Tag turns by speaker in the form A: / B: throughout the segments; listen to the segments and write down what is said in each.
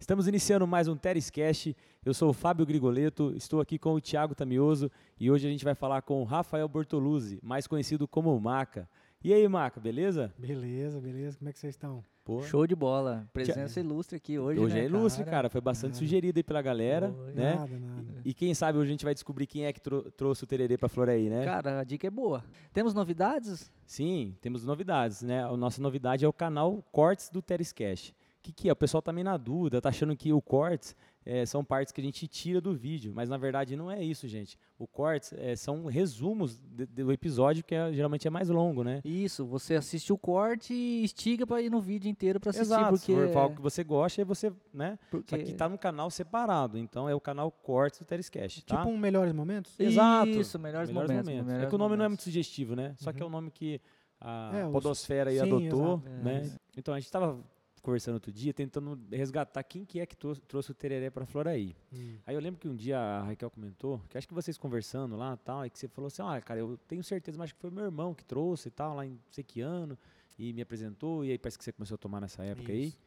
A: Estamos iniciando mais um Terescast. Eu sou o Fábio Grigoleto, estou aqui com o Thiago Tamioso e hoje a gente vai falar com o Rafael Bortoluzzi, mais conhecido como Maca. E aí, Maca, beleza?
B: Beleza, beleza. Como é que vocês estão?
A: Pô,
C: Show de bola. Presença ilustre aqui hoje.
A: hoje
C: né,
A: é ilustre, cara.
C: cara.
A: Foi bastante sugerido aí pela galera,
C: Foi.
A: né?
B: Nada, nada.
A: E quem sabe hoje a gente vai descobrir quem é que tro- trouxe o tererê pra Floraí, né?
C: Cara, a dica é boa. Temos novidades?
A: Sim, temos novidades, né? A nossa novidade é o canal Cortes do Terescast. O que, que é? O pessoal tá meio na dúvida, tá achando que o Cortes eh, são partes que a gente tira do vídeo, mas na verdade não é isso, gente. O Cortes eh, são resumos de- do episódio que é- geralmente é mais longo, né?
C: Isso, você assiste o corte e estiga pra ir no vídeo inteiro pra assistir.
A: Exato, se
C: porque...
A: for algo tipo que você gosta, aí você, né?
C: porque...
A: Só que tá no canal separado, então é o canal Cortes do Terescast, tá?
B: Tipo um Melhores Momentos?
A: Exato.
C: Isso, melhores, momentos.
B: né?
A: É
C: melhores
A: que o nome não é muito
C: momentos.
A: sugestivo, né? Só que é o nome que a
B: Uhum. É, os-
A: podosfera aí
B: Sim,
A: adotou,
B: exato.
C: É,
A: né?
C: isso.
A: Então, a gente tava conversando outro dia, tentando resgatar quem que é que trou- trouxe o tereré pra Floraí.
B: Hum.
A: Aí eu lembro que um dia a Raquel comentou, que acho que vocês conversando lá e tal, e que você falou assim, ah, cara, eu tenho certeza, mas acho que foi meu irmão que trouxe e tal, lá em não sei que ano, e me apresentou, e aí parece que você começou a tomar nessa época
B: Isso.
A: aí.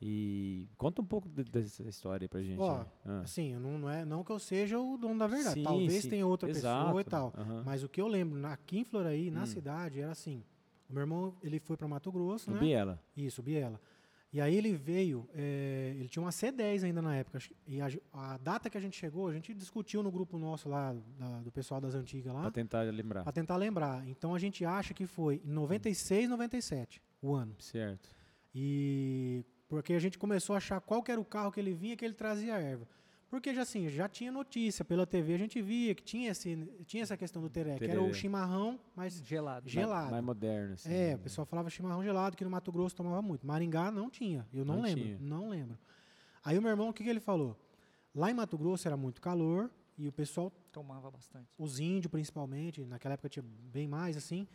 A: E conta um pouco de- dessa história aí pra gente.
B: Ó,
A: né? Ah.
B: Assim, eu não, não é, não que eu seja o dono da verdade.
A: Sim,
B: Talvez
A: sim.
B: tenha outra pessoa e
A: Exato.
B: tal.
A: Aham.
B: Mas o que eu lembro, na- aqui em Floraí, na
A: Hum.
B: cidade, era assim. O meu irmão, ele foi para Mato Grosso,
A: No
B: né?
A: Biela.
B: Isso, Biela. E aí ele veio, eh, ele tinha uma C10 ainda na época. acho que- E a, ge- a data que a gente chegou, a gente discutiu no grupo nosso lá, da- do pessoal das antigas lá,
A: Pra tentar lembrar.
B: para tentar lembrar. Então a gente acha que foi em 96, 97 o ano.
A: Certo.
B: E porque a gente começou a achar qual que era o carro que ele vinha que ele trazia a erva. Porque já assim, já tinha notícia pela TV, a gente via que tinha esse tinha essa questão do teré, que era o
A: Tereré.
B: chimarrão, mas
C: Gelado.
B: Gelado.
A: Mais moderno, assim.
B: é, o pessoal falava chimarrão gelado, que no Mato Grosso tomava muito. Maringá não tinha, eu não,
A: Não
B: lembro,
A: tinha.
B: não lembro. Aí o meu irmão, o que, que ele falou? Lá em Mato Grosso era muito calor e o pessoal,
C: Tomava bastante.
B: os índios principalmente, naquela época tinha bem mais assim,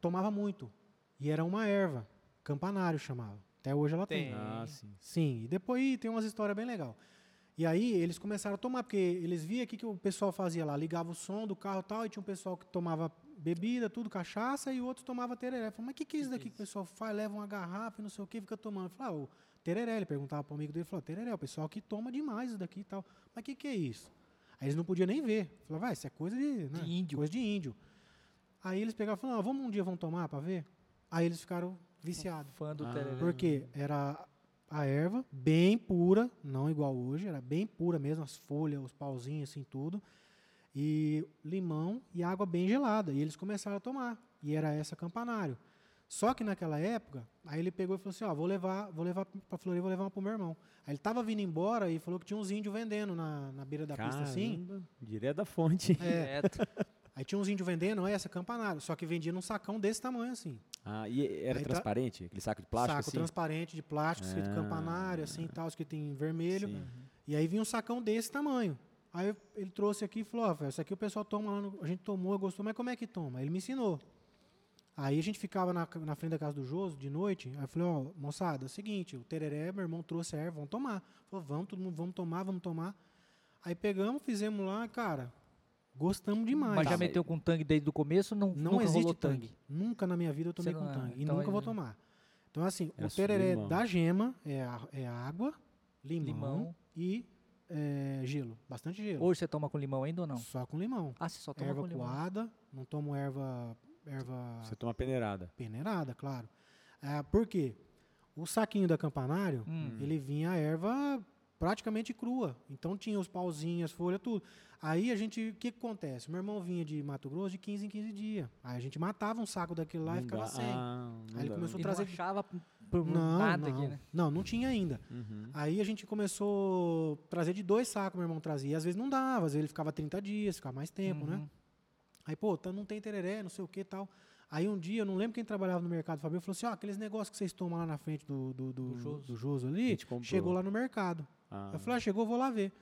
B: tomava muito. E era uma erva, campanário chamava. Até hoje ela tem.
C: Tem.
A: Ah, sim.
B: Sim, e depois ih, tem umas histórias bem legal. E aí eles começaram a tomar, porque eles viam o que, que o pessoal fazia lá, ligava o som do carro e tal, e tinha um pessoal que tomava bebida, tudo, cachaça, e o outro tomava tereré. Falei, mas o que, que é isso daqui que o pessoal faz? Leva uma garrafa e não sei o que, fica tomando. Eu falei, ah, o tereré, ele perguntava pro amigo dele, falou, tereré, o pessoal que toma demais isso daqui e tal. Mas o que, que é isso? Aí eles não podiam nem ver. Falava, vai, isso é coisa de, né,
C: De índio."
B: Coisa de índio. Aí eles pegavam e falaram, "Ah, vamos um dia, vamos tomar pra ver? Aí eles ficaram viciados.
C: Fã do
A: Ah,
C: tereré.
B: Porque era a erva bem pura, não igual hoje, era bem pura mesmo, as folhas, os pauzinhos, assim, tudo. E limão e água bem gelada. E eles começaram a tomar. E era essa campanário. Só que naquela época, aí ele pegou e falou assim: Ó, vou levar, vou levar pra Floripa, vou levar uma pro meu irmão. Aí ele tava vindo embora e falou que tinha uns índios vendendo na, na beira da pista assim.
A: Caramba, Direto da fonte.
C: Direto.
B: Aí tinha uns índios vendendo essa campanário. Só que vendia num sacão desse tamanho assim.
A: Ah, e era
B: Aí tá-
A: transparente? Aquele saco de plástico,
B: saco
A: assim?
B: transparente de plástico, escrito
A: Ah.
B: campanário, assim e tal, escrito em vermelho.
A: Sim.
B: E aí vinha um sacão desse tamanho. Aí eu- ele trouxe aqui e falou, ó, velho, isso aqui o pessoal toma lá, no- a gente tomou, gostou, mas como é que toma? Ele me ensinou. Aí a gente ficava na, ca- na frente da casa do Joso de noite, aí eu falei, ó, moçada, é o seguinte, o tereré, meu irmão trouxe a erva, vamos tomar. Falou, vamos, todo mundo, vamos tomar, vamos tomar. Aí pegamos, fizemos lá, cara, gostamos demais.
C: Mas já
A: Tá.
C: meteu com tangue desde o começo? Não,
B: Não
C: nunca
B: existe
C: rolou
B: tangue. Nunca na minha vida eu tomei
C: Você
B: com
C: não-
B: tangue. E
C: então
B: nunca
C: é-
B: vou tomar. Então, assim,
A: Era
B: o tereré
A: sublimão.
B: da gema é, a- é água, limão,
C: Limão.
B: e é, gelo. Bastante gelo.
C: Hoje você toma com limão ainda ou não?
B: Só com limão.
C: Ah, você só toma
B: erva
C: com limão.
B: coada, não tomo erva, erva
A: Você toma peneirada.
B: peneirada, claro. Ah, por quê? O saquinho da campanário,
C: Hum.
B: ele vinha a erva praticamente crua. Então tinha os pauzinhos, as folhas, tudo. Aí a gente, o que, que acontece? Meu irmão vinha de Mato Grosso de 15 em 15 dias. Aí a gente matava um saco daquele lá
A: Não
B: e ficava
A: dá.
B: sem.
A: Ah, não
B: Aí ele
A: dá.
B: começou-
C: E não
B: trazer-
C: achava por
B: Não,
C: nada
B: não.
C: aqui, né?
B: Não, não tinha ainda.
A: Uhum.
B: Aí a gente começou a trazer de dois sacos, meu irmão trazia. E às vezes não dava, às vezes ele ficava 30 dias, ficava mais tempo, né?
C: Uhum.
B: Aí, pô, tá- não tem tereré, não sei o que e tal. Aí um dia, eu não lembro quem trabalhava no mercado, Fabio, falou assim, ó, aqueles negócios que vocês tomam lá na frente do, do, do,
C: Do Joso.
B: do Joso
A: A
B: ali,
A: gente comprou.
B: chegou lá no mercado.
A: Ah.
B: Eu falei, ah, chegou, vou lá ver.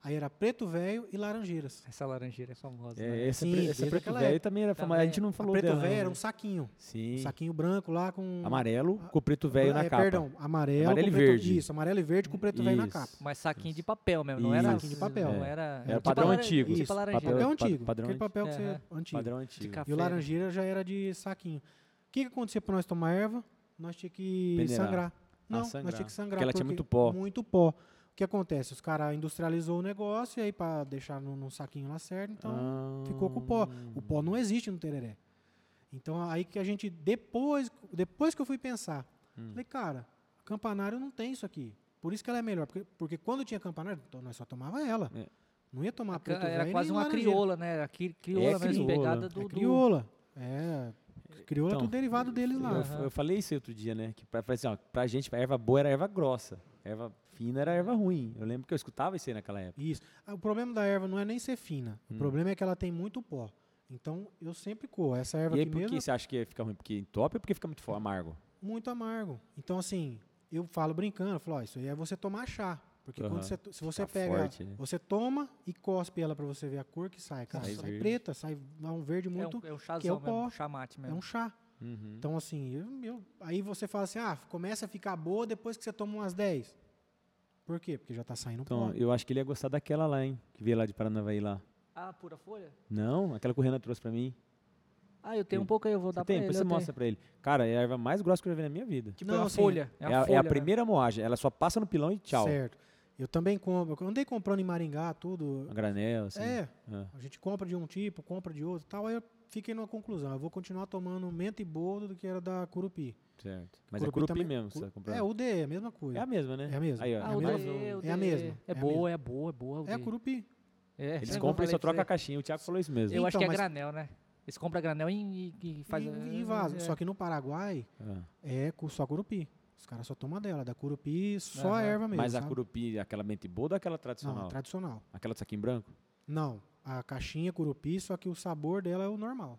B: Aí era preto velho e laranjeiras.
C: Essa laranjeira é famosa. né?
A: É, essa
B: Sim,
A: pre- essa
B: desde
A: preto
B: aquela
A: velho
B: época.
A: também era famosa. A
C: Também.
A: gente não
B: A
A: falou
B: preto
A: dela.
B: velho era
A: né?
B: um saquinho.
A: Sim.
B: Saquinho branco lá com...
A: Amarelo com preto velho na
B: é,
A: capa.
B: Perdão, amarelo,
A: Amarelo
B: com
A: e
B: preto-
A: verde.
B: Isso, amarelo e verde com preto velho na
A: Isso.
B: capa.
C: Mas saquinho de papel mesmo, não era?
A: Isso.
B: Saquinho de papel.
C: Não
A: É.
C: era.
A: Era
C: tipo
A: padrão
C: laran-
A: antigo.
C: Tipo
B: Isso,
C: laranjeira.
B: Papel
A: pa-
B: antigo.
A: padrão
B: aquele papel que você... Antigo.
A: Padrão antigo.
C: café.
B: E o
C: Feira.
B: laranjeira já era de saquinho. O que, que acontecia para nós tomar erva? Nós tinha que
A: Peneirar. Ah,
B: sangrar. Não,
A: sangrar.
B: nós tinha que sangrar.
A: Porque ela tinha muito pó.
B: Muito pó. O que acontece? Os caras industrializou o negócio e aí para deixar num, num saquinho lá certo, então
A: Ah.
B: ficou com o pó. O pó não existe no tereré. Então aí que a gente depois, depois que eu fui pensar,
A: Hum.
B: falei, cara, campanário não tem isso aqui. Por isso que ela é melhor, porque, porque quando tinha campanário, então nós só tomava ela.
A: É.
B: Não ia tomar preto
C: Era
B: velho
C: quase
B: nem
C: uma
B: laranjeira.
C: crioula, né? Era cri- crioula
A: É
C: mesmo,
A: crioula.
C: pegada do...
B: É
C: do-
B: crioula. É, crioula
A: Então,
B: é tudo derivado deles lá.
A: Eu,
C: Aham.
A: eu falei isso outro dia, né? Que pra, pra, assim, ó, pra gente, a erva boa era erva grossa. Erva fina era erva ruim. Eu lembro que eu escutava isso aí naquela época.
B: Isso. Ah, O problema da erva não é nem ser fina.
A: Hum.
B: O problema é que ela tem muito pó. Então eu sempre coo. Essa erva
A: E aí,
B: aqui
A: por
B: mesmo
A: que você acha que fica ruim? Porque entope ou porque fica muito fo- amargo?
B: é muito amargo. Então, assim, eu falo brincando, eu falo, ó, isso aí é você tomar chá. Porque
A: Aham.
B: quando você, to- se você
A: Fica
B: pega.
A: forte, né?
B: Você toma e cospe ela pra você ver a cor que sai. Cara,
A: Sai
B: sai,
A: verde.
B: preta, sai um verde
C: É
B: muito.
C: um, é um chazão
B: que é o
C: mesmo,
B: pó.
C: chamate
B: É um,
C: mesmo.
B: chá.
A: Uhum.
B: Então, assim, eu- eu- aí você fala assim, ah, começa a ficar boa depois que você toma umas 10. Por quê? Porque já tá saindo
A: Então,
B: pó.
A: eu acho que ele ia gostar daquela lá, hein? Que veio lá de Paranavaí lá.
C: Ah, pura folha?
A: Não, aquela que o Renan trouxe pra mim.
C: Ah, eu tenho um
A: Ele-
C: pouco aí, eu vou
A: Você
C: dar
A: tem?
C: pra ele.
A: Depois você
C: eu tenho.
A: mostra pra ele. Cara, é a erva mais grossa que eu já vi na minha vida.
C: Tipo, é
B: Não,
C: uma
B: assim,
C: folha.
A: É,
C: uma
A: a, é a
C: folha, né?
A: primeira moagem. Ela só passa no pilão e tchau.
B: Certo. Eu também compro. Eu andei comprando em Maringá, tudo.
A: A granel, assim.
B: É,
A: Ah.
B: a gente compra de um tipo, compra de outro e tal. Aí eu fiquei numa conclusão. Eu vou continuar tomando menta e boldo do que era da Curupi.
A: Certo. Mas é curupi
B: também-
A: mesmo que
B: cu-
A: você tá comprando.
B: É, UD, é a mesma
A: É
B: coisa.
A: a mesma, né?
B: É a mesma.
A: Aí, ó.
C: Ah,
B: É
C: o
B: a
C: DE,
A: mesma.
B: mesma.
C: o
B: É a
C: DE.
B: mesma,
C: É
B: é a
C: boa, é boa, é boa. o
B: É,
C: DE.
B: Curupi.
C: É,
A: Eles
C: eu
A: compram e
C: falei
A: só
C: pra
A: trocam a
C: você.
A: caixinha. O Thiago falou isso mesmo.
C: Eu acho
B: Então,
C: que é
B: mas-
C: granel, né? Eles compram granel e, e- e faz...
B: e, e vaso.
C: é.
B: Só que no Paraguai
A: Ah.
B: é cu- só Curupi. Os caras só tomam dela. Da Curupi, só
C: Aham.
B: a erva mesmo.
A: Mas a
B: sabe?
A: curupi, aquela mente boa ou aquela
B: Não,
A: tradicional?
B: a tradicional.
A: Aquela de saquinho branco?
B: Não, a caixinha é Curupi, só que o sabor dela é o normal.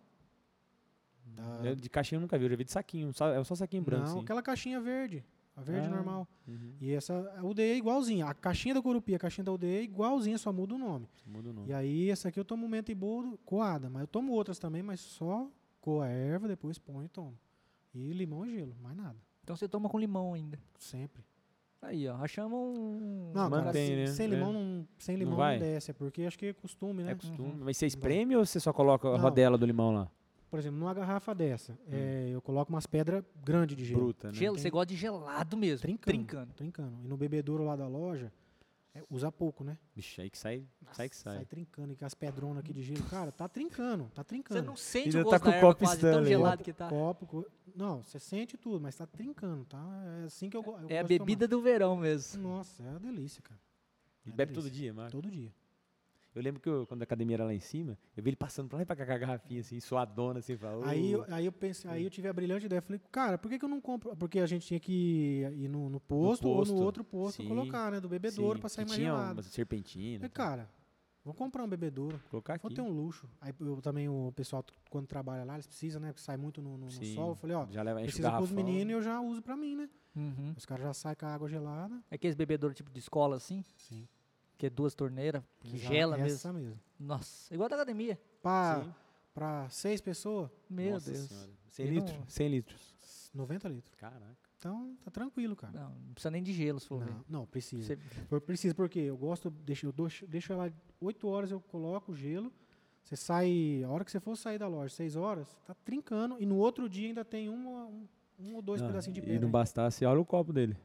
C: Hum.
B: Da-
A: Eu de caixinha eu nunca vi, eu já vi de saquinho. Só, é só saquinho branco,
B: Ah. Não,
A: sim.
B: aquela caixinha verde. A verde
A: Ah.
B: normal.
A: Uhum.
B: E essa a UDE é igualzinha. A caixinha da Curupi, a caixinha da UDE é igualzinha, só muda o nome.
A: Muda o nome.
B: E aí, essa aqui eu tomo menta e boldo coada, mas eu tomo outras também, mas só coa a erva, depois põe e tomo. E limão e gelo, mais nada.
C: Então você toma com limão ainda.
B: Sempre.
C: Aí, ó. Achamos um...
B: Não, cara,
A: mantém,
B: sem,
A: né?
B: sem
A: É.
B: limão, não, sem limão não,
A: vai?
B: desce, é porque acho que é costume, né?
A: É costume.
C: Uhum.
A: Mas você espreme ou você só coloca a
B: Não.
A: rodela do limão lá?
B: Por exemplo, numa garrafa dessa,
A: Hum.
B: é, eu coloco umas pedras grandes de gelo.
A: Bruta, né?
C: Gelo,
B: tem-
C: você gosta de gelado mesmo.
B: Trincando.
C: Trincando.
B: Trincando. E no bebedouro lá da loja, é, usa pouco, né?
A: Bicho, aí que sai, sai que sai.
B: Sai trincando, e com as pedronas aqui de gelo. Cara, tá trincando, tá trincando.
C: Você não sente
A: Ainda
C: o
A: tá
C: gosto
A: com
C: da
A: o
C: erva
A: copo
C: quase, tão
A: Stanley.
C: gelado que tá.
B: copo. co- Não, você sente tudo, mas tá trincando, tá? É assim que eu, go- eu
C: É a
B: gosto de
C: bebida do verão
B: tomar.
C: mesmo.
B: Nossa, é uma delícia, cara.
A: E
B: É
A: bebe
B: delícia.
A: todo dia, Marco.
B: Todo dia.
A: Eu lembro que eu, quando a academia era lá em cima, eu vi ele passando pra lá e pra cá com a garrafinha, assim, suadona, assim, falou.
B: Aí, eu- é aí eu pensei, aí eu tive a brilhante ideia. Falei, cara, por que, que eu não compro? Porque a gente tinha que ir no, no posto, ou
A: posto,
B: no outro posto
A: sim.
B: e colocar, né? Do bebedouro pra sair mais
A: tinha
B: gelado.
A: uma serpentina.
B: Falei,
A: tá?
B: cara, vou comprar um bebedouro.
A: Colocar aqui.
B: Vou ter um luxo. Aí eu também, o pessoal, quando trabalha lá, eles precisam, né? Porque sai muito no, no- no
A: Sim.
B: sol. Eu falei, ó,
A: Já leva, enche o
B: um- precisa
A: garrafão.
B: pros meninos e eu já uso pra mim, né?
C: Uhum.
B: Os caras já saem com a água gelada.
C: É aqueles bebedouros tipo de escola, assim,
B: Sim.
C: que é duas torneiras, que
B: Exa-
C: gela mesmo.
B: é essa mesmo.
C: Nossa, igual da academia.
A: Sim.
B: Pra, pra seis pessoas,
C: Meu
A: Nossa
C: Deus.
A: Senhora. 100
C: Eu
A: litros?
C: não-
A: 100 litros.
B: 90 litros.
A: Caraca.
B: Então, tá tranquilo, cara.
C: Não, não precisa nem de gelo, se for ver.
B: Não, não, precisa.
C: Você-
B: Por- Precisa, porque eu gosto, deixo, eu deixo, deixo ela 8 horas, eu coloco o gelo. Você sai, a hora que você for sair da loja, 6 horas, tá trincando. E no outro dia ainda tem um, um, um ou dois
A: Ah,
B: pedacinhos de
A: E
B: pedra.
A: não
B: aí.
A: bastasse, olha o copo dele.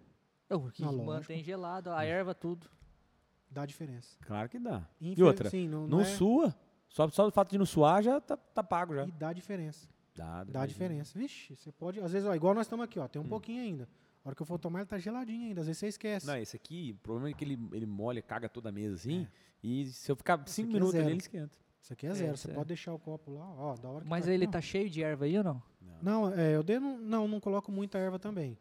C: Oh, que
B: Não, lógico.
C: mantém gelado, a erva, tudo.
B: Dá diferença.
A: Claro que dá. E
B: Infel-
A: outra,
B: Sim, não,
A: não
B: não é-
A: sua. Só, só o fato de não suar já tá, tá pago já.
B: E dá diferença.
A: Dá,
B: Dá
A: imagina.
B: diferença. Vixe, você pode. Às vezes, ó, igual nós estamos aqui, ó, tem um
A: Hum.
B: pouquinho ainda. A hora que eu for tomar, ele tá geladinho ainda. Às vezes você esquece.
A: Não, esse aqui, o problema é que ele, ele molha, caga toda a mesa assim. E se eu ficar 5
B: aqui é
A: minutos ali,
B: zero.
A: ele esquenta.
B: Isso aqui é zero.
C: isso
B: você
C: é.
B: pode deixar o copo lá, ó, da hora que
C: Mas
B: tá-
C: ele
B: Não.
C: tá cheio de erva aí ou não?
B: Não, é, eu dei não, não, não coloco muita erva também.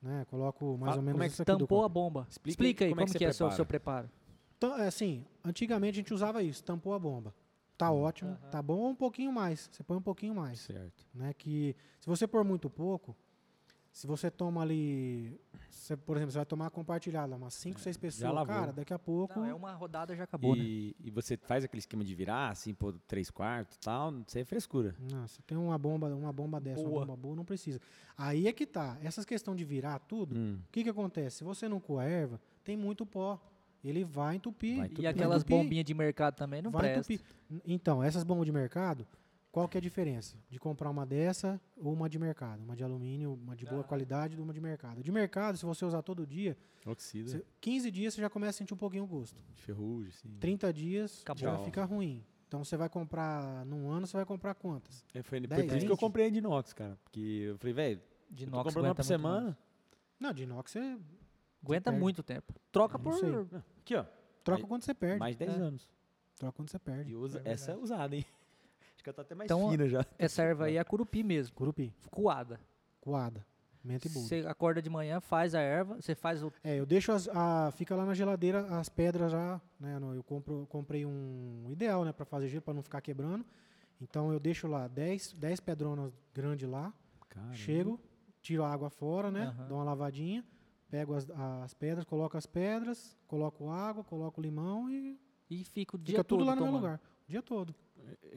B: Né? Coloco mais
A: Fala,
B: ou
A: como
B: menos
A: é que
B: isso aqui do
C: Tampou
B: copo.
C: a bomba.
A: Explica
C: Explica,
A: aí
C: aí
A: como é
C: como,
A: que você
C: que é o seu,
A: prepara.
C: seu preparo.
B: Tam- é assim, antigamente a gente usava isso, tampou a bomba. Tá
A: Uhum.
B: ótimo, tá bom ou um pouquinho mais. Você põe um pouquinho mais,
A: Certo.
B: né? Que se você pôr muito pouco, se você toma ali, você, por exemplo, você vai tomar compartilhada, umas 5, 6 pessoas,
A: É, lavou.
B: cara, daqui a pouco
C: Não, é uma rodada já acabou, né?
A: e, e você faz aquele esquema de virar, assim, pô, 3 quartos e tal. Isso aí é frescura.
B: Não, se tem uma bomba, uma bomba dessa,
C: Boa.
B: uma bomba boa, não precisa. Aí é que tá. Essas questões de virar tudo, o
A: Hum.
B: que, que acontece? Se você não coa a erva, tem muito pó. Ele vai entupir.
A: Vai
B: Vai
A: entupir.
C: E aquelas
B: entupir,
C: bombinhas de mercado também não
B: vai
C: presta.
B: entupir. Então, essas bombas de mercado, Qual que é a diferença de comprar uma dessa ou uma de mercado? Uma de alumínio, uma de boa
C: Ah.
B: qualidade, de uma de mercado. De mercado, se você usar todo dia,
C: É.
A: Oxida,
B: cê- 15 dias você já começa a sentir um pouquinho o gosto.
A: de ferrugem, assim. sim.
B: 30 dias
C: Hum. Acabou.
B: já
A: Tchau.
B: fica ruim. Então você vai comprar num ano, você vai comprar quantas?
A: É, foi por
B: Dez,
A: isso que eu
B: vinte.
A: comprei de inox, cara. Porque eu falei, velho,
C: De
A: eu tô
C: inox
A: comprando uma
C: aguenta
A: por
C: muito
A: semana.
C: mais.
B: Não, de inox você
C: Aguenta
B: perde.
C: muito tempo. É Troca
B: Não
C: por.
B: sei.
A: Aqui, ó.
B: troca
A: Aí-
B: quando você perde.
A: Mais de 10
C: É.
A: anos.
B: Troca quando você perde.
A: E usa,
B: É
A: essa é
B: verdade.
A: usada, hein? Acho que ela tá até mais
C: Então,
A: fina já.
C: Essa erva aí é a curupi mesmo.
B: Curupi,
C: Coada.
B: coada, menta e bolo.
C: Você acorda de manhã, faz a erva, você faz o.
B: É, eu deixo as, a, fica lá na geladeira as pedras já, né? no- eu compro, comprei um ideal, né, para fazer gelo, para não ficar quebrando. Então eu deixo lá 10, 10 pedronas grandes lá,
A: Cara,
B: chego, tiro a água fora, né?
C: Aham.
B: Dou uma lavadinha, pego as, as pedras, coloco as pedras, coloco água, coloco limão e
C: E fica o dia
B: fica
C: todo.
B: tudo lá no meu
C: tomando.
B: lugar. O dia todo.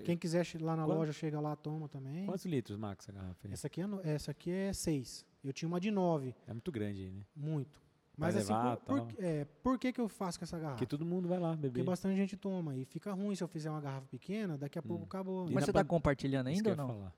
B: Quem quiser che- lá na
A: Quanto-
B: loja, chega lá, toma também.
A: Quantos litros, Max, a garrafa? aí?
B: Essa aqui, é no- essa aqui é 6. Eu tinha uma de 9,
A: É muito grande aí, né?
B: muito. Mas
A: levar,
B: assim, por, por
A: tal.
B: que- é, por que, que eu faço com essa garrafa?
A: Ah. Porque todo mundo vai lá
B: Porque
A: beber.
B: bastante gente toma. E fica ruim se eu fizer uma garrafa pequena, daqui a pouco acabou.
A: Hum. E
C: Mas
A: na
C: você tá
A: pan-
C: compartilhando
A: Isso que
C: ainda ou
A: eu ia
C: não?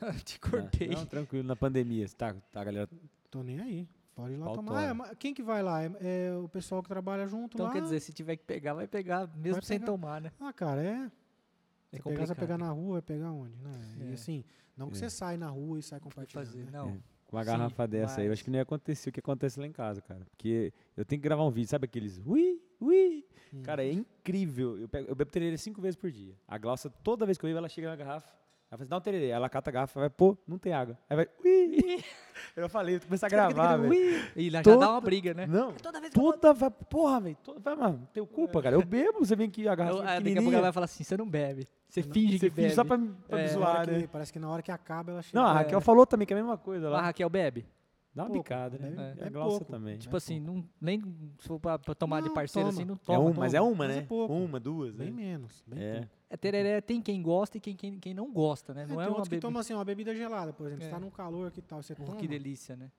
A: falar.
C: Te cortei.
A: Tá. Não, tranquilo, na pandemia. Tá, tá, galera.
B: Tô nem aí. Pode ir lá
A: Pau
B: tomar.
A: tora.
B: É, mas quem que vai lá? É, é o pessoal que trabalha junto
C: então
B: lá.
C: quer dizer, se tiver que pegar, vai pegar, mesmo
B: Vai
C: sem
B: pegar.
C: tomar, né?
B: Ah, cara, é.
C: É
B: Você pegar, você
C: complicado.
B: vai pegar na rua, vai pegar onde? Né? E
C: É.
B: assim, não que
A: É.
B: você sai na rua e sai
C: Vai
B: compartilhando.
C: fazer.
B: né?
C: Não.
A: Com uma
C: Sim,
A: garrafa dessa aí, eu
C: mas-
A: acho que não ia acontecer o que acontece lá em casa, cara. Porque eu tenho que gravar um vídeo, sabe aqueles ui, ui?
B: Hum.
C: Uhum.
A: Cara, é incrível. Eu, pego, eu bebo tererê cinco vezes por dia. A Glaucia, toda vez que eu bebo, ela chega na garrafa. Ela fala assim, dá um tererê. Ela cata a garrafa, vai, pô, não tem água. Aí vai, ui. Eu falei, eu vou começar a gravar, velho.
C: E lá já
A: Todo-
C: dá uma briga, né?
A: Não,
C: Toda vez que eu
A: toda vai, porra, velho, toda- vai, mano, teu culpa, cara. Eu bebo, você vem aqui, a garrafa
C: Eu,
A: eu,
C: ah, daqui a pouco ela vai falar assim, você não bebe. Você finge
A: você
C: que bebe.
A: finge só pra, me- pra me
C: É,
B: Na hora
A: zoar,
B: que-
A: né?
B: Parece que na hora que acaba, ela chega.
A: Não, a
C: é.
A: Raquel falou também que é a mesma coisa
C: Ah,
A: lá.
C: Raquel bebe?
A: Dá uma
B: pouco,
A: bicada, né?
B: bebe-
A: E a
B: é
A: Glaucia
B: pouco.
A: também.
C: Tipo assim, não, nem se for pra, pra tomar de
B: Não,
C: parceiro
B: toma.
C: assim, não
A: é
C: toma.
A: um, mas é uma,
B: mas é
A: né?
B: pouco.
A: uma, duas,
B: Bem
A: né?
B: menos. Bem
A: É.
B: pouco.
C: É tereré, tem quem gosta e quem, quem, quem não gosta, né?
B: É,
C: Não
B: tem
C: é, uma
B: outros que
C: bebida.
B: tomam assim, uma bebida gelada, por exemplo.
C: É.
B: Você tá num calor que tal, você
C: Pô,
B: toma,
C: que delícia, né?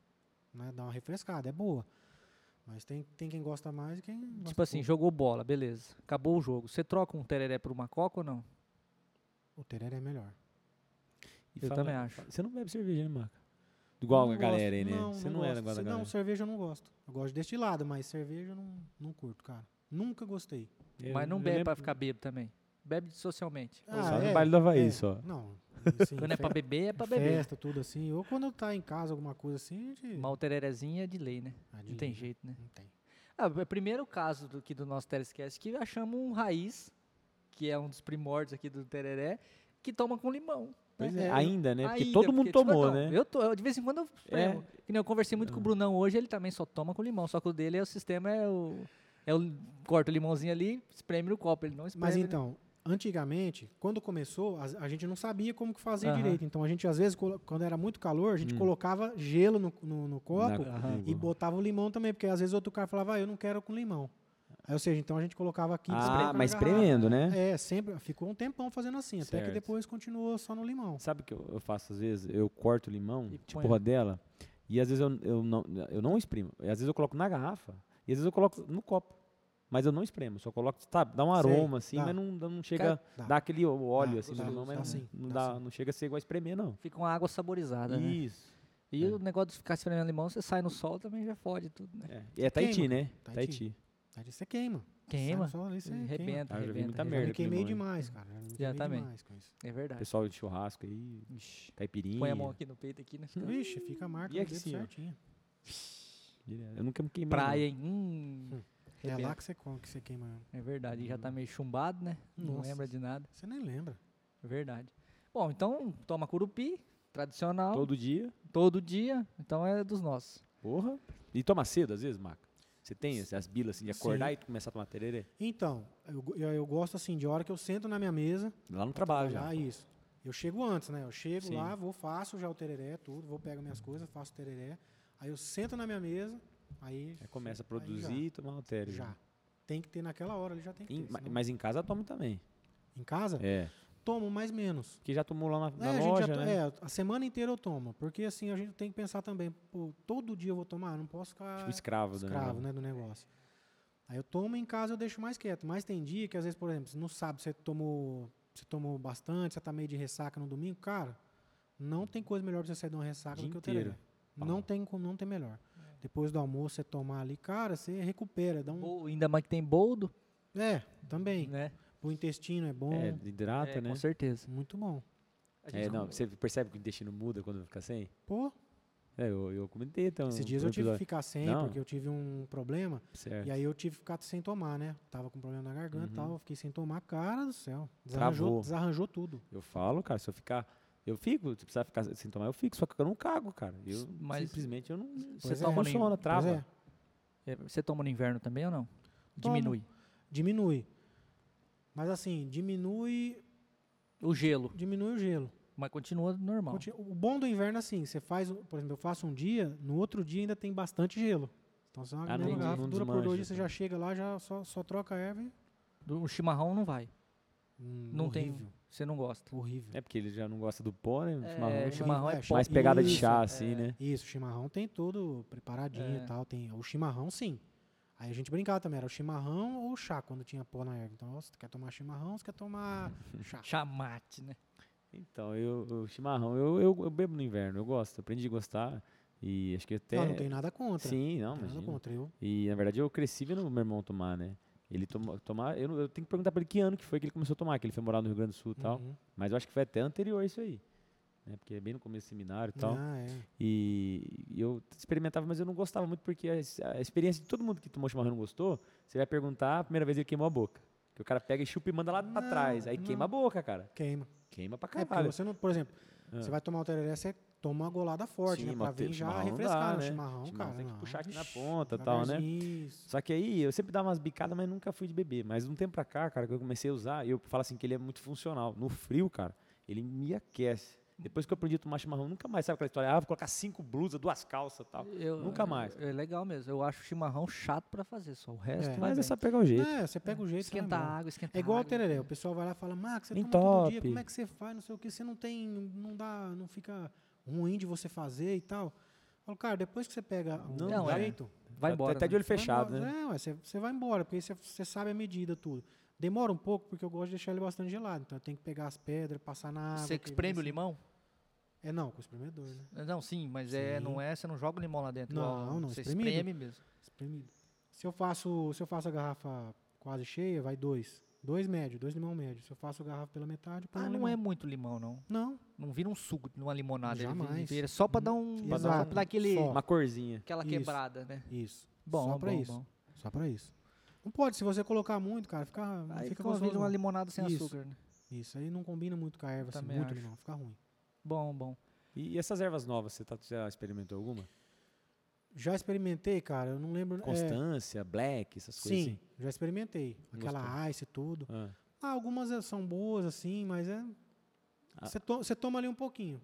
B: né? Dá uma refrescada, é boa. Mas tem, tem quem gosta mais e quem. gosta
C: Tipo assim,
B: pouco.
C: jogou bola, beleza. Acabou o jogo. Você troca um tereré por uma coca ou não?
B: o tereré é melhor.
A: E
C: Eu também acho.
A: Você não bebe cerveja, né, Marca? Igual
B: Não
A: a galera
B: gosto,
A: aí, né?
B: Não,
A: você
B: não,
A: não, era
B: gosto.
A: igual a
B: Se-
A: galera.
B: Não, cerveja eu não gosto. Eu gosto destilado, mas cerveja eu não, não curto, cara. Nunca gostei.
A: Eu-
C: Mas não
A: eu
C: bebe
A: lembro-
C: pra ficar bêbado também. Bebe socialmente.
B: Ah,
A: Só no
B: é,
A: baile do Havaí,
B: é.
A: só.
B: Não. Assim,
C: Quando é pra
B: fe-
C: beber, é pra beber.
B: Festa, tudo assim. Ou quando tá em casa, alguma coisa assim, a gente.
C: Mas o tererezinho é de lei, né?
B: Ah, de
C: Não tem
B: lei,
C: jeito, né?
B: Não tem.
C: Ah, o primeiro caso do, aqui do nosso Terescast que achamos um raiz, que é um dos primórdios aqui do tereré, que toma com limão.
A: Pois é,
B: É,
A: ainda, né? Porque
C: Ainda,
A: todo mundo
C: tipo,
A: tomou,
C: não,
A: né?
C: Eu, to- eu de vez em quando eu,
A: É.
C: eu, que nem eu conversei muito com o Brunão hoje, ele também só toma com limão, só que o dele é o sistema é o é o corta o limãozinho ali, espreme no copo, ele não espreme.
B: Mas
C: né?
B: então, antigamente, quando começou, a, a gente não sabia como que fazia
C: Aham.
B: direito. Então a gente, às vezes, colo- quando era muito calor, a gente colocava gelo no, no, no copo
A: Hum. Na-
C: aham.
B: e botava o limão também, porque às vezes outro cara falava, ah, eu não quero com limão. Aí, ou seja, então a gente colocava aqui.
A: Ah,
B: espremia na
A: mas
B: garrafa.
A: espremendo, né?
B: É, sempre. Ficou um tempão fazendo assim, até que
A: Certo.
B: depois continuou só no limão.
A: Sabe o que eu eu faço às vezes? Eu corto o limão,
C: E
A: tipo
C: põe-
A: rodela, e às vezes eu, eu, não, eu não espremo. E Às vezes eu coloco na garrafa, e às vezes eu coloco no copo. Mas eu não espremo, só coloco, sabe, dá um
B: Sei,
A: aroma assim,
B: dá.
A: mas não, não chega,
B: dá.
A: dá, aquele ó- óleo
B: Dá,
A: assim
B: dá,
A: no limão, mas
B: dá
A: não,
B: sim,
A: não,
B: dá
A: dá,
B: sim.
A: não chega a ser igual a espremer, não.
C: Fica uma água saborizada, né?
A: Isso.
C: E o negócio de ficar espremendo limão, você sai no sol também já fode tudo, né?
A: É, E é Tahiti,
B: Queima.
A: né?
B: Tahiti.
A: Tahiti.
B: Aí você queima.
C: Queima.
B: Sai no sol ali, você queima.
C: Arrebenta,
A: Ah, eu já vi
C: arrebenta.
A: muita
C: arrebenta.
B: Já me
A: merda.
B: queimei
A: com limão, né?
B: demais, cara. Já, me queimei
C: também.
B: demais com isso.
C: É verdade.
A: Pessoal de churrasco aí,
C: Ixi.
A: caipirinha.
C: Põe a mão aqui no peito aqui, né?
B: Vixe, fica a marca
A: E
B: do
A: aqui
B: dedo
A: sim, ó.
B: certinho.
A: direto. Eu nunca me queimei.
C: Praia, hein? Hum,
B: É lá
C: arrebenta.
B: que você, come, que você queima. mesmo.
C: É verdade, e já tá meio chumbado, né? Não
B: Nossa.
C: lembra de nada.
B: Você nem lembra.
C: É verdade. Bom, então toma curupi, tradicional,
A: não.
C: todo,
A: Todo dia.
C: dia, então é dos nossos.
A: Porra. E toma cedo, às vezes, Maca. Você tem esse- as bilas assim, de acordar e começar a tomar tererê?
B: Então, eu, go- eu, eu gosto assim, de hora que eu sento na minha mesa.
A: Lá no trabalho já.
B: Ah, isso. Eu chego antes, né? Eu chego
A: Sim.
B: lá, vou, faço já o tereré, tudo, vou, pego minhas coisas, faço o tereré. Aí eu sento na minha mesa, aí.
A: Aí É, começa a
B: aí
A: produzir e tomar o
B: já,
A: tererê.
B: já. Tem que ter naquela hora, ele já tem que
A: né? Em-
B: ter.
A: ma-
B: senão-
A: mas em casa toma também.
B: Em casa,
A: É.
B: tomo mais menos.
A: Porque já tomou lá na, na
B: é, a gente
A: loja,
B: já to-
A: né?
B: é, a semana inteira eu tomo. Porque assim, a gente tem que pensar também, pô, todo dia eu vou tomar, eu não posso ficar.
A: Tipo escravo, né?
B: é, escravo, né, do negócio. Aí eu tomo em casa eu deixo mais quieto. Mas tem dia que, às vezes, por exemplo, no sábado você tomou você tomou bastante, você tá meio de ressaca no domingo, cara, não tem coisa melhor pra você sair de uma ressaca
A: Dia
B: do que o
A: inteiro.
B: tereré.
A: Fala.
B: Não tem, como- não tem melhor. Depois do almoço, você tomar ali, cara, você recupera. Dá um...
C: Ou ainda mais que tem boldo,
B: É, também.
C: né?
B: O intestino é bom.
A: É, hidrata,
C: É,
A: né?
C: Com certeza.
B: Muito bom.
C: A gente
A: É, não,
C: com-
A: você percebe que o intestino muda quando fica sem?
B: Pô,
A: É, eu, eu comentei então.
B: esses dias
A: no
B: eu tive que
A: episódio. É,
B: ficar sem,
A: Não.
B: porque eu tive um problema.
A: Certo.
B: E aí eu tive que ficar sem tomar, né? Tava com problema na garganta e
A: Uhum.
B: tal. eu Fiquei sem tomar. Cara do céu. Desarranjou,
A: Travou.
B: desarranjou tudo.
A: Eu falo, cara, se eu ficar. Eu fico, se precisar ficar sem tomar, eu fico, só que eu não cago, cara. Eu
C: Mas-
A: simplesmente eu não.
C: Você
B: Pois
C: toma
B: é.
C: no inverno.
A: Funciona, trava.
B: Pois é,
C: É, Você toma no inverno também ou não?
B: Tomo.
C: Diminui.
B: diminui. Mas assim, diminui,
C: O gelo,
B: diminui o gelo.
C: mas continua normal.
B: Conti- O bom do inverno é assim, você faz, um- por exemplo, eu faço um dia, no outro dia ainda tem bastante gelo. Então você uma
A: Ah, não
B: mesma
A: entendi,
B: garrafa
A: não
B: dura por dois
A: desmanja,
B: dias, você
A: tá.
B: já chega lá, já só, só troca a erva e...
C: Do- O chimarrão não vai.
B: Hum,
C: Não
B: horrível,
C: tem. Você não gosta.
B: Horrível.
A: É porque ele já não gosta do pó, né?
C: É,
A: chimarrão.
C: o chimarrão é
B: É,
C: pó.
A: mais pegada de
B: Isso,
A: chá, assim,
C: é.
A: né?
B: Isso, o chimarrão tem todo preparadinho
C: É.
B: e tal. Tem, o chimarrão, sim. Aí a gente brincava também, era o chimarrão ou o chá, quando tinha pó na erva. Então, ó, você quer tomar chimarrão, você quer tomar chá.
C: Chamate, né?
A: Então, eu, o chimarrão, eu, eu, eu bebo no inverno, eu gosto, eu aprendi a gostar. E acho que até.
B: Ah, Não, não tem nada contra.
A: Sim, não,
B: não tem nada
A: imagina.
B: contra. Eu,
A: E na verdade eu cresci vendo meu irmão tomar, né? Ele tomou, tomar, eu, não- eu tenho que perguntar pra ele que ano que foi que ele começou a tomar, que ele foi morar no Rio Grande do Sul e tal.
B: Uhum.
A: Mas eu acho que foi até anterior isso aí. Né? Porque é bem no começo do seminário e tal.
B: Ah, é.
A: E e eu experimentava, mas eu não gostava muito, porque a, ex- a experiência de todo mundo que tomou chimarrão e não gostou, você vai perguntar, a primeira vez ele queimou a boca. Que o cara pega e chupa e manda lá pra
B: Não,
A: trás. Aí queima a boca, cara.
B: Queima.
A: Queima pra
B: É porque
A: caralho.
B: você não, por exemplo,
A: Ah.
B: você vai tomar o tereré, você toma uma golada forte,
A: Sim,
B: né? Pra
A: mas tem-
B: vir já
A: chimarrão não
B: refrescar,
A: dá,
B: né?
A: né?
B: Chimarrão,
A: Chimarrão
B: cara.
A: tem que
B: não.
A: puxar aqui na
B: Ixi,
A: ponta, tal, né?
B: devagarzinho, Isso.
A: Só que aí eu sempre dava umas bicadas, mas nunca fui de beber. Mas de um tempo pra cá, cara, que eu comecei a usar, eu falo assim que ele é muito funcional. No frio, cara, ele me aquece. Depois que eu aprendi a tomar chimarrão, nunca mais sabe aquela história. Ah, vou colocar cinco blusas, duas calças e tal.
C: Eu-
A: Nunca mais.
C: É legal mesmo. Eu acho o chimarrão chato pra fazer, só o resto.
B: É.
C: vai
A: Mas é
C: bem.
A: só pegar o jeito.
B: É, você pega o jeito você vai
C: Esquentar
B: embora.
C: a água, esquentar
B: É igual
C: a
B: o
C: água.
B: tereré. O pessoal vai lá e fala, Max, você
A: Nem
B: toma todo dia,
A: top.
B: como é que você faz, não sei o que, você não tem, não dá, não fica ruim de você fazer e tal. Eu falo, cara, depois que você pega o
A: Não,
C: Não, é.
B: jeito,
C: Vai
A: Até-
C: embora.
A: Tá Até de
C: né?
A: olho fechado,
B: vai
A: né?
B: embora. É, ué, você, você vai embora, porque aí você, você sabe a medida, tudo. Demora um pouco, porque eu gosto de deixar ele bastante gelado, então eu tenho que pegar as pedras, passar na água.
C: Você
B: que
C: espreme o
B: vem assim.
C: limão?
B: É, não, com o espremedor, né?
C: Não, sim, mas é,
B: Sim.
C: não é, você não joga o limão lá dentro.
B: Não,
C: ó,
B: não,
C: Você
B: espremido.
C: espreme mesmo.
B: Espremido. Se eu faço, se eu faço a garrafa quase cheia, vai dois. Dois médios, dois limão médio. Se eu faço a garrafa pela metade, eu ponho
C: Ah,
B: um
C: não
B: limão.
C: é muito limão, não.
B: Não,
C: Não vira um suco, de uma limonada. ele vira-
B: Jamais. Hum,
C: vira só pra dar um.
A: Pra dar
C: Pra
A: um-
C: dar aquele,
B: só.
A: Uma corzinha.
C: aquela
B: Isso.
C: quebrada, né?
B: isso.
C: Bom,
B: Só pra
C: bom,
B: isso.
C: bom.
B: Só pra isso. Não pode, se você colocar muito, cara, fica, não
C: Aí
B: fica
C: fica
B: gostoso.
C: uma
B: não.
C: limonada sem
B: Isso.
C: açúcar, né?
B: Isso aí não combina muito com a erva, assim,
C: Também
B: muito
C: acho.
B: limão, fica ruim.
C: Bom, bom.
A: E essas ervas novas, você tá- já experimentou alguma?
B: Já experimentei, cara, eu não lembro... é,
A: Constância, black, essas coisas
B: sim,
A: assim?
B: já experimentei. Aquela
A: Gostou?
B: ice e tudo.
A: Ah,
B: Ah, algumas é- são boas, assim, mas é...
A: Ah.
B: Você to- você toma ali um pouquinho.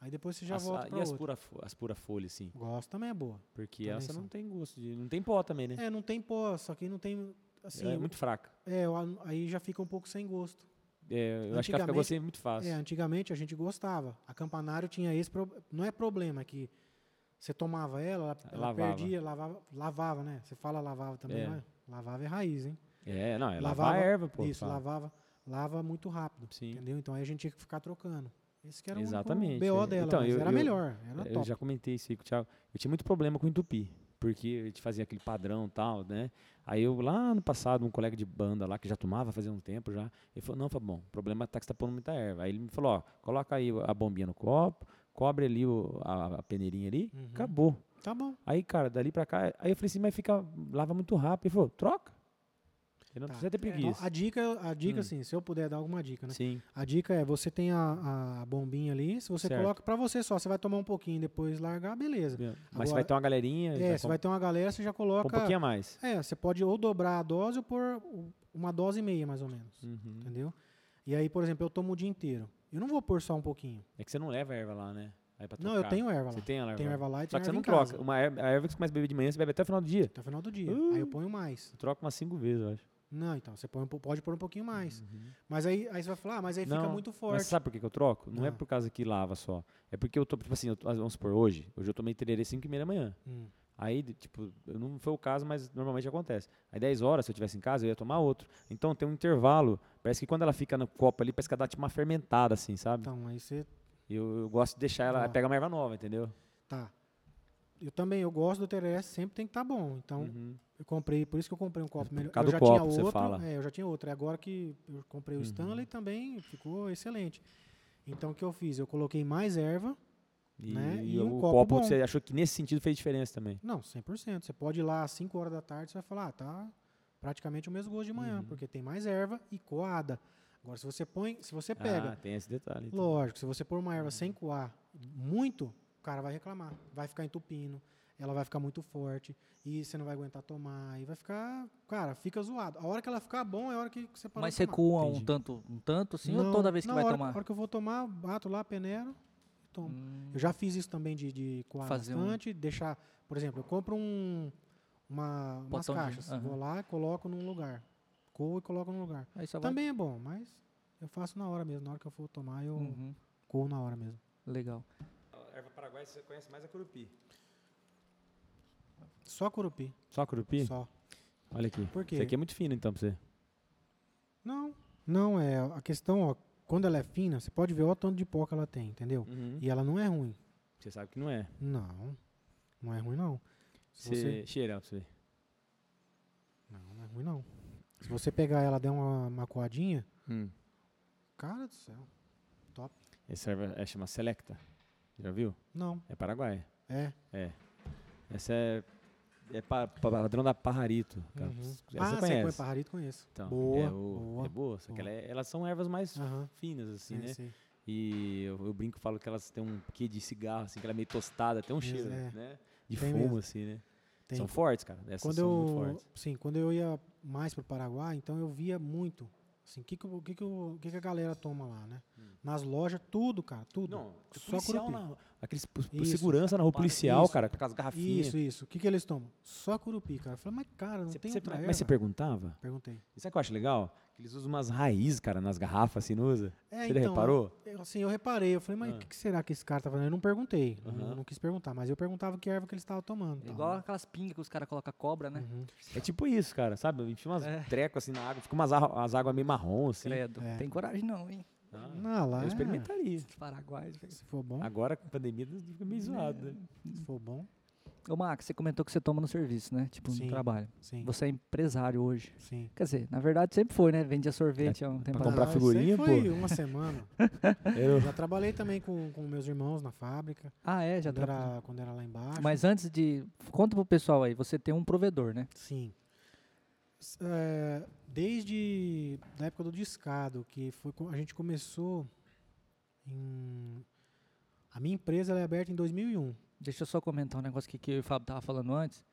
B: Aí depois você já
A: as-
B: volta
A: a-
B: pra
A: e as
B: outra.
A: pura, fo- as pura folhas, sim.
B: Gosto também é boa.
A: Porque
B: Também
A: essa
B: são.
A: não tem gosto de. Não tem pó também, né?
B: É, não tem pó, só que não tem... Assim,
A: Ela é muito fraca.
B: é, eu- aí já fica um pouco sem gosto.
A: É, eu acho que ela fica
B: Antigamente-
A: gostando muito fácil.
B: É, antigamente a gente gostava. A Campanário tinha esse pro- não é problema é que você tomava ela, ela, ela
A: É, Lavava.
B: perdia, lavava, lavava, né? Você fala lavava também,
A: É.
B: não é? Lavava é raiz, hein?
A: É, não, é lavar
B: Lavava-
A: a erva, pô.
B: Isso,
A: fala.
B: lavava, lava muito rápido,
A: Sim.
B: entendeu? Então aí a gente tinha que ficar trocando. Esse que era
A: Exatamente,
B: um o único
A: é.
B: BO dela,
A: Então,
B: mas
A: eu-
B: era
A: eu-
B: melhor, era
A: Eu
B: top.
A: já comentei isso aí com o Thiago. Eu tinha muito problema com entupir, porque eu te fazia aquele padrão e tal, né? Aí eu, lá no passado, um colega de banda lá, que já tomava fazia um tempo já, ele falou, não, Fabão, o problema tá que você tá pondo muita erva. Aí ele me falou, ó, coloca aí a bombinha no copo, cobre ali o- a, a peneirinha ali,
B: Uhum.
A: acabou.
B: Tá bom.
A: Aí, cara, dali pra cá, aí eu falei assim, mas fica, lava muito rápido. Ele falou, troca. Ele não
B: Tá.
A: precisa ter
B: Então,
A: preguiça.
B: a dica, a dica
A: Hum.
B: assim, se eu puder dar alguma dica, né?
A: Sim,
B: A dica é, você tem a, a bombinha ali, se você
A: Certo.
B: coloca pra você só, você vai tomar um pouquinho e depois largar, beleza.
A: mas
B: Agora-
A: você vai ter uma galerinha,
B: É,
A: já
B: você
A: com-
B: vai ter uma galera, você já
A: com um
B: coloca
A: pouquinho a mais.
B: É, você pode ou dobrar a dose ou pôr u- uma dose e meia, mais ou menos.
A: Uhum.
B: Entendeu? E aí, por exemplo, eu tomo o dia inteiro. Eu não vou pôr só um pouquinho.
A: É que você não leva a erva lá, né? Aí pra
B: Não, eu
A: trocar.
B: tenho erva
A: Você
B: lá.
A: tem a erva?
B: Tenho
A: lá?
B: erva lá e
A: Só
B: tenho
A: que você
B: erva
A: não
B: em casa.
A: troca. Uma erva, a erva que você começa a beber de manhã, você bebe até o final do dia.
B: Até o final do dia.
A: Uh.
B: Aí eu ponho mais.
A: Você troca umas cinco vezes, eu acho.
B: Não, então, você põe um po- pode pôr um pouquinho mais. Mas aí, aí você vai falar, ah, mas aí fica
A: Uhum. Não,
B: muito
A: Mas
B: forte.
A: sabe por que, que eu troco? Não é
B: Ah.
A: por causa que lava só. É porque eu tô, tipo assim, eu, to- vamos supor, hoje, hoje eu tomei tererê 5 e meia da manhã.
B: Hum,
A: Aí, de- tipo, eu não foi o caso, mas normalmente acontece. Aí 10 horas, se eu estivesse em casa, eu ia tomar outro. Então tem um intervalo. Parece que quando ela fica no copo ali, parece que ela dá tipo uma fermentada, assim, sabe?
B: Então, aí você
A: Eu, eu gosto de deixar ela,
B: Tá.
A: pega uma erva nova, entendeu?
B: tá. Eu também, eu gosto do tereré, sempre tem que estar bom. Então,
A: Uhum.
B: eu comprei, por isso que eu comprei um copo melhor.
A: causa
B: eu
A: do
B: já tinha
A: É, copo, você
B: outro,
A: fala. Uhum.
B: é, eu já tinha outro. E agora que eu comprei o Stanley também ficou excelente. Então, o que eu fiz? Eu coloquei mais erva.
A: E,
B: Né?
A: e
B: E
A: o
B: um
A: copo,
B: copo bom.
A: você achou que nesse sentido fez diferença também.
B: Não, 100%. Você pode ir lá às 5 horas da tarde, você vai falar, ah, tá praticamente o mesmo gosto de manhã,
A: Uhum.
B: porque tem mais erva e coada. Agora, se você põe, se você pega
A: Ah, tem esse detalhe. então.
B: Lógico, se você pôr uma erva
C: Uhum.
B: sem coar muito, o cara vai reclamar, vai ficar entupindo, ela vai ficar muito forte e você não vai aguentar tomar e vai ficar, cara, fica zoado. A hora que ela ficar bom é a hora que você para
C: Mas
B: de
C: você
B: tomar.
C: coa um
A: Entendi.
C: tanto, um tanto assim ou
B: Não,
C: toda vez que
B: não,
C: vai
B: a hora,
C: tomar?
B: A hora que eu vou tomar, eu bato lá, peneiro e tomo.
C: Hum,
B: Eu já fiz isso também de, de coar
C: Fazer um-
B: bastante, deixar, por exemplo, eu compro um uma, umas
C: Potão de-
B: caixas,
C: aham.
B: vou lá e coloco num lugar. Coo e coloco num lugar.
C: aí só vai-
B: Também é bom, mas eu faço na hora mesmo, na hora que eu for tomar, eu
C: Uhum,
B: coo na hora mesmo.
C: legal.
A: A erva paraguaia você conhece mais a curupi.
B: Só curupi.
A: Só a curupi?
B: Só.
A: Olha aqui.
B: Por quê?
A: Isso aqui é muito fino então pra você.
B: Não, não é. A questão, ó, quando ela é fina, você pode ver ó, o tanto de pó que ela tem,
A: Uhum.
B: entendeu? E ela não é ruim.
A: Você sabe que não é.
B: Não, não é ruim não. Se
A: Você,
B: você...
A: cheira pra você. ver.
B: Não, não é ruim não. Se você pegar ela, der uma, uma coadinha, cara do céu.
A: Essa erva é, chama Selecta. Já viu?
B: Não,
A: É paraguaia.
B: é.
A: Essa é, é pa- pa- padrão da Parrarito. cara.
B: Uhum.
A: Essa
B: Ah,
A: você
B: você
A: conhece.
B: conhece parrito? Conheço.
A: Então,
B: boa,
A: é, o-
B: boa. Ah. É,
A: é boa, só que
B: boa.
A: ela é- elas são ervas mais
B: Aham,
A: finas, assim,
B: sim,
A: né?
B: sim.
A: E eu, eu brinco falo que elas têm um quê de cigarro, assim, que ela é meio tostada, tem um
B: Isso,
A: cheiro,
B: é.
A: né? De
B: Tem
A: fumo,
B: mesmo.
A: assim, né?
B: Tem.
A: São fortes, cara. Essas
B: quando
A: são muito
B: eu,
A: fortes.
B: sim, quando eu ia mais pro Paraguai, então eu via muito. Assim, o que que, o- que, que, o- que que a galera toma lá, né? Nas lojas, tudo, cara, tudo.
A: Hum. Não, tipo,
B: Só
A: policial
B: curupi.
A: na, aqueles pu- pu-
B: Isso.
A: segurança na rua
C: Para-
A: policial,
B: isso.
A: cara, com aquelas garrafinhas.
B: Isso, isso. O que, que eles tomam? Só curupi, cara. Eu falei, mas cara, não
A: Você-
B: tem
A: você-
B: outra
A: mas você
B: erva?
A: perguntava?
B: Perguntei.
A: E sabe o que eu acho legal? Que eles usam umas raízes, cara, nas garrafas, assim, não usa?
B: É,
A: você já reparou?
B: Eu, assim, eu reparei. Eu falei, mas o
A: Ah.
B: que, que será que esse cara tá falando? Eu não perguntei. eu
A: Aham.
B: Não, não quis perguntar. Mas eu perguntava que erva que eles estavam tomando.
C: É
B: tal.
C: igual aquelas pingas que os caras colocam cobra, né?
B: Uhum.
A: É tipo isso, cara, sabe? Enfia umas
C: É.
A: trecos assim na água, fica umas ar- as águas meio marrom, assim.
C: Credo.
B: É.
C: Tem coragem não, hein?
A: Ah,
B: Não, lá
A: eu Ah.
B: é-
A: experimentaria.
C: Os paraguaios. velho.
B: Se for bom,
A: Agora com a pandemia fica meio
B: é.
A: zoado, né?
B: se for bom,
C: Ô, Max, você comentou que você toma no serviço, né? Tipo,
B: Sim.
C: no trabalho.
B: sim.
C: Você é empresário hoje.
B: Sim.
C: Quer dizer, na verdade sempre foi, né? Vendia sorvete há um tempo
A: pra comprar
B: Ah,
C: atrás.
B: isso aí
A: figurinha,
B: foi
A: pô?
B: uma semana.
A: Eu-
B: Já trabalhei também com, com meus irmãos na fábrica.
C: Ah, é, já
B: quando,
C: trabalhou.
B: era, quando era lá embaixo.
C: Mas antes de. Conta pro pessoal aí, você tem um provedor, né?
B: Sim. S- é, desde da época do discado, que foi co- a gente começou em a minha empresa ela é aberta em 2001.
C: Deixa eu só comentar um negócio que, que eu e o Fábio tava falando antes.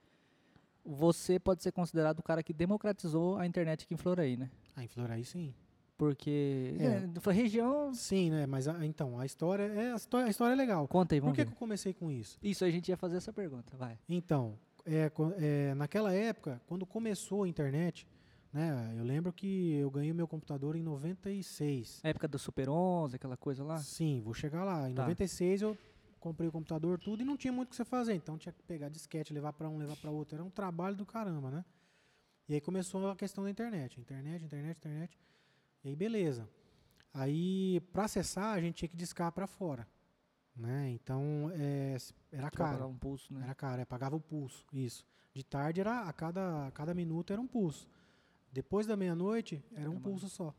C: Você pode ser considerado o cara que democratizou a internet aqui em Floraí, né?
B: Ah, em Floraí sim.
C: Porque.
B: É.
C: né, foi região.
B: Sim, né? Mas a- então, a história é a história, a história é legal.
C: Conta aí,
B: Por
C: vamos
B: que,
C: ver.
B: que eu comecei com isso?
C: Isso, a gente ia fazer essa pergunta, vai.
B: Então, é, co- é, naquela época, quando começou a internet, né? Eu lembro que eu ganhei o meu computador em 96.
C: Na época do Super 11, aquela coisa lá.
B: Sim, vou chegar lá. Em
C: Tá.
B: 96 eu comprei o computador, tudo, e não tinha muito o que você fazer. Então tinha que pegar disquete, levar para um, levar para outro. Era um trabalho do caramba, né? E aí começou a questão da internet. Internet, internet, internet. E aí beleza. Aí para acessar a gente tinha que discar para fora, né? Então é, s- era
C: Pra dar
B: caro.
C: um pulso, né?
B: Era caro, é, pagava o pulso, isso. De tarde era a cada, a cada minuto era um pulso. Depois da meia-noite era um
C: Caramba.
B: pulso só.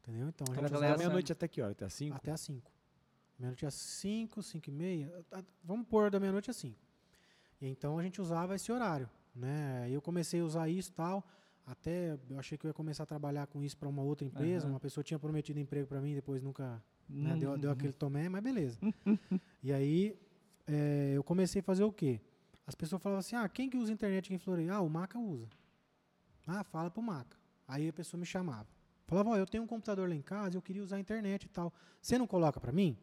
B: Entendeu? Então a gente
C: Então, galera,
A: Era
C: essa-
A: meia-noite até que hora? Até às 5?
B: até às 5. Meia-noite às 5, 5 e meia. a- a- Vamos pôr da meia-noite às 5. E então a gente usava esse horário. Né? Eu comecei a usar isso e tal. Até eu achei que eu ia começar a trabalhar com isso para uma outra empresa.
C: Aham.
B: Uma pessoa tinha prometido emprego para mim, depois nunca né,
C: Hum,
B: deu, deu aquele tomé, mas beleza. e aí eh, eu comecei a fazer o quê? As pessoas falavam assim: ah, quem que usa internet aqui em Florianópolis? Ah, o Maca usa. Ah, fala pro Maca. Aí a pessoa me chamava. Falava: ó, eu tenho um computador lá em casa, eu queria usar a internet e tal. Você não coloca pra mim?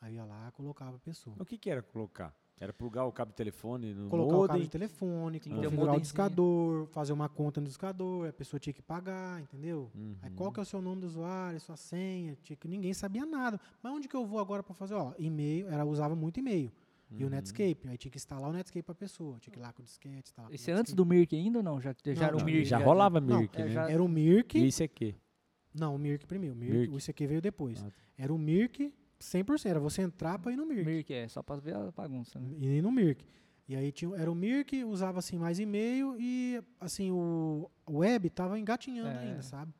B: Aí eu ia lá, colocava a pessoa.
A: O que, que era colocar? Era plugar o cabo de telefone no
B: Colocar o cabo
A: modem?
B: de telefone,
C: Tinha Um que ter um
B: configurar o
C: modemzinho.
B: discador, fazer uma conta no discador, a pessoa tinha que pagar, entendeu?
A: Uhum.
B: Aí qual que é o seu nome do usuário, sua tipo, senha, tinha que ninguém sabia nada. Mas onde que eu vou agora para fazer? Ó, e-mail, era usava muito e-mail.
A: Uhum.
B: E o Netscape. Aí tinha que instalar o Netscape pra pessoa. Tinha que ir lá com o disquete, instalar.
C: Esse é antes do Mirk ainda ou não? Já, já
B: Não,
C: era o
B: não,
C: Mirk.
A: já rolava
B: Não,
A: Mirk,
C: é,
A: né?
C: já-
B: Era o Mirk.
A: E isso é aqui.
B: Não, o Mirk primeiro. O Mirk,
A: Mirk.
B: O ICQ veio depois.
A: Ah, tá.
B: Era o Mirk 100%. Era você entrar pra ir no Mirk.
C: Mirk, é, só pra ver a bagunça, né?
B: E no Mirk. E aí tinha, era o Mirk, usava assim mais e-mail e assim o o web tava engatinhando
C: É.
B: ainda, sabe?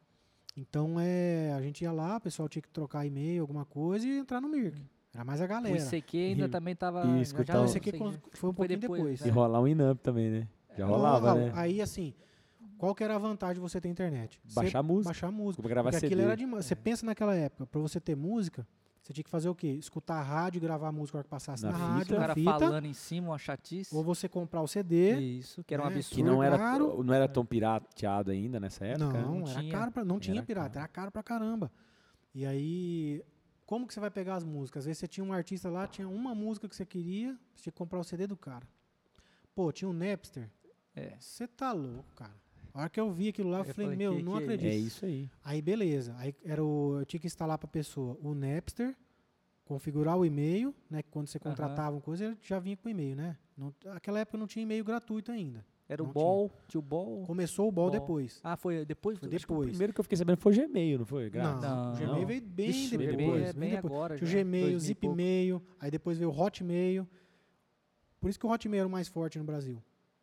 B: Então é, a gente ia lá, o pessoal tinha que trocar e-mail, alguma coisa e entrar no Mirk. Era mais a
C: O
B: galera.
C: ICQ ainda
A: E-
C: também tava.
A: e
C: já- já
A: escutar
B: Então,
A: o-
B: esse
C: não
B: aqui
C: sei,
B: cons-
C: né?
B: foi um
C: Foi
B: pouquinho
C: depois,
B: depois.
C: né?
A: E rolar um Inamp também, né? Já
C: É,
A: rolava,
B: Rolava.
A: né?
B: Aí assim, qual que era a vantagem de você ter internet? Você
A: Baixar música.
B: baixar música.
A: Como gravar
B: Porque
A: CD.
B: aquilo era demais.
C: É.
B: Você pensa naquela época, pra você ter música, você tinha que fazer o quê? Escutar a rádio, gravar a música a hora que passasse
A: Na
B: na,
A: fita.
B: rádio,
C: O
B: na
C: cara
B: fita,
C: falando em cima, uma chatice.
B: ou você comprar o CD.
C: Isso, que era um
B: É,
C: absurdo.
A: Que não era,
B: caro.
A: não era tão pirateado ainda nessa época.
B: não,
A: né?
C: não
B: era
C: tinha.
B: caro pra, não tinha
A: Era
B: pirata,
A: caro.
B: era caro pra caramba. E aí, como que você vai pegar as músicas? Às vezes você tinha um artista lá, tinha uma música que você queria, você tinha que comprar o CD do cara. Pô, tinha um Napster.
C: É.
B: Você tá louco, cara. A hora que eu vi aquilo lá, eu,
C: Eu
B: falei,
C: falei,
B: meu,
C: que
B: não
C: que é
B: acredito.
A: É isso aí.
B: Aí beleza, aí era o, eu tinha que instalar para pessoa o Napster, configurar o e-mail, né, que quando você
C: Aham.
B: contratava uma coisa, ele já vinha com e-mail, né? Não, naquela época não tinha e-mail gratuito ainda.
C: Era o
B: Não tinha.
C: Ball, tinha o Ball.
B: Começou o BOL
C: Bol.
B: depois.
C: Ah, foi depois?
B: Foi
C: do- acho que o
B: depois.
A: Primeiro que eu fiquei sabendo foi o Gmail, não foi?
B: Não,
A: Graças.
C: Não,
B: o Gmail
A: não.
B: veio bem
A: Ixi,
B: depois.
A: veio
C: Bem,
A: Depois,
C: é,
B: veio
C: bem
B: depois.
C: agora.
B: Tinha o
C: já,
B: Gmail,
C: 2000 e pouco.
B: Zipmail, aí depois veio o Hotmail. Por isso que o Hotmail era o mais forte no Brasil.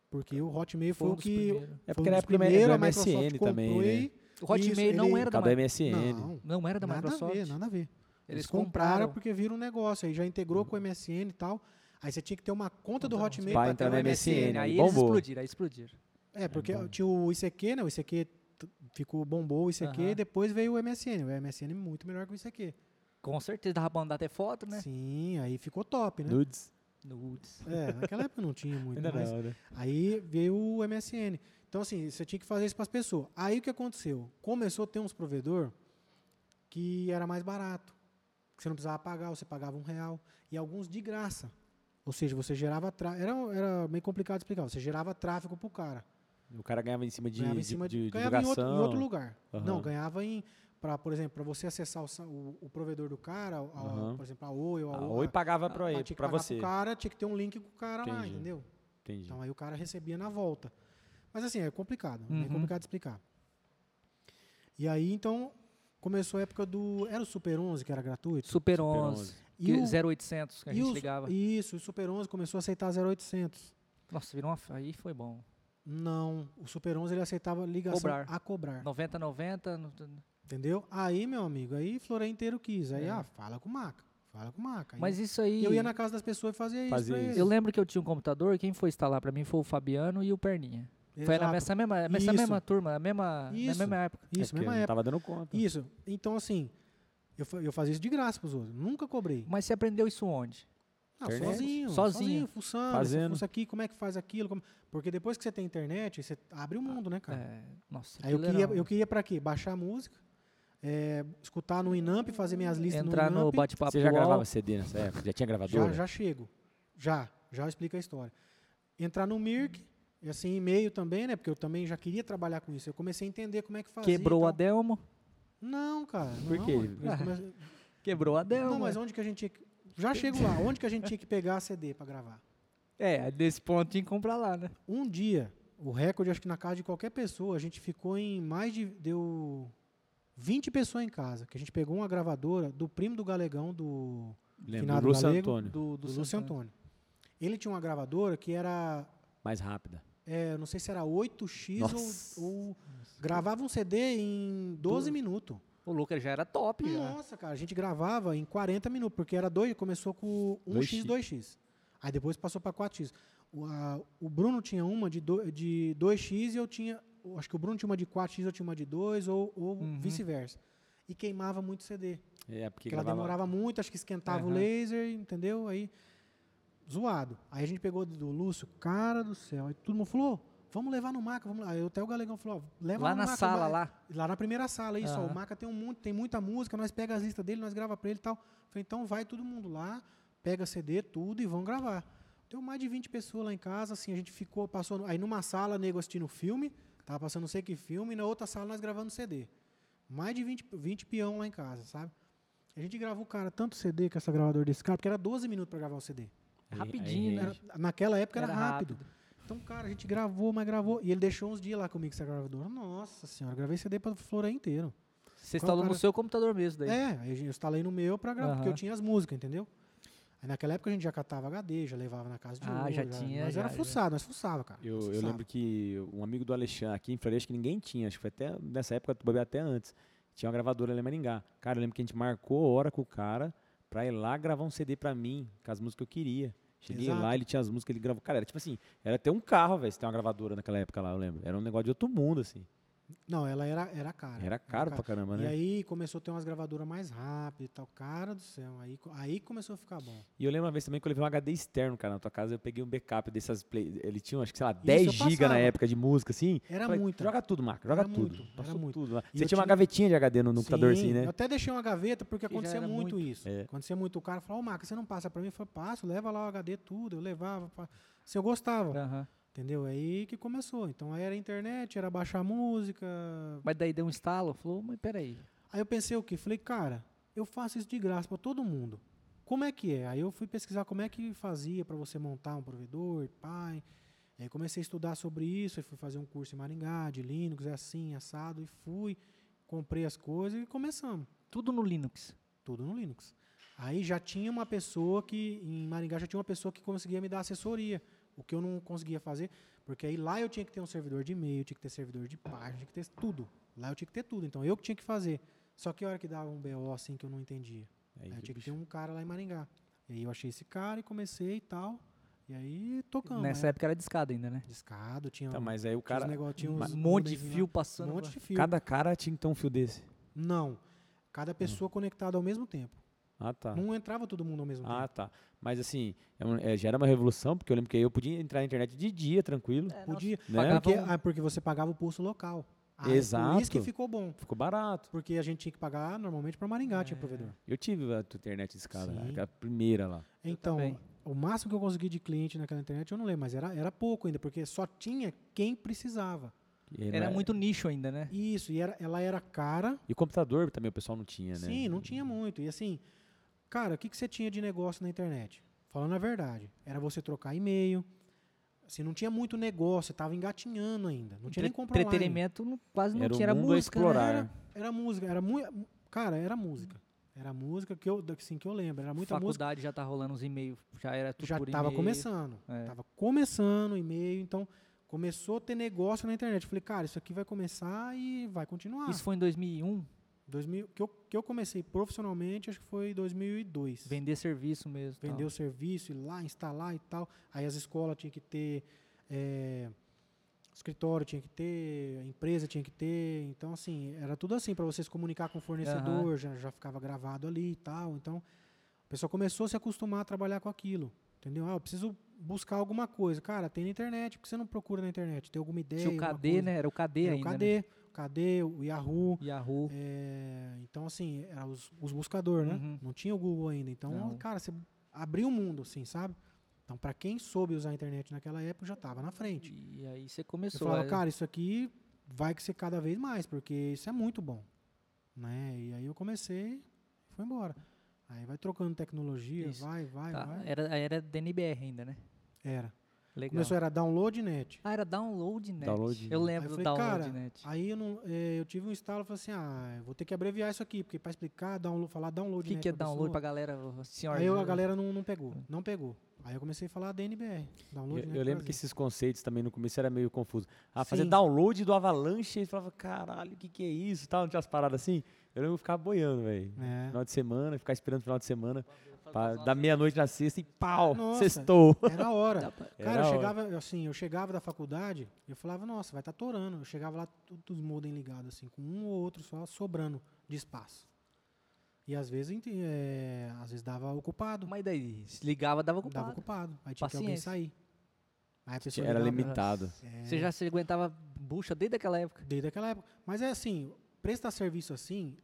B: Porque o Hotmail foi,
C: Foi um
B: o
C: dos
B: que.
C: primeiros.
A: É
B: foi
A: porque
B: um
A: na
B: dos
A: época do
B: primeiros,
A: do
B: a Microsoft
A: MSN também,
B: comprou
A: né?
B: e-
C: O Hotmail
B: Isso,
C: não
B: ele-
A: Por
C: era da
A: causa do
C: Microsoft.
A: MSN.
B: Não,
C: Não era É da
B: nada a
C: Microsoft.
B: ver, nada a ver.
C: Eles
B: Eles compraram
C: compraram.
B: porque viram um negócio, aí já integrou com o MSN e tal. Aí você tinha que ter uma conta do
C: Então,
B: Hotmail
A: vai
B: pra
A: entrar
B: ter
A: no
B: o
A: MSN, aí
C: Aí eles
A: bombou.
C: explodiram, aí explodiram.
B: É, porque
A: bom.
B: tinha o ICQ, né? O ICQ t- ficou bombou o ICQ
C: Aham.
B: e depois veio o MSN. O MSN é muito melhor que o ICQ.
C: Com certeza dava pra mandar até foto, né?
B: Sim, aí ficou top, né?
A: Nudes.
C: Nudes.
B: É, naquela época não tinha muito,
A: Ainda
B: mas
A: não, né?
B: aí veio o MSN. Então, assim, você tinha que fazer isso para as pessoas. Aí o que aconteceu? Começou a ter uns provedor que era mais barato, que você não precisava pagar, você pagava um real, e alguns de graça. Ou seja, você gerava tráfego. Era, era meio complicado de explicar. Você gerava tráfego pro cara.
A: O cara ganhava em cima de,
B: ganhava em
A: de-
B: cima
A: de
B: ganhava em outro,
A: divulgação.
B: em outro lugar.
A: Aham.
B: Não, ganhava em. Pra, por exemplo, para você acessar o, sa- o- o provedor do cara, a-
A: Aham.
B: por exemplo, a Oi ou a,
A: Ah,
B: a-
A: Ou e pagava pra,
B: a-
A: ele,
B: tinha que
A: pra
B: pagar pro
A: você.
B: cara, tinha que ter um link com o cara lá,
A: Entendi.
B: entendeu?
A: Entendi.
B: Então aí o cara recebia na volta. Mas assim, é complicado, é
C: Uhum.
B: complicado de explicar. E aí então começou a época do era o Super 11 que era gratuito
C: Super
A: Super
C: 11.
A: 11.
B: e o,
C: 0800 que a
B: e
C: gente
B: os-
C: ligava.
B: Isso, o Super 11 começou a aceitar 0800.
C: Nossa, virou uma... f- Aí foi bom.
B: Não, o Super 11 ele aceitava ligação
C: Cobrar.
B: a cobrar,
C: 9090... no-
B: entendeu? Aí, meu amigo, aí Florenteiro quis, aí
C: É.
B: ah, fala com o Maca, fala com o Maca. Aí
C: Mas isso aí...
B: eu ia na casa das pessoas e fazia isso.
A: Fazia
B: pra
A: isso.
B: eles.
C: Eu lembro que eu tinha um computador, quem foi instalar pra mim foi o Fabiano e o Perninha. Foi na
B: Exato.
C: nessa mesma, nessa
B: Isso.
C: mesma turma, na mesma, na
B: Isso.
C: mesma época.
B: Isso,
A: é porque
B: mesma
A: não
B: época.
A: tava dando conta.
B: Isso. Então assim, eu, fa- eu fazia isso de graça pros outros, nunca cobrei.
C: Mas você aprendeu isso onde?
B: Não,
A: Internet.
B: sozinho, sozinho,
C: Sozinho.
B: fuçando,
A: Fazendo.
B: fazendo. Fuça aqui, como é que faz aquilo? como- Porque depois que você tem internet, você abre o mundo, né, cara?
C: É, nossa,
B: Aí eu
C: aquilo
B: queria,
C: era um-
B: eu queria para quê? Baixar música, é, escutar no Inamp, fazer minhas listas
C: entrar
B: no
C: no
B: Inamp.
C: bate-papo
A: Você já
C: UOL,
A: gravava CD nessa época? Já tinha gravadora?
B: já, já chego. Já, já explica a história. Entrar no Mirk, e assim, e-mail também, né? Porque eu também já queria trabalhar com isso. Eu comecei a entender como é que fazia.
C: quebrou a
B: a
C: Delmo,
B: Não, cara.
A: Por
B: não,
A: quê?
B: eles come-
C: quebrou a Delmo. né?
B: Não, mas onde que a gente tinha que... Já chego lá. Onde que a gente tinha que pegar CD para gravar?
C: É, desse ponto tinha que comprar lá, né?
B: Um dia, o recorde, acho que na casa de qualquer pessoa, a gente ficou em mais de. Deu 20 pessoas em casa. Que a gente pegou uma gravadora do primo do Galegão, do,
A: Lembro.
B: Finado
A: Do Lúcio
B: Galego,
A: Antônio.
C: Do,
B: do Lúcio Antônio. Ele tinha uma gravadora que era.
A: Mais rápida.
B: é, não sei se era 8x
A: Nossa.
B: ou, ou. Gravava um CD em 12 minutos.
C: O louco ele já era top, já.
B: Nossa, cara, a gente gravava em 40 minutos, porque era dois, começou com
A: 2x.
B: 1x, 2x. Aí depois passou para 4x. O, a- o Bruno tinha uma de, do, de 2x e eu tinha. eu Acho que o Bruno tinha uma de 4x, eu tinha uma de 2, ou, ou
C: Uhum.
B: vice-versa. E queimava muito CD.
A: É, porque
B: Porque ela
A: gravava...
B: demorava muito, acho que esquentava o
C: Aham.
B: laser, entendeu? Aí, zoado. Aí a gente pegou do do Lúcio, cara do céu. Aí todo mundo falou, "Ô, vamos levar no Maca, vamos lá. Aí até o Galegão falou, ó, leva
C: Lá
B: no
C: na
B: Maca,
C: sala,
B: vai-
C: lá.
B: Lá na primeira sala, isso. ó,
C: Aham.
B: o Maca tem, um monte, tem muita música, nós pega as listas dele, nós grava pra ele e tal. Falei, então vai todo mundo lá, pega CD, tudo e vão gravar. Deu mais de 20 pessoas lá em casa, assim, a gente ficou, passou... Aí numa sala, nego assistindo filme, tava passando não sei que filme, e na outra sala nós gravando CD. Mais de 20, 20 peão lá em casa, sabe? A gente gravou, cara, tanto CD com essa gravadora desse cara, porque era 12 minutos pra gravar o CD.
A: Aí-
C: Rapidinho,
A: aí
C: né?
A: rende.
B: Era- naquela época era,
C: Era
B: rápido. Então, cara, a gente gravou, mas gravou. E ele deixou uns dias lá comigo, essa gravadora. Nossa senhora, gravei CD pra Flora inteiro.
C: Você
B: Qual
C: instalou no
B: cara-
C: seu computador mesmo daí.
B: É, aí eu instalei no meu pra gravar, porque eu
C: Aham.
B: tinha as músicas, entendeu? Aí naquela época a gente já catava HD, já levava na casa de
C: Ah,
B: um,
C: já tinha,
B: Nós
C: já,
B: era
C: já.
B: fuçado, nós fuçava, cara.
A: Eu,
B: nós
A: eu
B: fuçava.
A: lembro que um amigo do Alexandre aqui em Floresta, que ninguém tinha, acho que foi até nessa época, do Bebê até antes, tinha uma gravadora ali em Maringá. Cara, eu lembro que a gente marcou hora com o cara pra ir lá gravar um CD pra mim, com as músicas que eu queria. Cheguei
B: Exato.
A: lá, ele tinha as músicas, ele gravou. Cara, era tipo assim, era até um carro, velho, se tem uma gravadora naquela época lá, eu lembro. Era um negócio de outro mundo, assim.
B: Não, ela era, era cara.
A: Era caro pra caramba,
B: E
A: né?
B: aí começou a ter umas gravadoras mais rápidas e tal. Cara do céu, aí, co- aí começou a ficar bom.
A: E eu lembro uma vez também que eu levei um HD externo, cara, na tua casa, eu peguei um backup dessas play. Ele tinha, acho que, sei lá,
B: eu
A: 10 GB na
B: passava.
A: época de música, assim.
B: Era
A: Falei,
B: muita.
A: Joga tudo, Marco, joga
B: Era
A: tudo.
B: muito, era
A: Passou
B: muito.
A: tudo lá.
B: E
A: Você
B: eu
A: tinha uma
B: tinha-
A: gavetinha de HD no, no computador, assim, né?
B: Eu até deixei uma gaveta porque
C: Que já
B: acontecia
C: era
B: muito, isso.
A: É.
B: Acontecia muito. O cara falava, ô Marco, você não passa pra mim? Eu falei, passo, leva lá o HD tudo. Eu levava. pá. Assim, eu gostava.
C: Aham.
B: Entendeu? Aí que começou. Então aí era internet, era baixar música.
C: Mas daí deu um estalo, falou, mas peraí.
B: Aí eu pensei o quê? Falei, cara, eu faço isso de graça pra todo mundo. Como é que é? Aí eu fui pesquisar como é que fazia pra você montar um provedor, pai. E aí comecei a estudar sobre isso, aí fui fazer um curso em Maringá, de Linux, é assim, assado, e fui, comprei as coisas e começamos.
C: Tudo no Linux.
B: Tudo no Linux. Aí já tinha uma pessoa que, em Maringá, já tinha uma pessoa que conseguia me dar assessoria, o que eu não conseguia fazer, porque aí lá eu tinha que ter um servidor de e-mail, tinha que ter servidor de página, tinha que ter tudo. Lá eu tinha que ter tudo, então eu que tinha que fazer. Só que a hora que dava um BO assim que eu não entendia.
A: Aí
B: Aí eu
A: que
B: tinha que
A: bicho-
B: ter um cara lá em Maringá. E aí eu achei esse cara e comecei e tal. E aí tocamos.
C: Nessa
B: né?
C: época era discada ainda, né?
B: Discado, tinha,
A: Tá,
B: um-
A: mas aí o
B: tinha uns
A: cara.
B: negócio, tinha uns
C: Um monte de
B: numezinho lá.
C: fio
B: Um
C: passando.
B: monte
C: lá.
B: de fio.
A: Cada cara tinha então um fio desse.
B: Não. Cada pessoa conectada ao mesmo tempo.
A: Ah, Hum. tá.
B: Não entrava todo mundo ao mesmo tempo.
A: Ah, tá. Mas assim, é um- é, já era uma revolução, porque eu lembro que aí eu podia entrar na internet de dia, tranquilo.
C: É,
B: Podia.
A: Né?
C: Pagava
B: Porque,
C: um-
B: ah, porque você pagava o pulso local. Ah, Por isso que
A: Exato.
B: ficou bom.
A: Ficou barato.
B: Porque a gente tinha que pagar normalmente para Maringá, tinha provedor.
A: Eu tive a tua internet de escada,
B: Sim.
A: aquela primeira lá.
B: Então,
C: também.
B: o máximo que eu consegui de cliente naquela internet, eu não lembro, mas era, era pouco ainda, porque só tinha quem precisava.
A: E, aí não
C: Era
A: é-
C: muito nicho ainda, né?
B: Isso, e era, ela era cara,
A: e computador também o pessoal não tinha, né?
B: sim, não tinha muito. E assim, cara, o que, que você tinha de negócio na internet? Falando a verdade, era você trocar e-mail, assim, não tinha muito negócio, tava engatinhando ainda, não tinha nem
C: Entre-
B: compra online.
C: Entretenimento não- quase não
A: Era o
C: tinha, era
A: mundo a
C: música. né?
A: explorar.
C: Era
B: Era música, era muito. Cara, era música. Era música que eu, da- assim, que eu lembro. Era muita música.
C: faculdade já tá rolando uns e-mails, já era tudo
B: Já
C: por
B: tava
C: e-mail.
B: começando.
C: É.
B: Tava começando o e-mail, então começou a ter negócio na internet. Eu Falei, cara, isso aqui vai começar e vai continuar.
C: Isso foi em 2001,
B: 2000, que, eu, que eu comecei profissionalmente, acho que foi em 2002.
C: vender serviço mesmo. e tal.
B: Vender o serviço, ir lá, instalar e tal. Aí as escolas tinham que ter. é, escritório tinha que ter, empresa tinha que ter. Então, assim, era tudo assim, para você se comunicar com o fornecedor, já, já ficava gravado ali e tal. Então, o pessoal começou a se acostumar a trabalhar com aquilo. Entendeu? Ah, eu preciso buscar alguma coisa. Cara, tem na internet, por que você não procura na internet? Tem alguma ideia?
C: Tinha o
B: alguma
C: KD,
B: coisa?
C: né? Era o KD
B: É, o
C: ainda.
B: KD, o KD, o Yahoo.
C: Né? Yahoo.
B: É, então, assim, eram os, os buscadores, né?
C: Uhum.
B: Não tinha o Google ainda. Então,
C: Não.
B: cara, você abriu o mundo, assim, sabe? Então, para quem soube usar a internet naquela época, já estava na frente.
C: E aí
B: É.
C: você
B: Eu
C: começou. é,
B: falava,
C: aí-
B: cara, isso aqui vai que ser cada vez mais, porque isso é muito bom. Né? E aí eu comecei e foi embora. Aí vai trocando tecnologia,
C: Isso.
B: vai, vai,
C: tá,
B: vai.
C: era, era DNBR ainda, né?
B: Era.
C: Legal.
B: Começou, era downloadnet.
C: Ah, era download.net.
A: Download.
C: Eu
B: Aí
C: lembro
B: eu
C: do
B: falei, cara,
C: download.net.
B: Aí eu, não, eh, eu tive um instalo e falei assim, ah, eu vou ter que abreviar isso aqui, porque para explicar, download, falar
C: O
B: download
C: que, que é download pra galera, ô, senhora?
B: Aí eu- a galera não, não pegou, não pegou. Aí eu comecei a falar DNBR. Download né,
A: Eu,
B: Net
A: eu lembro que
B: Brasil.
A: esses conceitos também no começo era meio confuso. Ah, fazer
B: Sim.
A: download do Avalanche, e falava, caralho, o que, que é isso? e Tal, não tinha as paradas assim. Eu lembro que eu ficava boiando, velho.
B: É.
A: Final de semana, ficar esperando o final de semana. pra- da meia-noite na sexta e pau,
B: Nossa.
A: sextou.
B: Era a hora. Cara,
A: Era a
B: eu
A: hora.
B: chegava, assim, eu chegava da faculdade, eu falava, nossa, vai estar torando. Eu chegava lá, todos os modem ligados, assim, com um ou outro só, sobrando de espaço. E às vezes, ente- é, às vezes dava ocupado.
C: Mas daí, se ligava, dava ocupado.
B: Dava ocupado. Aí tinha que alguém
C: Paciência.
B: sair. Aí a pessoa
A: Era
B: ligava,
A: limitado.
B: é,
C: Você já se aguentava bucha desde aquela época.
B: Desde aquela época. Mas é assim, prestar serviço assim,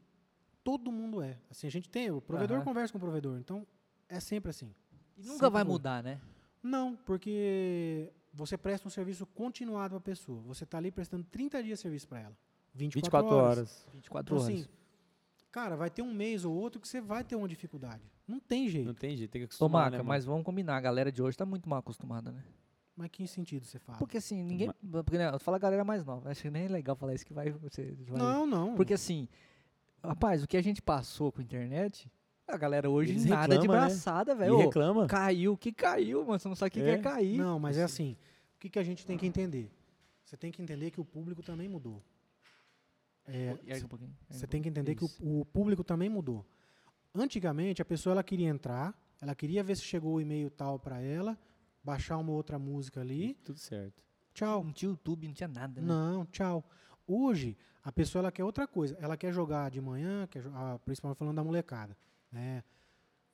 B: todo mundo é. Assim, a gente tem, o provedor
C: Aham.
B: conversa com o provedor, então é sempre assim.
C: E nunca vai
B: Sempre foi.
C: mudar, né?
B: Não, porque você presta um serviço continuado para a pessoa. tá Você está ali prestando 30 dias de serviço para ela. 24,
A: 24 horas.
C: 24
B: Então,
C: horas.
B: assim, Cara, vai ter um mês ou outro que você vai ter uma dificuldade. Não tem jeito.
A: Não tem jeito, tem que
C: Ô,
A: acostumar, né,
C: Maca,
A: mano?
C: mas vamos combinar, a galera de hoje tá muito mal acostumada, né?
B: Mas que sentido você fala?
C: Porque assim, ninguém. Porque, né, fala a galera mais nova. Acho que nem é legal falar isso que vai. Você, vai
B: Não, não.
C: Porque assim, rapaz, o que a gente passou com a internet, a galera hoje
A: Eles
C: nada de
A: reclamam, né?
C: braçada,
A: E
C: velho. Ô,
A: reclama.
C: Caiu, que caiu, mano. Você não sabe o que, que é
A: É?
C: cair.
B: Não, mas é assim. O que, que a gente tem que entender? Você tem que entender que o público também mudou. É,
C: Ergue um pouquinho, ergue um
B: Você tem que entender que
C: Isso.
B: o, o público também mudou. Antigamente, a pessoa ela queria entrar, ela queria ver se chegou o e-mail tal para ela, baixar uma outra música ali,
A: Tudo certo.
C: pouquinho.
B: tchau.
C: Não tinha YouTube, não tinha nada. Né?
B: Não, tchau. Hoje, a pessoa ela quer outra coisa. Ela quer jogar de manhã, quer jo- ah, principalmente falando da molecada. Né?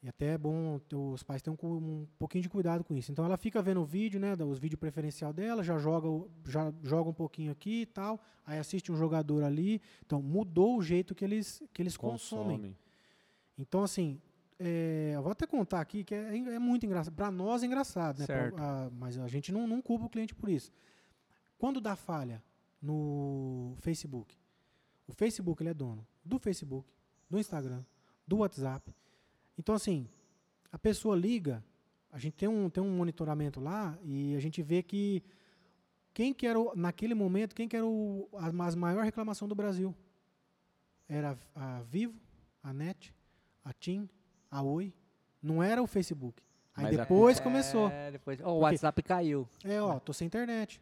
B: E até é bom ter- os pais terem um, cu- um pouquinho de cuidado com isso. Então ela fica vendo o vídeo, né? da- Os vídeos preferencial dela, já joga, o- já joga um pouquinho aqui e tal, aí assiste um jogador ali. Então mudou o jeito que eles, que eles consomem.
A: Consomem.
B: Então, assim, é, eu vou até contar aqui que é, é muito engraçado. Para nós é engraçado, né? Pra-
C: Certo.
B: ah, mas a gente não, não culpa o cliente por isso. Quando dá falha no Facebook, o Facebook ele é dono do Facebook, do Instagram, do WhatsApp. Então, assim, a pessoa liga, a gente tem um, tem um monitoramento lá e a gente vê que quem que era, o- naquele momento, quem que era o, a, a maior reclamação do Brasil? Era a, a Vivo, a NET, a TIM, a Oi. Não era o Facebook. Aí
A: Mas a-
B: depois começou.
C: É, depois. Ó, o WhatsApp caiu.
B: É, ó, tô sem internet.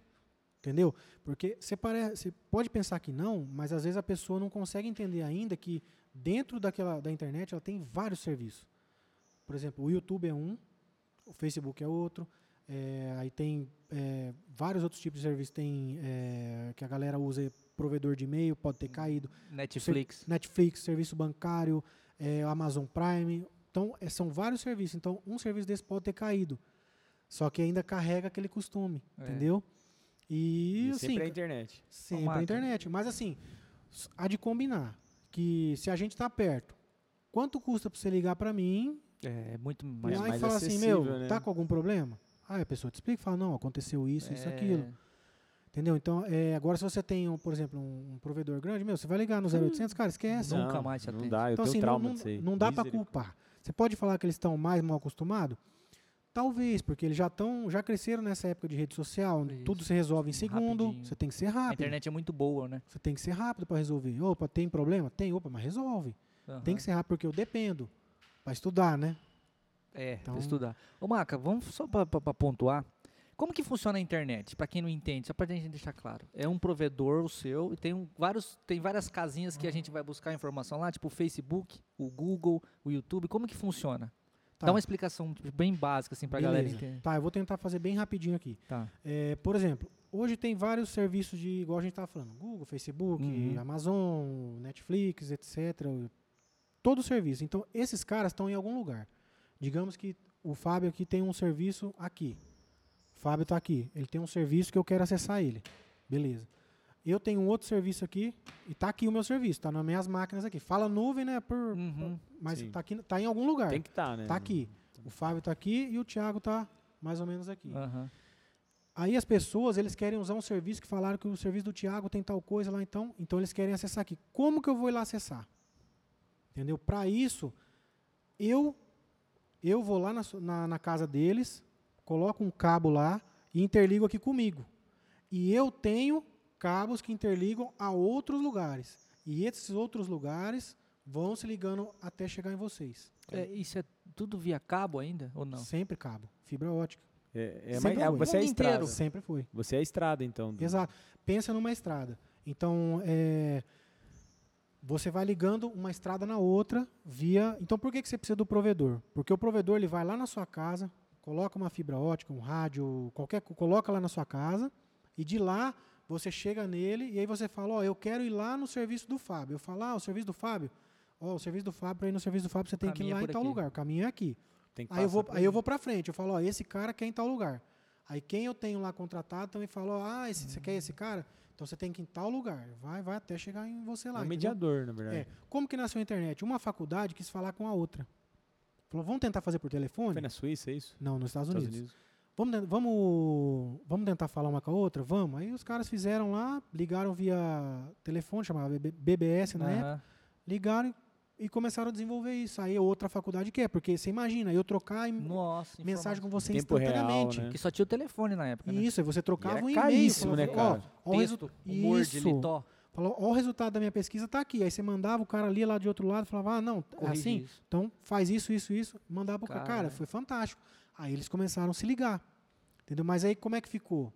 B: Entendeu? Porque você parece, você pode pensar que não, mas às vezes a pessoa não consegue entender ainda que dentro daquela da internet ela tem vários serviços. Por exemplo, o YouTube é um, o Facebook é outro, é, aí tem é, vários outros tipos de serviços. Tem é, que a galera usa provedor de e-mail, pode ter caído.
C: Netflix.
B: Netflix, serviço bancário, eh, Amazon Prime. Então, eh, são vários serviços. Então, um serviço desse pode ter caído. Só que ainda carrega aquele costume,
C: É.
B: entendeu? E,
A: E
B: assim,
A: sempre é né? a internet.
B: sempre
C: Tomada.
B: a internet. Mas assim, s- há de combinar que se a gente está perto, quanto custa para você ligar para mim
C: É, muito
B: e
A: Mas
C: mais.
B: aí
A: mais
B: falar assim, meu,
A: acessível, né?
B: tá com algum problema? Aí a pessoa te explica e fala, não, aconteceu isso, isso,
C: É,
B: aquilo. Entendeu? Então, eh, agora se você tem, um, por exemplo, um, um provedor grande, meu, você vai ligar no 0800, cara, esquece.
C: Nunca mais te
A: Não
C: atende.
A: dá, eu
B: Então,
A: tenho
B: assim, não,
A: trauma
B: não,
A: disso aí.
B: não dá para
A: Misericórdia.
B: culpar. Você pode falar que eles estão mais mal acostumados? Talvez, porque eles já estão, já cresceram nessa época de rede social, onde
C: Isso.
B: tudo se resolve em segundo,
C: Rapidinho.
B: você tem que ser
C: A
B: rápido.
C: internet é muito boa, né?
B: Você tem que ser rápido para resolver. Opa, tem problema? Tem, opa, mas resolve. Tem que ser rápido porque eu dependo para estudar, né?
C: É,
B: Então-
C: pra estudar. Ô, Maca, vamos só pra, pra- pra pontuar. Como que funciona a internet? Pra quem não entende, só pra gente deixar claro. É um provedor o seu e tem um- vários, tem várias casinhas que a gente vai buscar informação lá, tipo o Facebook, o Google, o YouTube. Como que funciona?
B: Tá.
C: Dá uma explicação tipo, bem básica assim pra galera
B: Beleza.
C: entender.
B: Tá, eu vou tentar fazer bem rapidinho aqui.
C: Tá.
B: É, por exemplo, hoje tem vários serviços de, igual a gente estava falando, Google, Facebook,
C: Uhum.
B: Amazon, Netflix, etc. Todo serviço. Então, esses caras estão em algum lugar. Digamos que o Fábio aqui tem um serviço aqui. O Fábio está aqui. Ele tem um serviço que eu quero acessar ele. Beleza. Eu tenho um outro serviço aqui e está aqui o meu serviço, está nas minhas máquinas aqui. Fala nuvem, né? Por,
C: Uhum.
B: Mas
A: Sim.
B: está tá em algum lugar.
A: Tem que estar, né?
B: Está Tá aqui. O Fábio está aqui e o Thiago está mais ou menos aqui.
C: Aham.
B: Aí as pessoas, eles querem usar um serviço que falaram que o serviço do Tiago tem tal coisa lá, então, então eles querem acessar aqui. Como que eu vou ir lá acessar? Entendeu? Para isso, eu eu vou lá na, su- na- na casa deles, coloco um cabo lá e interligo aqui comigo. E eu tenho cabos que interligam a outros lugares. E esses outros lugares vão se ligando até chegar em vocês.
C: É, isso é tudo via cabo ainda ou não?
B: Sempre cabo, fibra ótica.
A: É, é, mas,
B: Sempre
A: é,
B: foi.
A: você é a
C: Mundo
A: estrada.
C: inteiro.
B: Sempre foi.
A: Você é a estrada, então. do-
B: Exato. Pensa numa estrada. Então, é, você vai ligando uma estrada na outra via. Então, por que, que você precisa do provedor? Porque o provedor ele vai lá na sua casa, coloca uma fibra ótica, um rádio, qualquer, co- coloca lá na sua casa e de lá você chega nele e aí você fala, ó, eu quero ir lá no serviço do Fábio. Eu falo, ah, o serviço do Fábio. Ó, o serviço do Fábio, para ir no serviço do Fábio, você tem que ir
C: caminho é
B: lá em
C: por
B: tal
C: aqui."
B: lugar. O caminho é aqui.
A: Tem que
B: Aí eu,
A: passar
B: vou,
A: por
B: aí eu vou pra frente, eu falo, ó, esse cara quer ir em tal lugar. Aí quem eu tenho lá contratado também falou, ah, esse, você quer esse cara? Então você tem que ir em tal lugar. Vai, vai até chegar em você
A: É
B: lá.
A: um
B: entendeu?
A: mediador, na verdade.
B: É. Como que nasceu a internet? Uma faculdade quis falar com a outra. Falou, vamos tentar fazer por
A: Foi
B: telefone?
A: na Suíça, é isso?
B: Não, nos Estados Unidos.
A: Estados Unidos.
B: Vamos, ten- vamos, vamos tentar falar uma com a outra? Vamos. Aí os caras fizeram lá, ligaram via telefone, chamava B- BBS na época.
C: Aham.
B: Ligaram e E começaram a desenvolver isso. Aí é outra faculdade quer, porque você imagina, eu trocar e-
C: Nossa,
B: mensagem com
C: informação.
B: você
A: Tempo real,
B: instantaamente.
A: né?
C: Que só tinha o telefone na época, né?
B: Isso, aí você trocava
A: era
B: um e-mail.
A: caríssimo,
B: falava,
A: né,
B: ó,
A: cara?
B: ó, o resu-
C: Texto, o Word,
B: Isso.
C: litó.
B: Falou, ó, o resultado da minha pesquisa tá aqui. Aí você mandava, o cara ali lá de outro lado falava, ah, não, é
C: corrige
B: assim?
C: isso.
B: Então faz isso, isso, isso, mandar pro cara. Cara,
C: Caralho.
B: foi fantástico. Aí eles começaram a se ligar. Entendeu? Mas aí como é que ficou?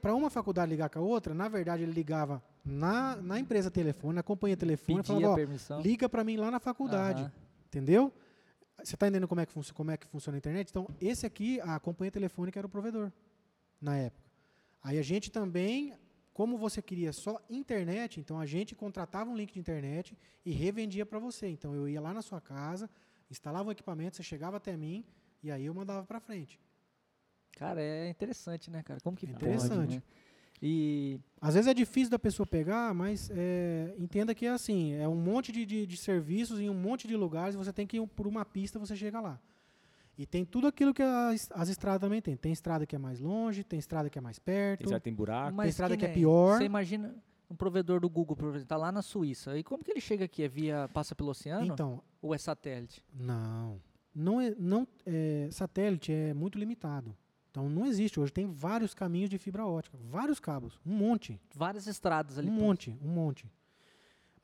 B: Para uma faculdade ligar com a outra, na verdade ele ligava na, na empresa telefone, na companhia telefone, e
C: Pedia
B: falava, ó,
C: permissão.
B: liga para mim lá na faculdade.
C: Aham.
B: Entendeu? Você está entendendo como é, que funci- como é que funciona a internet? Então, esse aqui, a companhia telefônica era o provedor, na época. Aí a gente também, como você queria só internet, então a gente contratava um link de internet e revendia para você. Então, eu ia lá na sua casa, instalava o equipamento, você chegava até mim e aí eu mandava para frente.
C: Cara, é interessante, né, cara? Como que
B: É
C: pode,
B: interessante.
C: né? E
B: Às vezes é difícil da pessoa pegar, mas é, entenda que é assim, é um monte de, de, de serviços em um monte de lugares, você tem que ir por uma pista, você chega lá. E tem tudo aquilo que as, as estradas também tem. Tem estrada que é mais longe, tem estrada que é mais perto.
A: Tem, certo, tem buraco.
C: Mas
B: estrada que é
C: nem-
B: pior.
C: Você imagina um provedor do Google, por exemplo, tá lá na Suíça. E como que ele chega aqui? É via passa pelo oceano
B: Então,
C: ou é satélite?
B: não. Não é, não é, satélite é muito limitado. Então não existe hoje. Tem vários caminhos de fibra ótica, vários cabos, um monte.
C: Várias estradas ali.
B: Um
C: pô.
B: monte, um monte.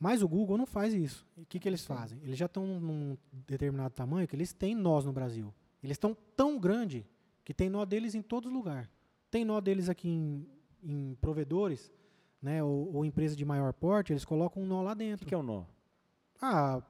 B: Mas o Google não faz isso. E O que, que eles fazem? Eles já estão num determinado tamanho que eles têm nós no Brasil. Eles estão tão grande que tem nó deles em todo lugar. Tem nó deles aqui em, em provedores, né, ou, ou empresa de maior porte, eles colocam um nó lá
A: O que,
B: dentro.
A: que é o nó?
B: Ah,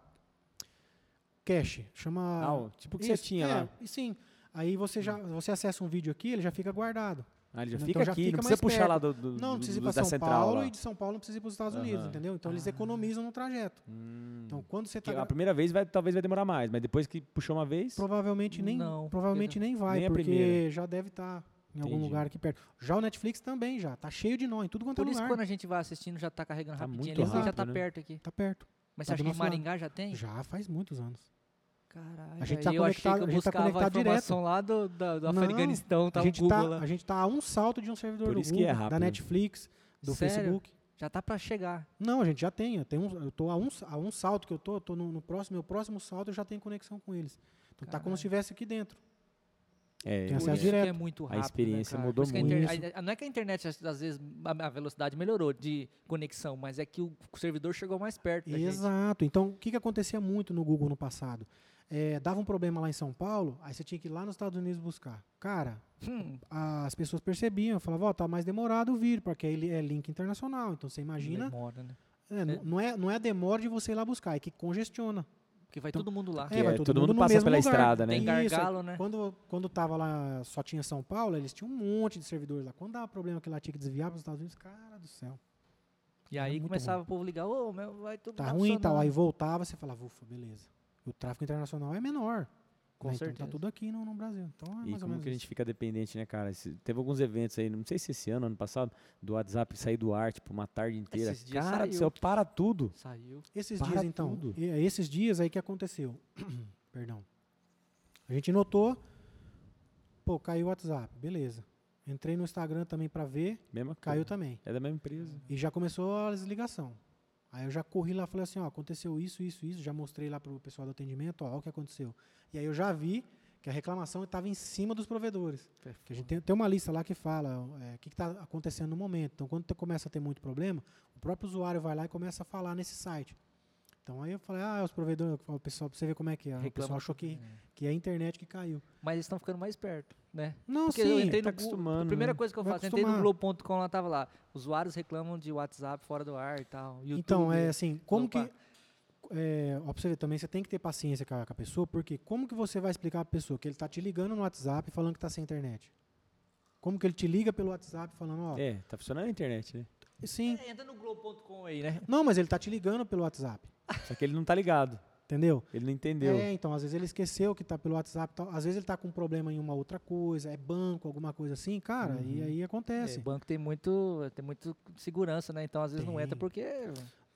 B: cache. Chama...
A: Ah, o- tipo o que
B: Isso,
A: você tinha
B: é,
A: lá. Hum.
B: e Sim. Aí você, já, você acessa um vídeo aqui, ele já fica guardado.
A: Ah, ele já
B: Então
A: fica
B: já
A: aqui,
B: fica
A: não precisa
B: mais
A: puxar
B: perto.
A: lá do, do-
B: Não, não precisa ir
A: do-
B: para
A: da
B: São
A: central
B: Paulo
A: lá.
B: e de São Paulo não precisa ir para os Estados Unidos,
A: Aham. Ah.
B: entendeu? Então eles economizam no trajeto.
A: Hum.
B: Então quando você
A: Que
B: está
A: a primeira vez vai- talvez vai demorar mais, mas depois que puxou uma vez,
B: provavelmente nem
C: Não,
B: provavelmente
C: porque
B: nem vai,
A: nem a
B: porque
A: primeira.
B: já deve estar em algum
A: Entendi.
B: lugar aqui perto. Já o Netflix também já tá cheio de nó em tudo quanto
C: Por
B: é
C: isso
B: lugar.
C: que quando a gente vai assistindo já tá carregando
A: Tá
C: rapidinho.
A: muito
C: ali, já tá
A: rápido, né?
C: perto aqui.
B: Tá perto.
C: Mas
B: Tá
C: você acha
B: do
C: que em
B: nosso lado.
C: Maringá já tem?
B: Já faz muitos anos.
C: Caralho.
B: A gente tá
C: aí eu achei que eu
B: conectado- a gente tá
C: buscava
B: conectado direto.
C: informação lá do, da- do
B: Não,
C: Afeganistão, tá
B: a
C: o
B: gente
C: Google
B: tá,
C: lá.
B: a gente tá a um salto de um servidor
A: Por
B: do
A: isso que é
B: Google, da
A: rápido.
B: Netflix, do
C: Sério?
B: Facebook.
C: Já tá pra chegar.
B: Não, a gente já tem. Eu, tenho um- eu tô a um, a um salto que eu tô, eu tô no, no próximo, meu próximo salto eu já tenho conexão com eles. Então tá como
C: Caralho.
B: se estivesse aqui dentro.
A: é,
B: Tem
C: Por
B: acesso
C: isso
A: é,
B: direto.
C: que é muito rápido. né,
A: experiência
C: cara?
A: mudou
C: Por isso que a inter-
B: muito.
C: a- a- não é que a internet, às- às vezes, a a velocidade melhorou de conexão, mas é que o servidor chegou mais perto. da gente.
B: Exato. Então, o que, que acontecia muito no Google no passado? É, dava um problema lá em São Paulo, aí você tinha que ir lá nos Estados Unidos buscar. Cara,
C: Hum,
B: as pessoas percebiam, falavam, ó, tá mais demorado o vídeo, porque ele é link internacional. Então, você imagina,
C: Demora, né?
B: é, n- não, é, não é a demora de você ir lá buscar, é que congestiona.
C: Porque vai
B: Então,
C: todo mundo lá.
A: que é,
B: vai
A: todo,
B: todo
A: mundo
B: mundo no
A: passa
B: mesmo
A: pela
B: lugar.
A: estrada, né?
C: Ah, Tem
B: Isso, é aí
C: gargalo, né?
B: Quando, quando tava lá, só tinha São Paulo, eles tinham um monte de servidores lá. Quando dava problema que lá tinha que desviar para os Estados Unidos, cara do céu,
C: E
B: é
C: aí
B: muito
C: começava o povo ligar, ô, meu, vai tudo
B: tá
C: tá
B: ruim e tal. Aí
C: funcionando.
B: voltava, você falava, ufa, beleza. O tráfego internacional é menor.
C: Com
B: né? Então
C: certeza.
B: tá tudo aqui no, no Brasil. Então é mais
A: E
B: ou
A: como
B: menos
A: que a
B: isso.
A: gente fica dependente, né, cara? Esse- teve alguns eventos aí, não sei se esse ano, ano passado, do WhatsApp sair do ar, tipo, uma tarde inteira.
C: Esses dias
A: Cara do
C: saiu.
A: céu, para tudo.
C: Saiu.
B: Esses
A: Para
B: dias, então,
A: tudo.
B: e- esses dias aí que aconteceu. Perdão. A gente notou, pô, caiu o WhatsApp, beleza. Entrei no Instagram também pra ver,
A: Mesma coisa.
B: caiu também.
A: É da mesma empresa.
B: E já começou a desligação. Aí eu já corri lá, falei assim, ó, aconteceu isso, isso, isso, já mostrei lá pro pessoal do atendimento, ó, ó o que aconteceu. E aí eu já vi que a reclamação estava em cima dos provedores. Porque a gente tem, tem uma lista lá que fala é, o que está acontecendo no momento. Então, quando tu começa a ter muito problema, o próprio usuário vai lá e começa a falar nesse site. Então, aí eu falei, ah, os provedores, o pessoal, pra você ver como é que é. O
C: Reclama
B: pessoal achou
C: tudo,
B: que,
C: né?
B: que é a internet que caiu.
C: Mas eles estão ficando mais perto, né?
B: Não,
C: Porque
B: sim.
C: eu entrei
A: tá
C: no Google, a
A: acostumando,
C: primeira
A: né?
C: coisa que eu
B: Vai
C: faço, eu entrei no
B: acostumar.
C: Globo.com, lá tava lá, usuários reclamam de WhatsApp fora do ar e tal, YouTube.
B: Então, é assim, como
C: Opa.
B: que. É, ó, pra você ver também, você tem que ter paciência com a, com a pessoa, porque como que você vai explicar pra pessoa que ele tá te ligando no WhatsApp falando que tá sem internet? Como que ele te liga pelo WhatsApp falando, ó,
A: É, tá funcionando a internet, né?
B: sim.
C: É, entra no Globo.com aí, né?
B: Não, mas ele tá te ligando pelo WhatsApp,
A: Só que ele não tá ligado.
B: entendeu?
A: Ele não entendeu.
B: É, então, às vezes ele esqueceu que tá pelo WhatsApp, e tal. às vezes ele tá com um problema em uma outra coisa, é banco, alguma coisa assim, cara,
A: Uhum.
B: e aí acontece.
C: É, banco tem muito, tem muito segurança, né? Então às vezes não entra
B: Tem.
C: porque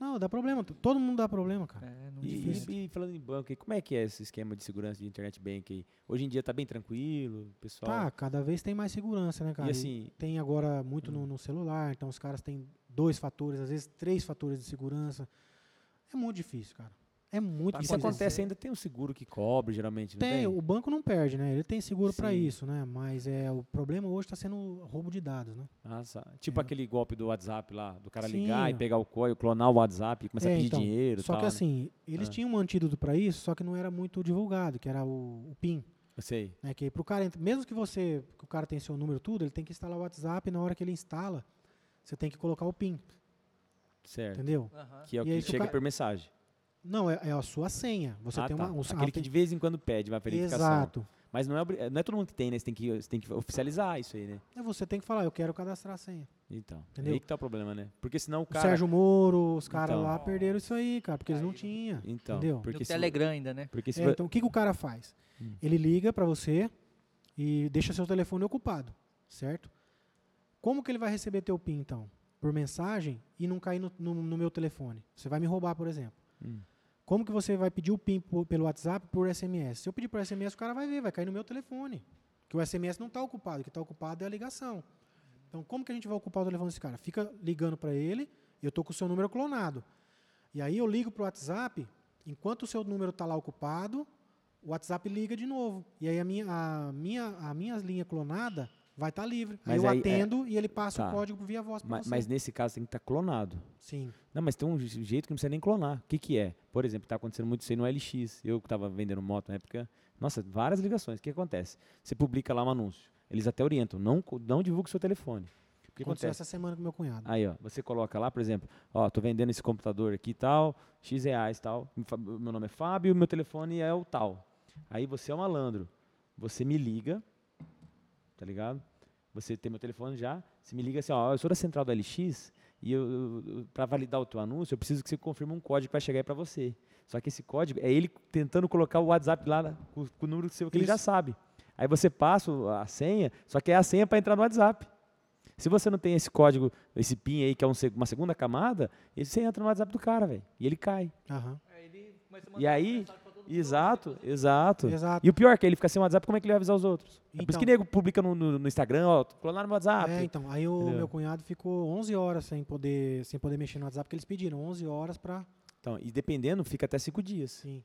B: Não, dá problema, t- todo mundo dá problema, cara.
C: é, não
A: E-
C: difícil.
A: E, e falando em banco, aí, como é que é esse esquema de segurança de internet bank aí? Hoje em dia tá bem tranquilo, o pessoal.
B: Tá, cada vez tem mais segurança, né, cara?
A: É, e assim, Uhum.
B: tem agora muito no, no celular, então os caras têm dois fatores, às vezes três fatores de segurança. É muito difícil, cara. É muito
A: Isso
B: difícil.
A: acontece ainda, tem um seguro que cobre, geralmente, não tem?
B: Tem, o banco não perde, né? Ele tem seguro para
A: Sim.
B: isso, né? Mas é, o problema hoje está sendo o roubo de dados, né?
A: Ah, sa- tipo aquele golpe do WhatsApp lá, do cara
B: Sim,
A: ligar e
B: ó.
A: pegar o código, clonar o WhatsApp e começar a
B: É,
A: pedir
B: então,
A: dinheiro e
B: Só
A: tal,
B: que
A: né?
B: assim, eles
A: Ah.
B: tinham um antídoto para isso, só que não era muito divulgado, que era o, o PIN.
A: Eu sei.
B: Né? Que pro cara, ent- mesmo que você, que o cara tenha seu número tudo, ele tem que instalar o WhatsApp e na hora que ele instala, você tem que colocar o PIN,
A: Certo.
B: entendeu?
A: Que é o
B: E
A: que
B: aí se o
A: chega
B: ca-
A: por mensagem.
B: Não, é, é a sua senha. Você
A: ah,
B: tem
A: tá.
B: uma. Um,
A: Aquele que de vez em quando pede uma verificação.
B: Exato.
A: Mas não é, obri- não é todo mundo que tem, né? Você tem que, você tem que oficializar isso aí, né?
B: É, você tem que falar, eu quero cadastrar a senha.
A: Então,
B: Entendeu?
A: aí que tá o problema, né? Porque senão o
B: O
A: cara...
B: Sérgio Moro, os caras
A: Então.
B: lá perderam isso aí, cara, porque eles não tinham.
A: Então,
B: entendeu?
A: porque
C: no
A: se-
C: Telegram ainda, né?
A: Porque se...
B: É, então, o que, que o cara faz?
A: Hum.
B: Ele liga para você e deixa seu telefone ocupado, certo? Como que ele vai receber teu PIN, então? Por mensagem e não cair no, no- no meu telefone? Você vai me roubar, por exemplo.
A: Hum.
B: Como que você vai pedir o PIN po- pelo WhatsApp por SMS? Se eu pedir por SMS, o cara vai ver, vai cair no meu telefone. Que o SMS não está ocupado, o que está ocupado é a ligação. Então, como que a gente vai ocupar o telefone desse cara? Fica ligando para ele, eu tô com o seu número clonado. E aí eu ligo pro WhatsApp, enquanto o seu número está lá ocupado, o WhatsApp liga de novo. E aí a minha, a minha, a minha linha clonada vai estar livre. aí
A: Mas
B: eu
A: aí, é,
B: atendo e ele passa
A: tá.
B: o código via voz para
A: ma-
B: você.
A: mas nesse caso tem que estar clonado.
B: Sim.
A: Não, mas tem um je- jeito que não precisa nem clonar. O que, que é? Por exemplo, está acontecendo muito isso aí no LX. Eu que estava vendendo moto na época. Nossa, várias ligações. O que acontece? Você publica lá um anúncio. Eles até orientam. Não, co- não divulgue seu telefone. O que
B: Aconteceu
A: acontece?
B: essa semana com meu cunhado.
A: Aí, ó, você coloca lá, por exemplo, ó, tô vendendo esse computador aqui e tal, X reais tal. Me fa- Meu nome é Fábio, meu telefone é o tal. Aí você é um malandro. Você me liga, tá ligado? Você tem meu telefone já, você me liga assim, ó, eu sou da central da LX e eu, para validar o teu anúncio, eu preciso que você confirme um código que vai chegar aí para você. Só que esse código é ele tentando colocar o WhatsApp lá na- com, com o número seu que ele já
B: Isso.
A: sabe. Aí você passa o- a senha, só que é a senha para entrar no WhatsApp. Se você não tem esse código, esse PIN aí, que é um seg- uma segunda camada, e você entra no WhatsApp do cara, velho. E ele cai.
B: Aham.
A: E aí, exato, exato.
B: Exato.
A: E o pior é que ele fica sem WhatsApp, como é que ele vai avisar os outros? É por isso
B: Então.
A: que nego publica no, no- no Instagram, ó, clonaram meu WhatsApp.
B: É, então, aí o
A: Entendeu?
B: meu cunhado ficou 11 horas sem poder, sem poder mexer no WhatsApp, porque eles pediram 11 horas para...
A: Então, e dependendo, fica até cinco dias.
B: Sim.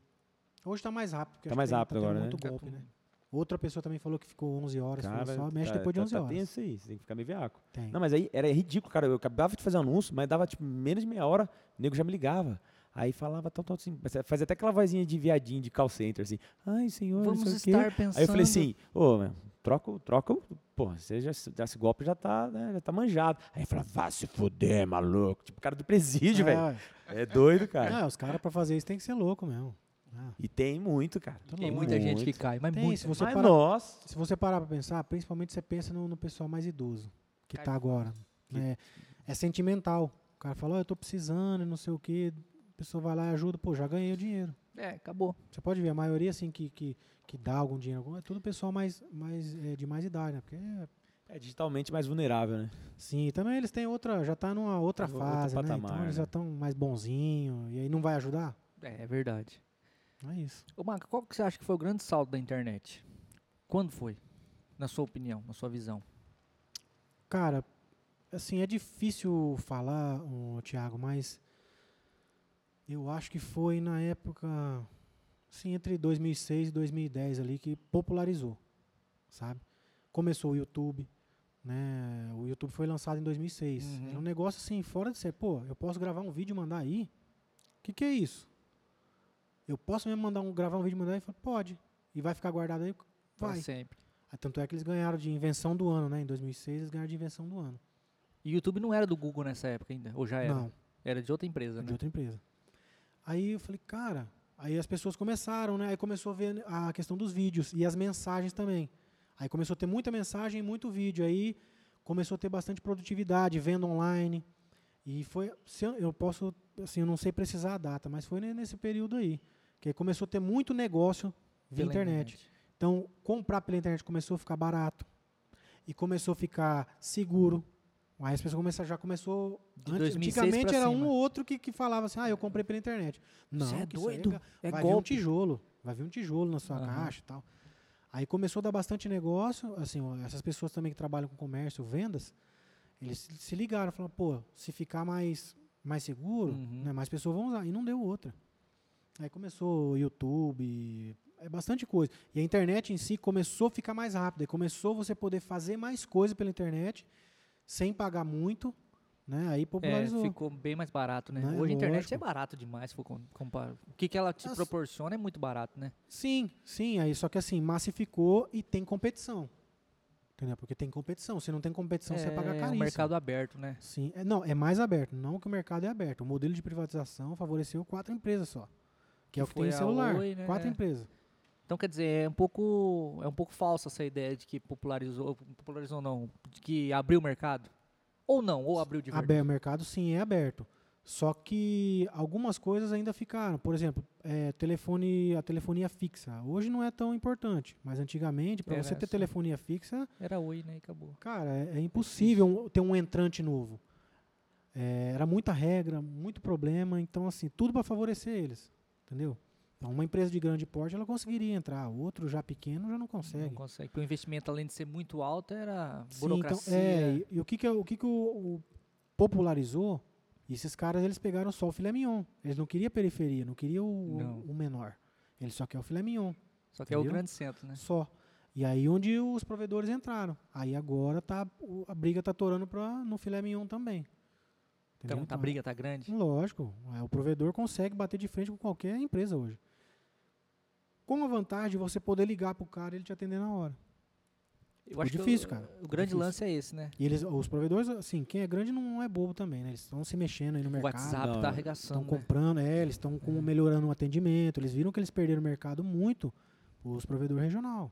B: Hoje está mais rápido. porque
A: Tá
B: acho que
A: mais
B: tem-
A: rápido
B: tendo
A: agora, né?
B: muito
C: Tá
B: golpe,
C: tudo-
B: né? Outra pessoa também falou que ficou 11 horas, falou
A: Cara,
B: só mexe
A: tá-
B: depois de
A: tá-
B: 11
A: tá
B: horas.
A: tenso aí, você tem que ficar meio veaco.
B: Tem.
A: Não, mas aí era ridículo, cara. Eu acabava de fazer um anúncio, mas dava tipo menos de meia hora, o nego já me ligava. Aí falava tal, tal, assim, fazia até aquela vozinha de viadinho de call center, assim. Ai, senhor, não
C: Vamos
A: sei o quê.
C: estar pensando.
A: Aí eu falei assim, ô, meu, troca, o- troca, o- pô, você já, já- esse golpe já tá, né, já tá manjado. Aí ele fala, vá se fuder, maluco. Tipo, cara do presídio, velho.
B: É,
A: É doido, cara.
B: é, os caras pra fazer isso tem que ser louco mesmo. Ah,
A: E tem muito, cara.
C: Tem muita gente que cai, mas
B: Tem,
C: É muito.
B: se você
A: Mas
B: para-
A: nós,
B: se você parar pra pensar, principalmente você pensa no, no pessoal mais idoso, que
C: Cai
B: tá agora. né? É, sentimental. O cara fala, ó, eu tô precisando e não sei o quê. A pessoa vai lá e ajuda, pô, já ganhei o dinheiro.
C: É, acabou.
B: Você pode ver, a maioria assim que, que, que dá algum dinheiro, algum- é tudo pessoal mais, mais é, de mais idade, né? Porque é,
A: é digitalmente mais vulnerável, né?
B: sim, também eles têm outra, já tá numa outra
A: Tá no outro
B: fase, né?
A: patamar,
B: então eles
A: né?
B: já estão mais bonzinho e aí não vai ajudar?
C: É, é verdade.
B: Não é isso.
C: Ô, Marco, qual que você acha que foi o grande salto da internet? Quando foi? Na sua opinião, na sua visão.
B: Cara, assim, é difícil falar, ô, Thiago, mas eu acho que foi na época, assim, entre 2006 e 2010 ali que popularizou, sabe? Começou o YouTube, né? O YouTube foi lançado em 2006.
C: Uhum.
B: Era um negócio assim, fora de ser, pô, eu posso gravar um vídeo e mandar aí? O que, que é isso? Eu posso mesmo mandar um, gravar um vídeo e mandar aí? Falei, Pode. E vai ficar guardado aí?
C: Pra
B: Vai.
C: sempre.
B: Ah, Tanto é que eles ganharam de invenção do ano, né? Em 2006 eles ganharam de invenção do ano.
C: E o YouTube não era do Google nessa época ainda, ou já era?
B: Não,
C: Era de outra empresa,
B: de
C: né?
B: outra empresa. Aí eu falei, cara, aí as pessoas começaram, né? Aí começou a ver a questão dos vídeos e as mensagens também. Aí começou a ter muita mensagem e muito vídeo. Aí começou a ter bastante produtividade, venda online. E foi, se eu, eu posso, assim, eu não sei precisar a data, mas foi ne- nesse período aí. Que aí começou a ter muito negócio via
C: Pela
B: internet. Então, comprar pela internet começou a ficar barato e começou a ficar seguro. Aí as pessoas começaram, já começou.
C: De
B: anti-
C: 2006
B: antigamente
C: pra
B: era
C: cima.
B: um ou outro que, que falava assim: ah, eu comprei pela internet. Não,
C: Você é
B: que isso aí
C: doido?
B: ga-
C: É
B: vai vir um
C: golpe.
B: tijolo. Vai vir um tijolo na sua
C: Aham.
B: caixa e tal. Aí começou a dar bastante negócio. Assim, ó, essas pessoas também que trabalham com comércio, vendas, eles se- se ligaram, falaram, pô, se ficar mais, mais seguro,
C: Uhum.
B: né, mais pessoas vão usar. E não deu outra. Aí começou o YouTube, é bastante coisa. E a internet em si começou a ficar mais rápida, e começou você poder fazer mais coisa pela internet sem pagar muito, né? Aí
C: É,
B: popularizou.
C: ficou bem mais barato, né?
B: Né,
C: Hoje a internet
B: lógico.
C: é barato demais, se for com- comparar. O que, que ela te
B: Nossa.
C: proporciona é muito barato, né?
B: Sim, sim, aí só que assim, massificou e tem competição. Entendeu? Porque tem competição. Se não tem competição, Então você paga
C: é
B: caríssimo.
C: um mercado aberto, né?
B: Sim, é, não, é mais aberto. Não que o mercado é aberto. O modelo de privatização favoreceu quatro empresas só. Que é o que
C: foi
B: tem
C: a
B: celular.
C: Oi, né?
B: Quatro
C: É.
B: empresas.
C: Então, quer dizer, é um pouco, é um pouco falsa essa ideia de que popularizou, popularizou não, de que abriu o mercado. Ou não, ou abriu de verdade.
B: Aberto, o mercado sim é aberto. Só que algumas coisas ainda ficaram. Por exemplo, é, telefone, a telefonia fixa. Hoje não é tão importante, mas antigamente, para
C: Era
B: você ter
C: essa.
B: telefonia fixa,
C: Era oi, né? E acabou.
B: cara, é, é impossível um- ter um entrante novo. É, era muita regra, muito problema. Então, assim, tudo para favorecer eles. Entendeu? Então, uma empresa de grande porte, ela conseguiria entrar. Outro, já pequeno, já não
C: Não
B: consegue.
C: consegue. Porque o investimento, além de ser muito alto, era
B: Sim,
C: burocracia.
B: Então, é, e, e o que que, o, o que que o- o popularizou? Esses caras eles pegaram só o filé mignon. Eles não queriam periferia, não queriam o,
C: Não.
B: o menor. Eles só querem o filé mignon,
C: Só que é o
B: entendeu?
C: grande centro, né?
B: só. E aí onde os provedores entraram. Aí agora tá o- a briga tá torando pra, no filé mignon também.
C: Então, a briga tá grande.
B: Lógico, é, o provedor consegue bater de frente com qualquer empresa hoje. Com a vantagem de você poder ligar pro cara e ele te atender na hora.
C: Eu acho que o-
B: difícil, cara.
C: O grande
B: Difícil.
C: lance é esse, né?
B: E eles, os provedores, assim, quem é grande não é bobo também, né? Eles estão se mexendo aí no
C: O
B: mercado.
C: WhatsApp
A: não,
C: tá
B: Estão
C: arregaçando. né?
B: comprando, é, eles estão como melhorando o atendimento. Eles viram que eles perderam o mercado muito os provedores regional.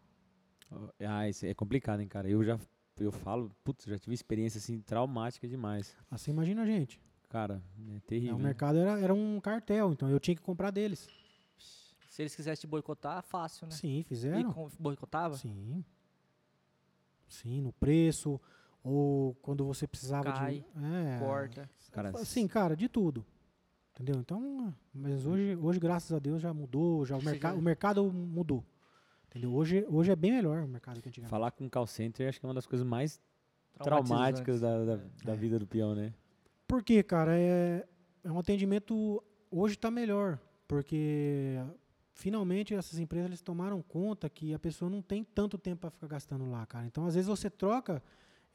A: Ó, Ah, isso é complicado, hein, cara. Eu já eu falo, putz, já tive experiência assim traumática demais.
B: Assim, imagina a gente.
A: Cara, é
B: né,
A: terrível.
B: o
A: né?
B: mercado era, era um cartel, então eu tinha que comprar deles.
C: Se eles quisessem te boicotar, fácil, né?
B: Sim,
C: E
B: fizeram.
C: com- boicotava?
B: Sim. Sim, no preço, ou quando você precisava
C: Cai,
B: de. É,
C: Corta.
A: Cara,
B: Sim, cara, de tudo. Entendeu? Então, mas hoje, hoje graças a Deus, já mudou, já o,
C: Você
B: merca
C: já-
B: o mercado mudou. Entendeu? Hoje, hoje é bem melhor o mercado que antigamente.
A: falar com call center acho que é uma das coisas mais traumáticas da, da, da
B: É.
A: vida do peão, né?
B: Porque, cara, é, é um atendimento. Hoje está melhor, porque finalmente essas empresas eles tomaram conta que a pessoa não tem tanto tempo para ficar gastando lá, cara. Então, às vezes você troca,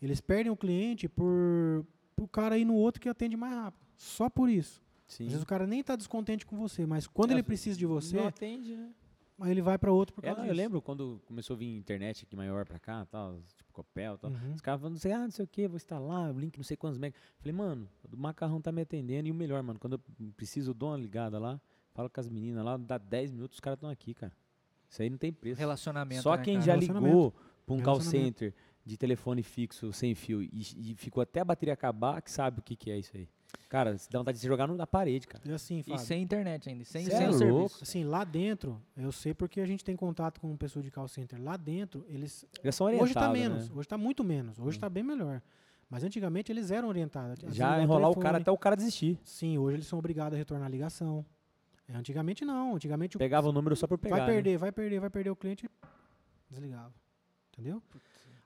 B: eles perdem o cliente por o cara ir no outro que atende mais rápido. Só por isso.
A: Sim.
B: Às vezes o cara nem está descontente com você, mas quando ele
A: É,
B: precisa de você,
A: Não atende, né?
B: aí ele vai para outro por
A: É,
B: causa
A: não, eu
B: disso.
A: lembro quando começou a vir internet aqui maior pra cá, tal, tipo Copel, tal.
B: Uhum.
A: Os caras falando assim, ah, não sei o que, vou instalar, o link não sei quantos mega. Falei, mano, o macarrão tá me atendendo e o melhor, mano, quando eu preciso, eu dou uma ligada lá, falo com as meninas lá, dá 10 minutos, os caras estão aqui, cara. Isso aí não tem preço.
C: Relacionamento.
A: Só
C: né,
A: quem
C: cara?
A: já
B: Relacionamento.
A: ligou pra um call
B: Relacionamento.
A: center de telefone fixo sem fio e, e ficou até a bateria acabar, que sabe o que, que é isso aí. Cara, se dá vontade de se jogar no- na parede, cara.
B: E assim,
C: E
B: Fábio.
C: sem internet ainda. Sem,
A: Cê
C: sem
A: é
C: o
A: louco.
C: serviço.
B: Assim, lá dentro, eu sei porque a gente tem contato com pessoa de call center. Lá dentro, eles
A: Já são
B: Hoje
A: orientados,
B: tá menos,
A: né?
B: hoje tá muito menos, hoje tá bem melhor. Mas antigamente eles eram orientados. a
A: Já
B: desligar
A: enrolar o
B: telefone.
A: cara até o cara desistir.
B: Sim, hoje eles são obrigados a retornar a ligação. É, antigamente não, antigamente o-
A: Pegava o número só por pegar.
B: vai
A: né?
B: perder, vai perder, vai perder o cliente, desligava. Entendeu?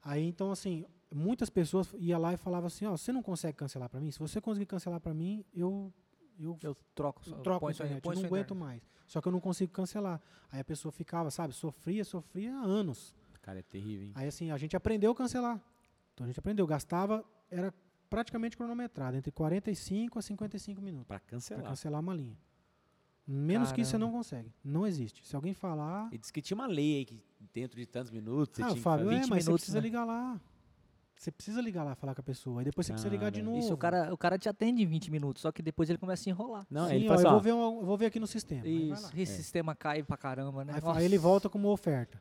B: Aí então assim, muitas pessoas ia lá e falava assim, ó, você não consegue cancelar pra mim? Se você conseguir cancelar pra mim, eu eu
C: Eu troco. só-
B: eu troco a
C: põe sua-
B: internet,
C: põe
B: eu não
C: sua
B: aguento
C: internet.
B: mais. Só que eu não consigo cancelar. Aí a pessoa ficava, sabe, sofria, sofria há anos.
A: Cara, é terrível, hein?
B: Aí assim, a gente aprendeu a cancelar. Então a gente aprendeu, gastava, era praticamente cronometrado, entre 45 a 55 minutos
A: Pra cancelar.
B: para cancelar uma linha. Menos que isso você não consegue. Não existe. Se alguém falar.
A: E diz que tinha uma lei aí que dentro de tantos minutos você
B: ah,
A: tinha
B: Fábio,
A: que
B: é,
A: fazer.
B: mas
C: 20
B: você
C: minutos,
B: precisa
C: né?
B: ligar lá. Você precisa ligar lá, falar com a pessoa. Aí depois você precisa ligar de
A: Cara,
B: novo.
C: Isso, o cara, o cara te atende em 20 minutos, só que depois ele começa a enrolar.
A: Não,
B: Sim,
A: ele
B: ó,
A: faz assim,
B: eu,
A: ó,
B: vou ver, um- eu vou ver aqui no sistema. Aí vai
C: Isso,
B: lá.
C: esse
A: É.
C: sistema cai pra caramba, né?
B: Aí fa-
C: Nossa.
B: aí ele volta com uma oferta.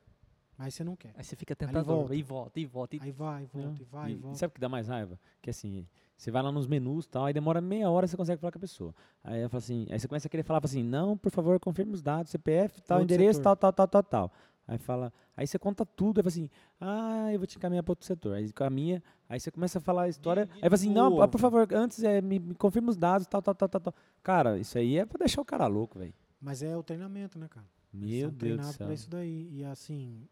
B: Mas você não quer.
C: Aí você fica
B: ele
C: tentando
B: volta.
C: e volta, e volta, e
B: Aí vai, volta, e vai,
A: e,
B: e
A: e
B: volta.
A: sabe o que dá mais raiva? Que assim, você vai lá nos menus e tal, aí demora meia hora você consegue falar com a pessoa. Aí ela fala assim, aí você começa a querer falar fala assim, não, por favor, confirme os dados, CPF, tal,
B: Outro
A: endereço,
B: setor.
A: tal, tal, tal, tal, tal. Aí fala, aí você conta tudo, aí fala assim, ah, eu vou te encaminhar para outro setor. Aí caminha, aí você começa a falar a história, aí fala assim, não, ah, por favor, antes é, me, me confirma os dados, tal, tal, tal, tal, tal. Cara, isso aí é pra deixar o cara louco, velho.
B: Mas é o treinamento, né, cara? Eles
A: Meu
B: são
A: Deus do
B: treinados
A: céu.
B: pra isso daí. E assim,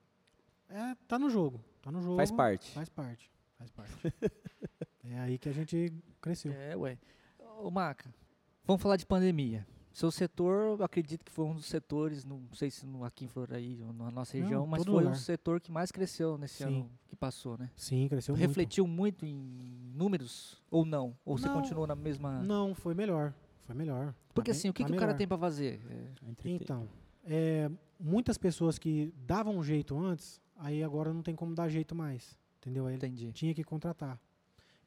B: é, tá no jogo. Tá no jogo.
A: Faz parte.
B: Faz parte. Faz parte. é aí que a gente cresceu.
C: É, ué. Ô, Maca, vamos falar de pandemia. Seu setor, eu acredito que foi um dos setores, não sei se no, aqui em Florianópolis ou na nossa
B: Não,
C: região, mas
B: todo
C: foi o
B: lugar.
C: setor que mais cresceu
B: Sim.
C: nesse ano que passou, né?
B: Sim, cresceu
C: Refletiu muito em números ou não? Ou você
B: Não.
C: continuou na mesma.
B: muito. Não, foi melhor. Foi melhor.
C: Porque
B: Tá bem-
C: assim, o que,
B: tá
C: que o cara
B: melhor.
C: tem pra fazer? É,
A: Tá Entrete-
B: Então, é, muitas pessoas que davam um jeito antes, aí agora não tem como dar jeito mais. Entendeu? Aí ele
C: entendi.
B: tinha que contratar.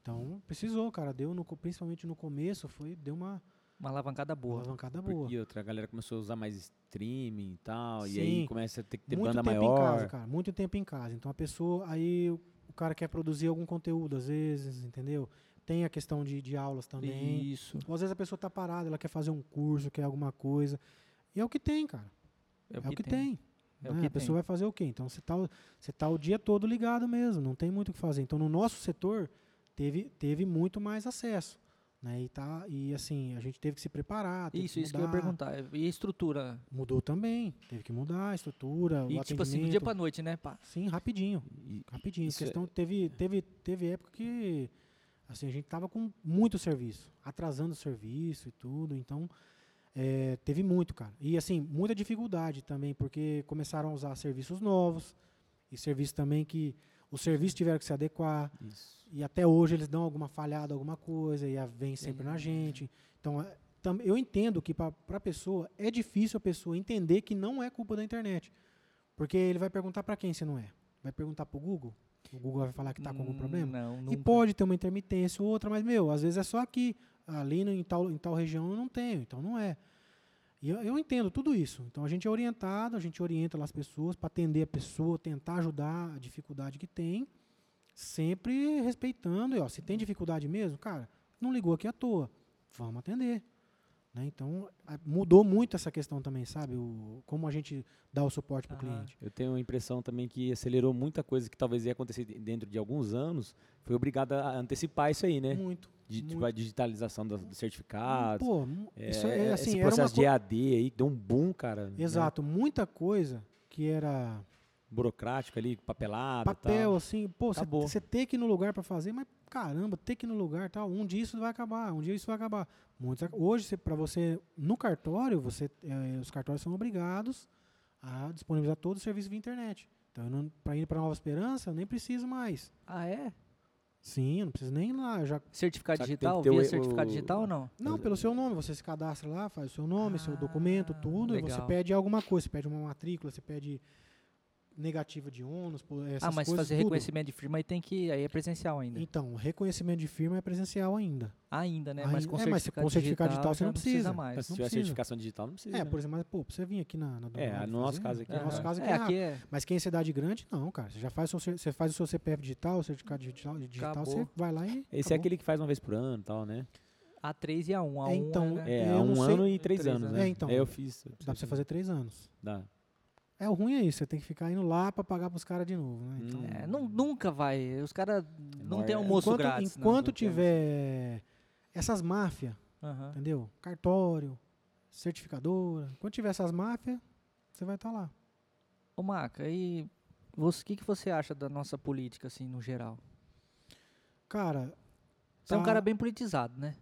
B: Então, precisou, cara. Deu, no, co- principalmente no começo, foi, deu uma
C: Uma alavancada boa.
B: alavancada tá boa.
A: Porque outra, a galera começou a usar mais streaming e tal, e
B: Sim.
A: aí começa a ter que ter
B: muito
A: banda
B: tempo
A: maior.
B: em casa, cara. Muito tempo em casa. Então a pessoa, aí o o cara quer produzir algum conteúdo, às vezes, entendeu? Tem a questão de, de aulas também.
C: Isso.
B: Ou às vezes a pessoa tá parada, ela quer fazer um curso, quer alguma coisa. E é o que tem, cara. É, o que, tem.
C: É o
B: né?
C: que
B: a pessoa
C: tem.
B: vai fazer o quê? Então você tá, o- você tá o dia todo ligado mesmo, não tem muito o que fazer. Então no nosso setor teve, teve muito mais acesso. Né? E, tá, e assim, a gente teve que se preparar. teve
C: Isso, isso que eu ia
B: mudar.
C: perguntar. E a estrutura?
B: Mudou também, teve que mudar a estrutura,
C: E
B: É o
C: tipo assim, do dia
B: atendimento.
C: pra noite, né? Pá.
B: Sim, rapidinho.
A: E-
B: Rapidinho.
A: Isso é-
B: questão teve, teve, teve época que assim, a gente tava com muito serviço, atrasando o serviço e tudo, então é, teve muito, cara. E assim, muita dificuldade também, porque começaram a usar serviços novos e serviços também que os serviços tiveram que se adequar
A: Isso.
B: e até hoje eles dão alguma falhada, alguma coisa e a- vem sempre na gente. Então, é, tam- eu entendo que para a pessoa é difícil a pessoa entender que não é culpa da internet. Porque ele vai perguntar para quem se não é. Vai perguntar para o Google. O Google vai falar que está com algum
C: Hum,
B: problema.
C: Não,
B: E
C: nunca.
B: pode ter uma intermitência ou outra, mas, meu, às vezes é só aqui. Ali no- em, tal, em tal região eu não tenho, então não é. E eu, eu entendo tudo isso. Então a gente é orientado, a gente orienta lá as pessoas para atender a pessoa, tentar ajudar a dificuldade que tem, sempre respeitando. E, ó, se tem dificuldade mesmo, cara, não ligou aqui à toa, vamos atender. Né? Então a- mudou muito essa questão também, sabe? O, como a gente dá o suporte para o
C: Aham.
B: cliente.
A: Eu tenho a impressão também que acelerou muita coisa que talvez ia acontecer de- dentro de alguns anos. Foi obrigado a antecipar isso aí, né?
B: Muito.
A: De, tipo,
B: Hum, muito. Hum,
A: a digitalização dos dos certificados.
B: Pô, mu-
A: É,
B: isso é, assim,
A: esse
B: era uma
A: processo
B: co-
A: de EAD aí deu um boom, cara. né?
B: Exato, muita coisa que era
A: Burocrático ali, papelada e
B: papel,
A: tal.
B: assim, pô,
A: Acabou.
B: você ter que ir no lugar pra fazer, mas caramba, ter que ir no lugar, tal, um dia isso vai acabar, um dia isso vai acabar. Muitos, ac- hoje cê, pra você no cartório, você eh, os cartórios são obrigados a disponibilizar todo o serviço via internet. Então, eu não, pra ir pra Nova Esperança, eu nem preciso mais.
C: Ah, é?
B: Sim, eu não preciso nem ir lá, eu já
C: Certificado
A: Será que tem que
C: digital?
A: ter o
C: Via
A: e-
C: certificado
A: o-
C: digital ou não?
B: Não,
A: Mas-
B: pelo seu nome. Você se cadastra lá, faz o seu nome, seu
C: Ah,
B: documento, tudo. E você
C: legal.
B: pede alguma coisa. Você pede uma matrícula, você pede negativa de ônus, pô, essas
C: ah, mas
B: coisas,
C: fazer
B: tudo.
C: reconhecimento de firma aí tem que. Aí é presencial ainda.
B: Então, o reconhecimento de firma é presencial ainda.
C: Ainda, né? Mas
B: Ainda-
C: com
B: é, mas
C: certificado,
B: com certificado digital você
C: já
B: não precisa.
A: Mas
C: mais.
A: Se
B: não
A: tiver
B: precisa.
A: certificação digital, não precisa.
B: É,
A: né?
B: por exemplo, mas, pô, pra você vir aqui na, na
A: É,
B: Dourado
A: no nosso
B: fazer,
A: caso aqui,
B: No nosso
A: né?
B: caso aqui
C: é,
B: é
C: aqui
B: rápido.
C: é.
B: Mas quem é em cidade grande, não, cara. Você já faz o seu, você faz o seu CPF digital, o certificado digital, digital
C: Acabou.
B: você vai lá e.
A: Esse é aquele que faz uma vez por ano e tal, né?
C: A3 e A1. A1
B: É, então,
C: né?
A: É,
B: Eu
A: há
B: não
A: um
B: sei-
A: ano e três,
C: Três
A: anos,
C: anos.
A: né?
B: É, então.
A: É, eu fiz. eu
B: Dá pra você fazer três anos.
A: Dá.
B: É, o ruim é isso, você tem que ficar indo lá pra pagar pros caras de novo, né? Então,
A: Hum.
C: É, não, nunca vai. Os caras não
A: maior-
C: tem almoço
B: é. enquanto
C: grátis. não.
B: enquanto
C: Não tem almoço.
B: tiver essas máfias,
C: Aham.
B: entendeu? Cartório, certificadora, enquanto tiver essas máfias, você vai estar lá.
C: Ô, Maca, e você- o que, que você acha da nossa política, assim, no geral?
B: Cara,
C: Você é um
B: Tá.
C: cara bem politizado, né?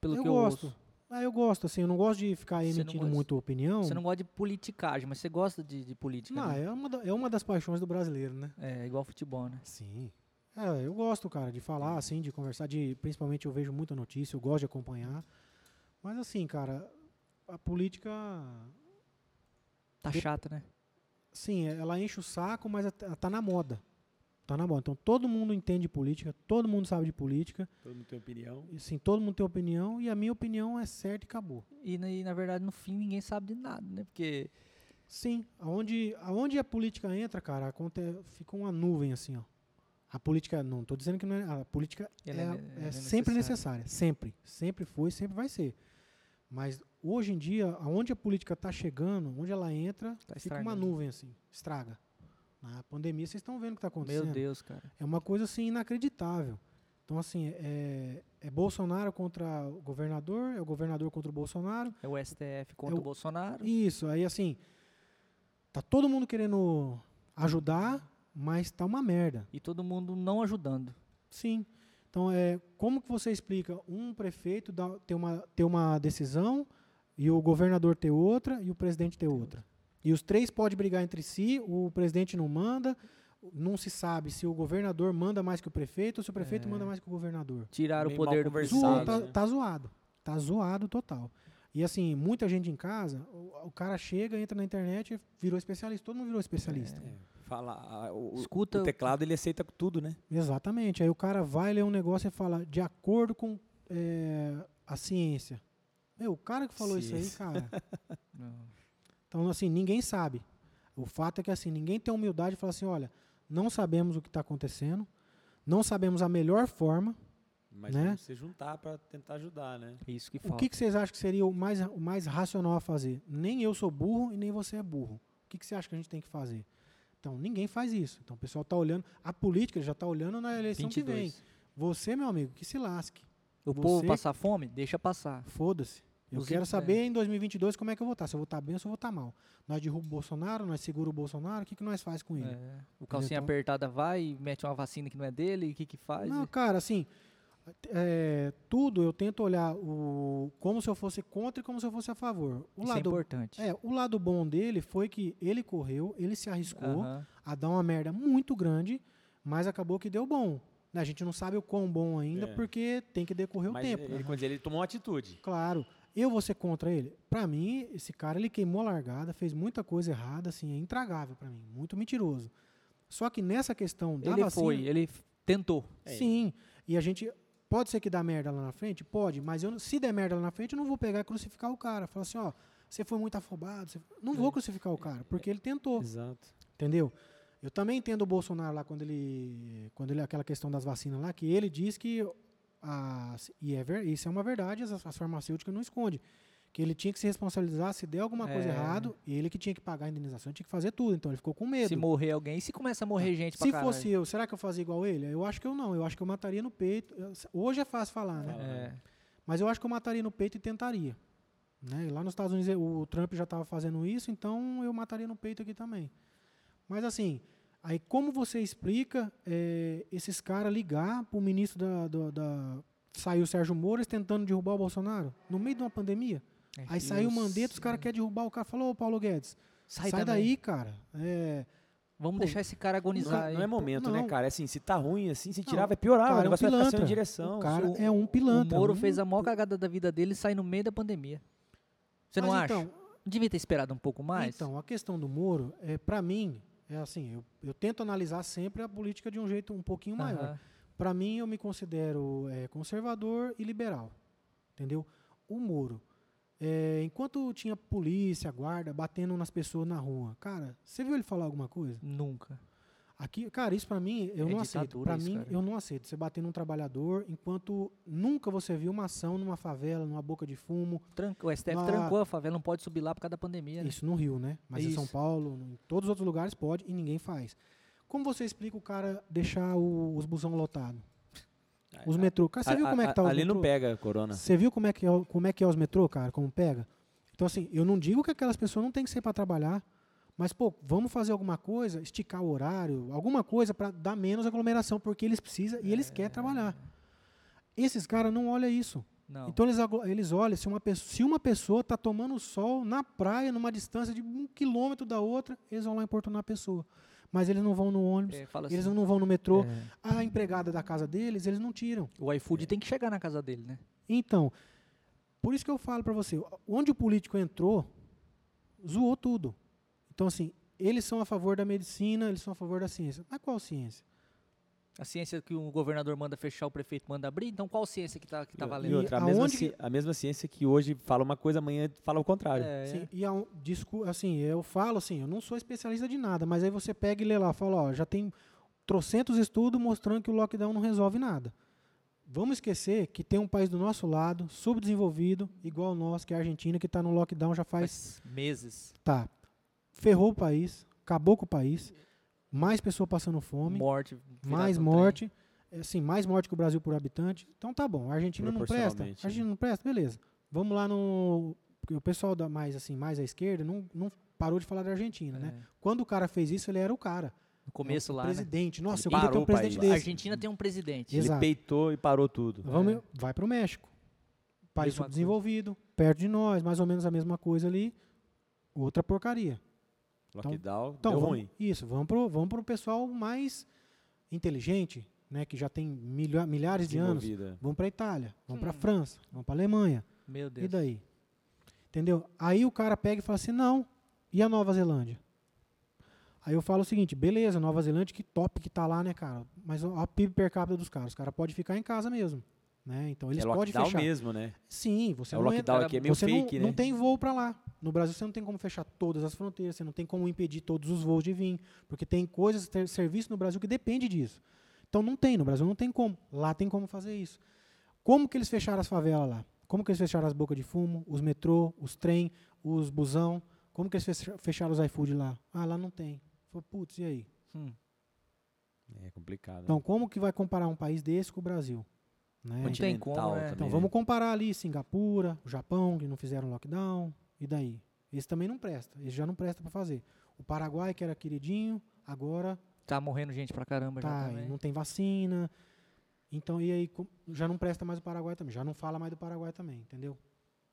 C: Pelo
B: eu
C: que eu
B: gosto.
C: ouço.
B: Ah, eu gosto, assim, eu não gosto de ficar
C: Você não
B: emitindo
C: gosta?
B: muito opinião.
C: Você não gosta de politicagem, mas você gosta de, de política.
B: Não,
C: né?
B: é uma, da- é uma das paixões do brasileiro, né?
C: é igual futebol, né?
B: Sim. É, eu gosto, cara, de falar, assim, de conversar, de principalmente eu vejo muita notícia, eu gosto de acompanhar. Mas assim, cara, a política,
C: Tá chato, né?
B: sim, ela enche o saco, mas ela tá- ela tá na moda. Tá na moda. Então todo mundo entende de política, todo mundo sabe de política,
A: Todo mundo tem opinião.
B: e, assim, todo mundo tem opinião e a minha opinião é certa e acabou.
C: E, na- e, na verdade, no fim, ninguém sabe de nada, né? Porque
B: Sim, aonde, aonde a política entra, cara, aconte- fica uma nuvem assim, ó. A política, não tô dizendo que não é, a política é,
C: Ela é ne-
B: é
C: ela é
B: sempre
C: necessária.
B: necessária, sempre, sempre foi, sempre vai ser. Mas hoje em dia, aonde a política está chegando, onde ela entra,
C: Tá
B: fica uma
C: estragando.
B: nuvem assim, estraga. Na pandemia vocês estão vendo o que está acontecendo.
C: Meu Deus, cara.
B: É uma coisa assim inacreditável. Então assim, é, é Bolsonaro contra o governador, é o governador contra o Bolsonaro,
C: É o STF contra
B: É o-
C: o Bolsonaro.
B: isso, aí assim, tá todo mundo querendo ajudar, mas tá uma merda.
C: E todo mundo não ajudando.
B: Sim. Então, é, como que você explica um prefeito dar- ter, uma, ter uma decisão E o governador ter outra e o presidente ter outra. E os três podem brigar entre si, o presidente não manda, não se sabe se o governador manda mais que o prefeito ou se o prefeito manda mais que o governador.
C: Tirar o
A: Bem
C: poder do
A: mal
C: prefeito.
A: conversado, Sabe,
B: Zoou, tá,
A: né?
B: tá zoado. Tá zoado total. E assim, muita gente em casa, o, o cara chega, entra na internet, e virou especialista. Todo mundo virou especialista.
A: É. Fala, a- o, o-
C: Escuta
A: o teclado ele aceita tudo, né?
B: Exatamente. Aí o cara vai ler um negócio e fala, de acordo com é, a ciência. Meu, o cara que falou isso aí,
A: Ciência.
B: cara.
C: Não.
B: Então, assim, ninguém sabe. O fato é que, assim, ninguém tem humildade de falar assim, olha, não sabemos o que está acontecendo, não sabemos a melhor forma.
A: Mas
B: Né?
A: vamos se juntar para tentar ajudar, né?
C: é Isso que
B: O
C: falta.
B: que, que vocês acham que seria o mais, o mais racional a fazer? Nem eu sou burro e nem você é burro. O que, que você acha que a gente tem que fazer? Então, ninguém faz isso. Então, o pessoal está olhando, a política já está olhando na eleição que vem.
C: 22.
B: Você, meu amigo, que se lasque.
C: O
B: Você-
C: povo passar fome? Deixa passar.
B: Foda-se. Eu
C: Os
B: quero
C: in-
B: saber em 2022 como é que eu vou estar. Se eu vou estar bem ou se eu vou estar mal. Nós derrubamos o Bolsonaro, nós seguramos o Bolsonaro, o que, que nós faz com ele?
C: É. O calcinha
B: Então-
C: apertada vai e mete uma vacina que não é dele, e o que que faz?
B: Não, cara, assim, é, tudo eu tento olhar o, como se eu fosse contra e como se eu fosse a favor. O
C: Isso é
B: lado,
C: importante.
B: é, o lado bom dele foi que ele correu, ele se arriscou
C: Aham.
B: a dar uma merda muito grande, mas acabou que deu bom. Né, A gente não sabe o quão bom ainda,
A: É.
B: porque tem que decorrer
A: Mas
B: o tempo.
C: é.
B: né?
A: ele, como diz, ele tomou uma atitude.
B: Claro. Eu vou ser contra ele? Pra mim, esse cara, ele queimou a largada, fez muita coisa errada, assim, é intragável pra mim, muito mentiroso. Só que nessa questão da
C: Ele
B: vacina,
C: foi, ele f- tentou.
A: É.
B: Sim. E a gente. Pode ser que dá merda lá na frente? Pode, mas eu, não- se der merda lá na frente, eu não vou pegar e crucificar o cara. Falar assim, ó, você foi muito afobado. você- Não
C: É.
B: vou crucificar o cara, porque ele tentou,
A: Exato.
B: entendeu? Eu também entendo o Bolsonaro lá quando ele. Quando ele. aquela questão das vacinas lá, que ele diz que. as- e é ver- isso é uma verdade, as, as farmacêuticas não escondem. Que ele tinha que se responsabilizar, se der alguma coisa
C: É.
B: errado, ele que tinha que pagar a indenização, tinha que fazer tudo. Então ele ficou com medo. Tá.
C: Se morrer alguém, e se começa a morrer gente pra
B: Se
C: caralho?
B: fosse eu, será que eu fazia igual ele? Eu acho que eu não. Eu acho que eu mataria no peito. Eu- Hoje é fácil falar, né?
C: É.
B: Mas eu acho que eu mataria no peito e tentaria. Né? E lá nos Estados Unidos eh, o Trump já estava fazendo isso, então eu mataria no peito aqui também. Mas assim, aí como você explica eh, esses caras ligar pro ministro da, do- da- Saiu o Sérgio Moro eles tentando derrubar o Bolsonaro? No meio de uma pandemia?
C: É
B: Aí
C: que
B: saiu o
C: os-
B: Mandetta, os caras querem derrubar o cara. Falou, ô Paulo Guedes, sai,
C: também.
B: daí, cara. É,
C: Vamos
B: Pô,
C: deixar esse cara
A: Não,
C: agonizar.
A: não é
C: aí.
A: momento,
B: Não.
A: né, cara? É Assim, se tá ruim assim, se
B: Não,
A: tirar vai piorar,
B: cara, é
A: o
B: um
A: negócio vai ficar sem
B: pilantra.
A: direção.
B: o cara
A: Seu-
B: é um
C: Então, o
B: pilantra.
C: Moro
B: um-
C: fez a maior cagada da vida dele e sai no meio da pandemia. Você não
B: Mas,
C: acha?
B: então,
C: Devia ter esperado um pouco mais.
B: Então, a questão do Moro, é, para mim, é assim, eu, eu tento analisar sempre a política de um jeito um pouquinho maior.
C: Aham.
B: Para mim, eu me considero é, conservador e liberal, entendeu? O Moro, é, enquanto tinha polícia, guarda, batendo nas pessoas na rua, cara, você viu ele falar alguma coisa?
C: Nunca.
B: Aqui, cara, isso para mim, eu
C: É
B: não aceito.
C: ditadura
B: Para
C: isso,
B: mim,
C: cara.
B: eu não aceito. Você bater num trabalhador, enquanto nunca você viu uma ação numa favela, numa boca de fumo,
C: Tranca, o STF
B: Mas-
C: trancou a favela, não pode subir lá por causa da pandemia. né?
B: Isso no Rio, né? Mas em São
C: Isso.
B: Paulo, em todos os outros lugares pode e ninguém faz. Como você explica o cara deixar o- os busão lotado? Os metrô. Cara, você
A: É, A-
B: viu como é que tá
A: a-
B: o
A: Ali né?
B: metrô?
A: não pega corona.
B: Você viu como é, que é, o- como é que é os metrô, cara? Como pega? Então, assim, eu não digo que aquelas pessoas não têm que ser para trabalhar, mas, pô, vamos fazer alguma coisa, esticar o horário, alguma coisa para dar menos aglomeração, porque eles precisam e
A: É.
B: eles querem trabalhar. Esses caras não olham isso.
C: Não.
B: Então eles, aglo- eles olham, se uma, pessoa, se uma pessoa está tomando sol na praia, numa distância de um quilômetro da outra, eles vão lá importunar a pessoa. Mas eles não vão no ônibus,
C: É, fala
B: eles
C: assim,
B: não vão no metrô.
C: é,
B: A empregada da casa deles, eles não tiram.
C: o
B: É.
C: iFood tem que chegar na casa dele, né?
B: Então, por isso que eu falo para você, onde o político entrou, zoou tudo. Então, assim, eles são a favor da medicina, eles são a favor da ciência. Mas qual ciência?
C: A ciência que o governador manda fechar, o prefeito manda abrir, então qual ciência que tá, que tá
A: E-
C: valendo?
A: E outra, a
B: E
A: mesma,
B: aonde
A: ci- a mesma ciência que hoje fala uma coisa, amanhã fala o contrário.
C: É,
B: Sim, e há um- discu- assim, eu falo assim, eu não sou especialista de nada, mas aí você pega e lê lá, fala, ó, já tem trocentos estudos mostrando que o lockdown não resolve nada. Vamos esquecer que tem um país do nosso lado, subdesenvolvido, igual nós, que é a Argentina, que está no lockdown já faz
C: faz meses.
B: tá. Ferrou o país, acabou com o país, mais pessoa passando fome,
C: Morte. virada
B: mais
C: no trem.
B: morte, é, assim, mais morte que o Brasil por habitante. Então tá bom, a Argentina não presta, a
A: Proporcionalmente,
C: né?
B: Argentina não presta, beleza. Vamos lá no porque o pessoal da mais assim, mais à esquerda não, não parou de falar da Argentina, né?
C: É.
B: Quando o cara fez isso, ele era o cara.
C: No começo
B: o
C: lá, né?
B: presidente. Nossa,
A: Ele
B: eu queria ter
A: parou
B: um
A: o país.
B: presidente
C: A
B: desse.
C: Argentina tem um presidente.
A: Ele
B: Exato.
A: peitou e parou tudo.
B: Vamos, vai pro México. País
C: Mesma coisa.
B: subdesenvolvido, perto de nós, mais ou menos a mesma coisa ali, outra porcaria.
A: Lockdown,
B: Então,
A: deu
B: vamos,
A: ruim.
B: isso, vamos pro, vamos pro pessoal mais inteligente, né, que já tem milha- milhares de anos.
A: Desenvolvida.
B: Vamos para Itália, vamos pra para França, vamos para Alemanha.
C: Meu
B: E
C: Deus.
B: daí? Entendeu? Aí o cara pega e fala assim: não, e a Nova Zelândia? Aí eu falo o seguinte: beleza, Nova Zelândia, que top que tá lá, né, cara? Mas ó, a PIB per capita dos caras, os caras podem ficar em casa mesmo. Né? Então eles
A: é
B: podem
A: lockdown
B: fechar.
A: mesmo, né?
B: Sim, você
A: é o
B: não
A: lockdown
C: entra-
A: aqui, é meio
B: você
A: fake,
B: não,
A: né?
B: não tem voo para lá. No Brasil você não tem como fechar todas as fronteiras, você não tem como impedir todos os voos de vir, porque tem coisas, tem serviço no Brasil que depende disso. Então não tem, no Brasil não tem como. Lá tem como fazer isso. Como que eles fecharam as favelas lá? Como que eles fecharam as bocas de fumo, os metrô, os trem, os busão? Como que eles fecha- fecharam os iFood lá? Ah, lá não tem. Falei, Putz, e aí?
C: Hum.
A: É complicado.
B: Então como que vai comparar um país desse com o Brasil? Né?
C: Não tem como,
A: Continental
C: né?
A: também,
B: Então
A: né?
B: vamos comparar ali Singapura, o Japão, que não fizeram lockdown, e daí? Esse também não presta, esse já não presta para fazer. O Paraguai, que era queridinho, agora
C: Tá morrendo gente pra caramba já
B: tá,
C: também.
B: não tem vacina. Então, e aí, com- já não presta mais o Paraguai também, já não fala mais do Paraguai também, entendeu?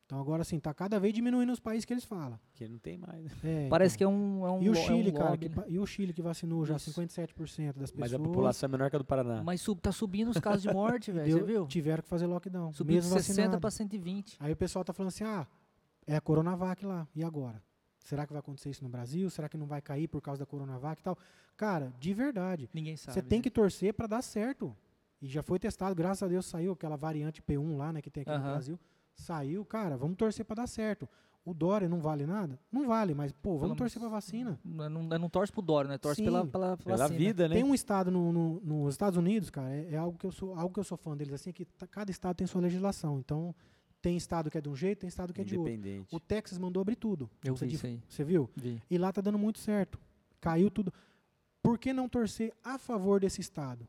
B: Então agora assim, tá cada vez diminuindo os países que eles falam.
A: Porque não tem mais. né?
B: É,
C: Parece
B: então.
C: que é um, é um
B: E o
C: lo- é um
B: Chile, cara, que
C: lobby, né?
B: pa- e o Chile que vacinou já
C: Isso.
B: 57% das pessoas.
A: Mas a população é menor que a do Paraná.
C: Mas sub, tá subindo os casos de morte, velho. Você
B: deu-
C: viu?
B: Tiveram que fazer lockdown.
C: Subiu de
B: mesmo
C: 60
B: vacinado.
C: pra 120.
B: Aí o pessoal tá falando assim, ah, é a Coronavac lá, e agora? Será que vai acontecer isso no Brasil? Será que não vai cair por causa da Coronavac e tal? Cara, de verdade,
C: Ninguém sabe.
B: você tem
C: né?
B: que torcer para dar certo. E já foi testado, graças a Deus saiu aquela variante P1 lá, né, que tem aqui no
C: Aham.
B: Brasil. Saiu, cara, vamos torcer para dar certo. O Dória não vale nada? Não vale, mas, pô, vamos
C: Falamos-
B: torcer pra vacina.
C: Não, não, não torce pro Dória, né? Torce
B: Sim,
C: pela, pela,
A: Pela
C: vacina.
A: vida, né?
B: Tem um estado no- no- nos Estados Unidos, cara, é, é algo que eu sou algo que eu sou fã deles, assim, é que ta- cada estado tem sua legislação. Então, tem estado que é de um jeito, tem estado que é de outro.
A: Independente.
B: O Texas mandou abrir tudo.
C: Eu
B: Você
C: vi
B: de-
C: isso aí.
B: Você viu?
C: Vi.
B: E lá tá dando muito certo. Caiu tudo. Por que não torcer a favor desse estado?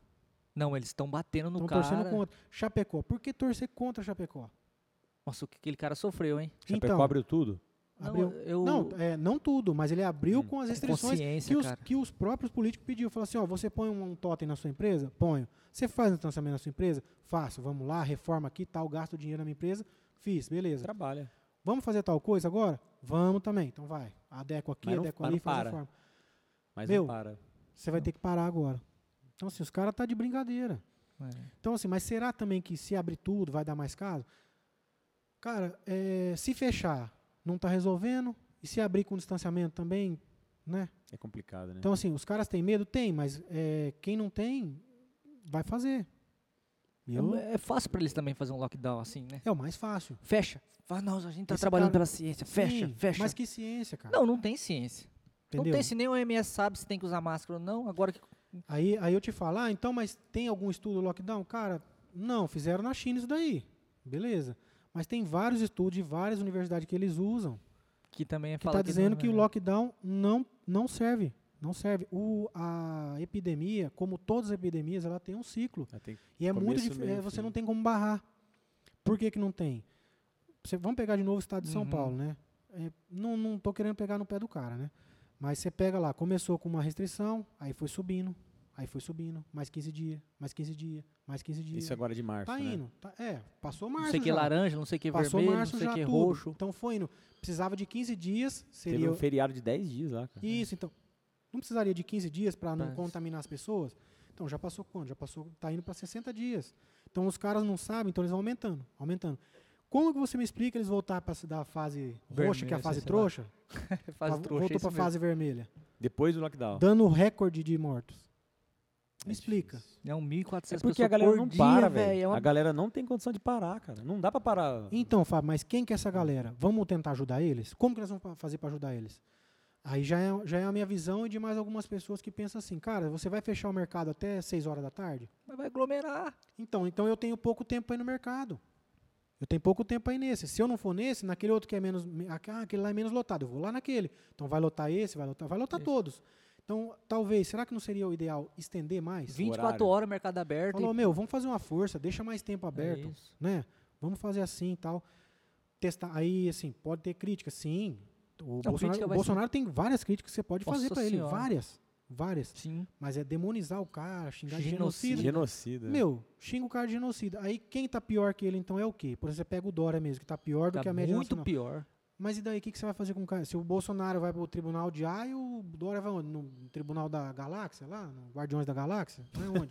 C: Não, eles estão batendo no
B: Estão
C: cara.
B: torcendo contra. Chapecó. Por que torcer contra Chapecó? Então,
C: Nossa, o que aquele cara sofreu, hein?
A: Chapecó abriu tudo.
B: abriu.
C: Não, eu...
B: Não, é, não tudo, mas ele
A: Hum.
B: abriu com as restrições
C: consciência,
B: que os,
C: cara.
B: que os próprios políticos pediam. Falou assim, ó, você põe um, um totem na sua empresa? Ponho. Você faz um lançamento na sua empresa? Faço. Vamos lá, reforma aqui, tal, gasto dinheiro na minha empresa. Fiz, beleza.
A: Trabalha.
B: Vamos fazer tal coisa agora? Vamos também. Então vai. Adeco aqui,
A: Mas não-
B: adeco
A: mas
B: ali,
A: não
B: faz
A: para.
B: reforma.
A: Mas
B: Meu,
A: não para.
B: Você vai ter que parar agora. Então, assim, os caras tá de brincadeira.
C: É.
B: Então, assim, mas será também que se abrir tudo vai dar mais caso? Cara, é, se fechar não tá resolvendo, e se abrir com distanciamento também, né?
A: É complicado, né?
B: Então, assim, os caras têm medo? Tem, mas é, quem não tem, vai fazer. E eu-
C: É fácil pra eles também fazer um lockdown assim, né?
B: é o mais fácil.
C: Fecha. Fala, não, a gente tá
B: Esse
C: trabalhando
B: cara-
C: pela ciência. Fecha,
B: Sim,
C: fecha.
B: Mas que ciência, cara.
C: Não, não tem ciência. Não
B: entendeu?
C: tem, se nem o OMS sabe se tem que usar máscara ou não, agora que.
B: Aí, aí eu te falo, ah, então, mas tem algum estudo do lockdown? Cara, não, fizeram na China isso daí. Beleza. Mas tem vários estudos de várias universidades que eles usam
C: Que também é
B: que está dizendo que o lockdown não, não serve. Não serve. O, a epidemia, como todas as epidemias, ela tem um ciclo.
A: Mas tem-
B: E é muito
A: Começo,
B: difícil.
A: meio e
B: você
A: fim.
B: não tem como barrar. Por que, que não tem? Você, vamos pegar de novo o estado de São
C: Uhum.
B: Paulo, né? É, não, não tô querendo pegar no pé do cara, né? Mas você pega lá, começou com uma restrição, aí foi subindo, aí foi subindo, mais 15 dias, mais 15 dias, mais 15 dias.
A: Isso agora de março,
B: tá
A: né?
B: indo. tá- é, passou março.
C: é Não sei que
B: já.
C: laranja, não sei que é
B: Passou
C: vermelho,
B: março
C: não sei
B: já
C: que
B: tudo.
C: roxo.
B: Então foi indo. Precisava de 15 dias, seria
A: Teve um feriado de 10 dias
C: Tá
A: lá, cara.
B: isso, então. Não precisaria de 15 dias para não
C: Mas-
B: contaminar as pessoas? Então, já passou quando? Já passou, tá indo para 60 dias. Então, os caras não sabem, então eles vão aumentando, aumentando. Como que você me explica eles voltar para da fase roxa,
C: Vermelha,
B: que é a fase
C: sei lá.
B: trouxa? pra-
C: Fase trouxa, é
B: Tá, voltou
C: isso
B: para
C: mesmo.
B: fase vermelha,
A: Depois do lockdown.
B: dando recorde de mortos. Me
A: É
B: explica.
A: difícil.
C: É um 1.400
A: É
C: pessoas
A: porque a galera
C: por
A: não
C: dia,
A: para,
C: velho. É
A: velho.
C: uma
A: A galera não tem condição de parar, cara. Não dá pra parar.
B: Então, Fábio, mas quem que é essa galera? Vamos tentar ajudar eles? Como que nós vamos pa- fazer para ajudar eles? Aí já é, já é a minha visão e de mais algumas pessoas que pensam assim, cara, você vai fechar o mercado até 6 horas da tarde?
C: Mas vai aglomerar.
B: Então, então eu tenho pouco tempo aí no mercado. Eu tenho pouco tempo aí nesse. Se eu não for nesse, naquele outro que é menos. me- aque- Ah, aquele lá é menos lotado, eu vou lá naquele. Então vai lotar esse, vai lotar, vai lotar
C: Isso.
B: todos. Então, talvez, será que não seria o ideal estender mais?
C: 24
A: horário.
C: horas, mercado aberto.
B: Falou,
C: e...
B: meu, vamos fazer uma força, deixa mais tempo aberto,
C: É isso.
B: né? Vamos fazer assim e tal. Testar. Aí, assim, pode ter crítica, sim. O Bolsonaro,
C: crítica
B: o
C: vai
B: Bolsonaro tem várias críticas que você pode
C: Nossa
B: fazer para ele,
C: Senhora.
B: várias. várias.
C: Sim.
B: Mas é demonizar o cara, xingar de genocida.
C: Genocida.
A: Genocida.
B: Meu, xinga o cara de genocida. Aí quem tá pior que ele, então, é o quê? Por exemplo, você pega o Dória mesmo, que tá pior do
C: Tá
B: que a média
C: muito
B: nacional.
C: pior.
B: Mas e daí, o que, que você vai fazer com o cara? Se o Bolsonaro vai pro tribunal de A e o Dória vai onde? No tribunal da Galáxia, lá? No Guardiões da Galáxia? Vai onde?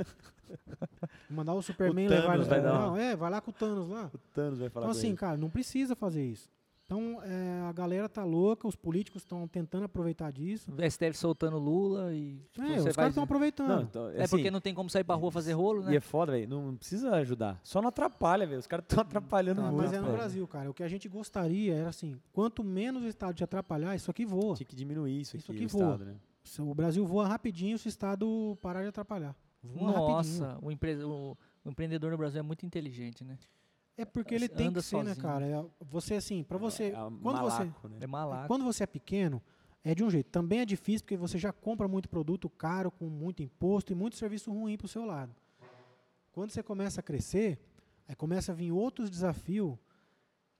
B: Mandar o Superman
A: O
B: levar
A: Thanos
B: ele
A: vai dar
B: tribunal? É, vai lá com o Thanos lá.
A: O Thanos vai falar
B: Então,
A: com
B: assim,
A: ele.
B: cara, não precisa fazer isso. Então, é, a galera tá louca, os políticos estão tentando aproveitar disso.
C: O STF soltando Lula e. tipo,
B: É, os
C: você
B: caras
C: vai-
B: estão aproveitando.
A: Não, então,
C: É
A: assim,
C: porque não tem como sair pra rua fazer rolo, né?
A: E é foda, velho. Não precisa ajudar. Só não atrapalha, velho. Os caras estão atrapalhando
B: Ah,
A: muito.
B: mas é no
A: velho.
B: Brasil, cara. O que a gente gostaria era assim: quanto menos o Estado te atrapalhar, isso aqui voa.
A: Tinha que diminuir isso aqui,
B: Isso aqui
A: o
B: voa.
A: Estado, né?
B: Se O Brasil voa rapidinho se o Estado parar de atrapalhar. Voa rapidinho.
C: Nossa, o, empre- o- o empreendedor no Brasil é muito inteligente, né?
B: É porque ele
C: Anda
B: tem que ser, né,
C: sozinho.
B: cara? É, Você, assim, pra você.
A: É, é um
B: quando você.
A: malaco, Né?
C: É malaco.
B: Quando você é pequeno, é de um jeito. Também é difícil porque você já compra muito produto caro, com muito imposto e muito serviço ruim pro seu lado. Quando você começa a crescer, aí começa a vir outros desafios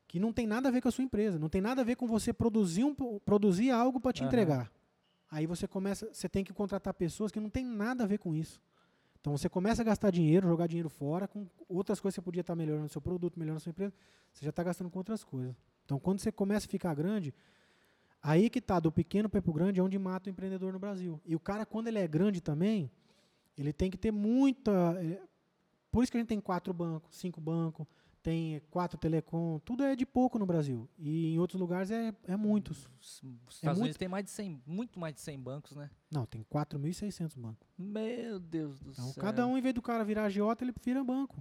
B: que não tem nada a ver com a sua empresa, não tem nada a ver com você produzir, um, po- produzir algo para te
C: Aham.
B: entregar. Aí você começa, você tem que contratar pessoas que não tem nada a ver com isso. Então você começa a gastar dinheiro, jogar dinheiro fora com outras coisas que você podia estar melhorando seu produto, melhorando sua empresa, você já está gastando com outras coisas. Então quando você começa a ficar grande, Aí que tá, do pequeno para pro grande é onde mata o empreendedor no Brasil. E o cara, quando ele é grande também, ele tem que ter muita. eh, Por isso que a gente tem quatro bancos, cinco bancos, tem eh, quatro telecom, tudo é de pouco no Brasil. E em outros lugares é, é muitos.
C: Os os Estados
B: muito-
C: Unidos tem mais de 100, muito mais de 100 bancos, né?
B: Não, tem 4.600 bancos.
C: Meu Deus do
B: Então,
C: céu.
B: cada um, em vez do cara virar agiota, ele vira banco.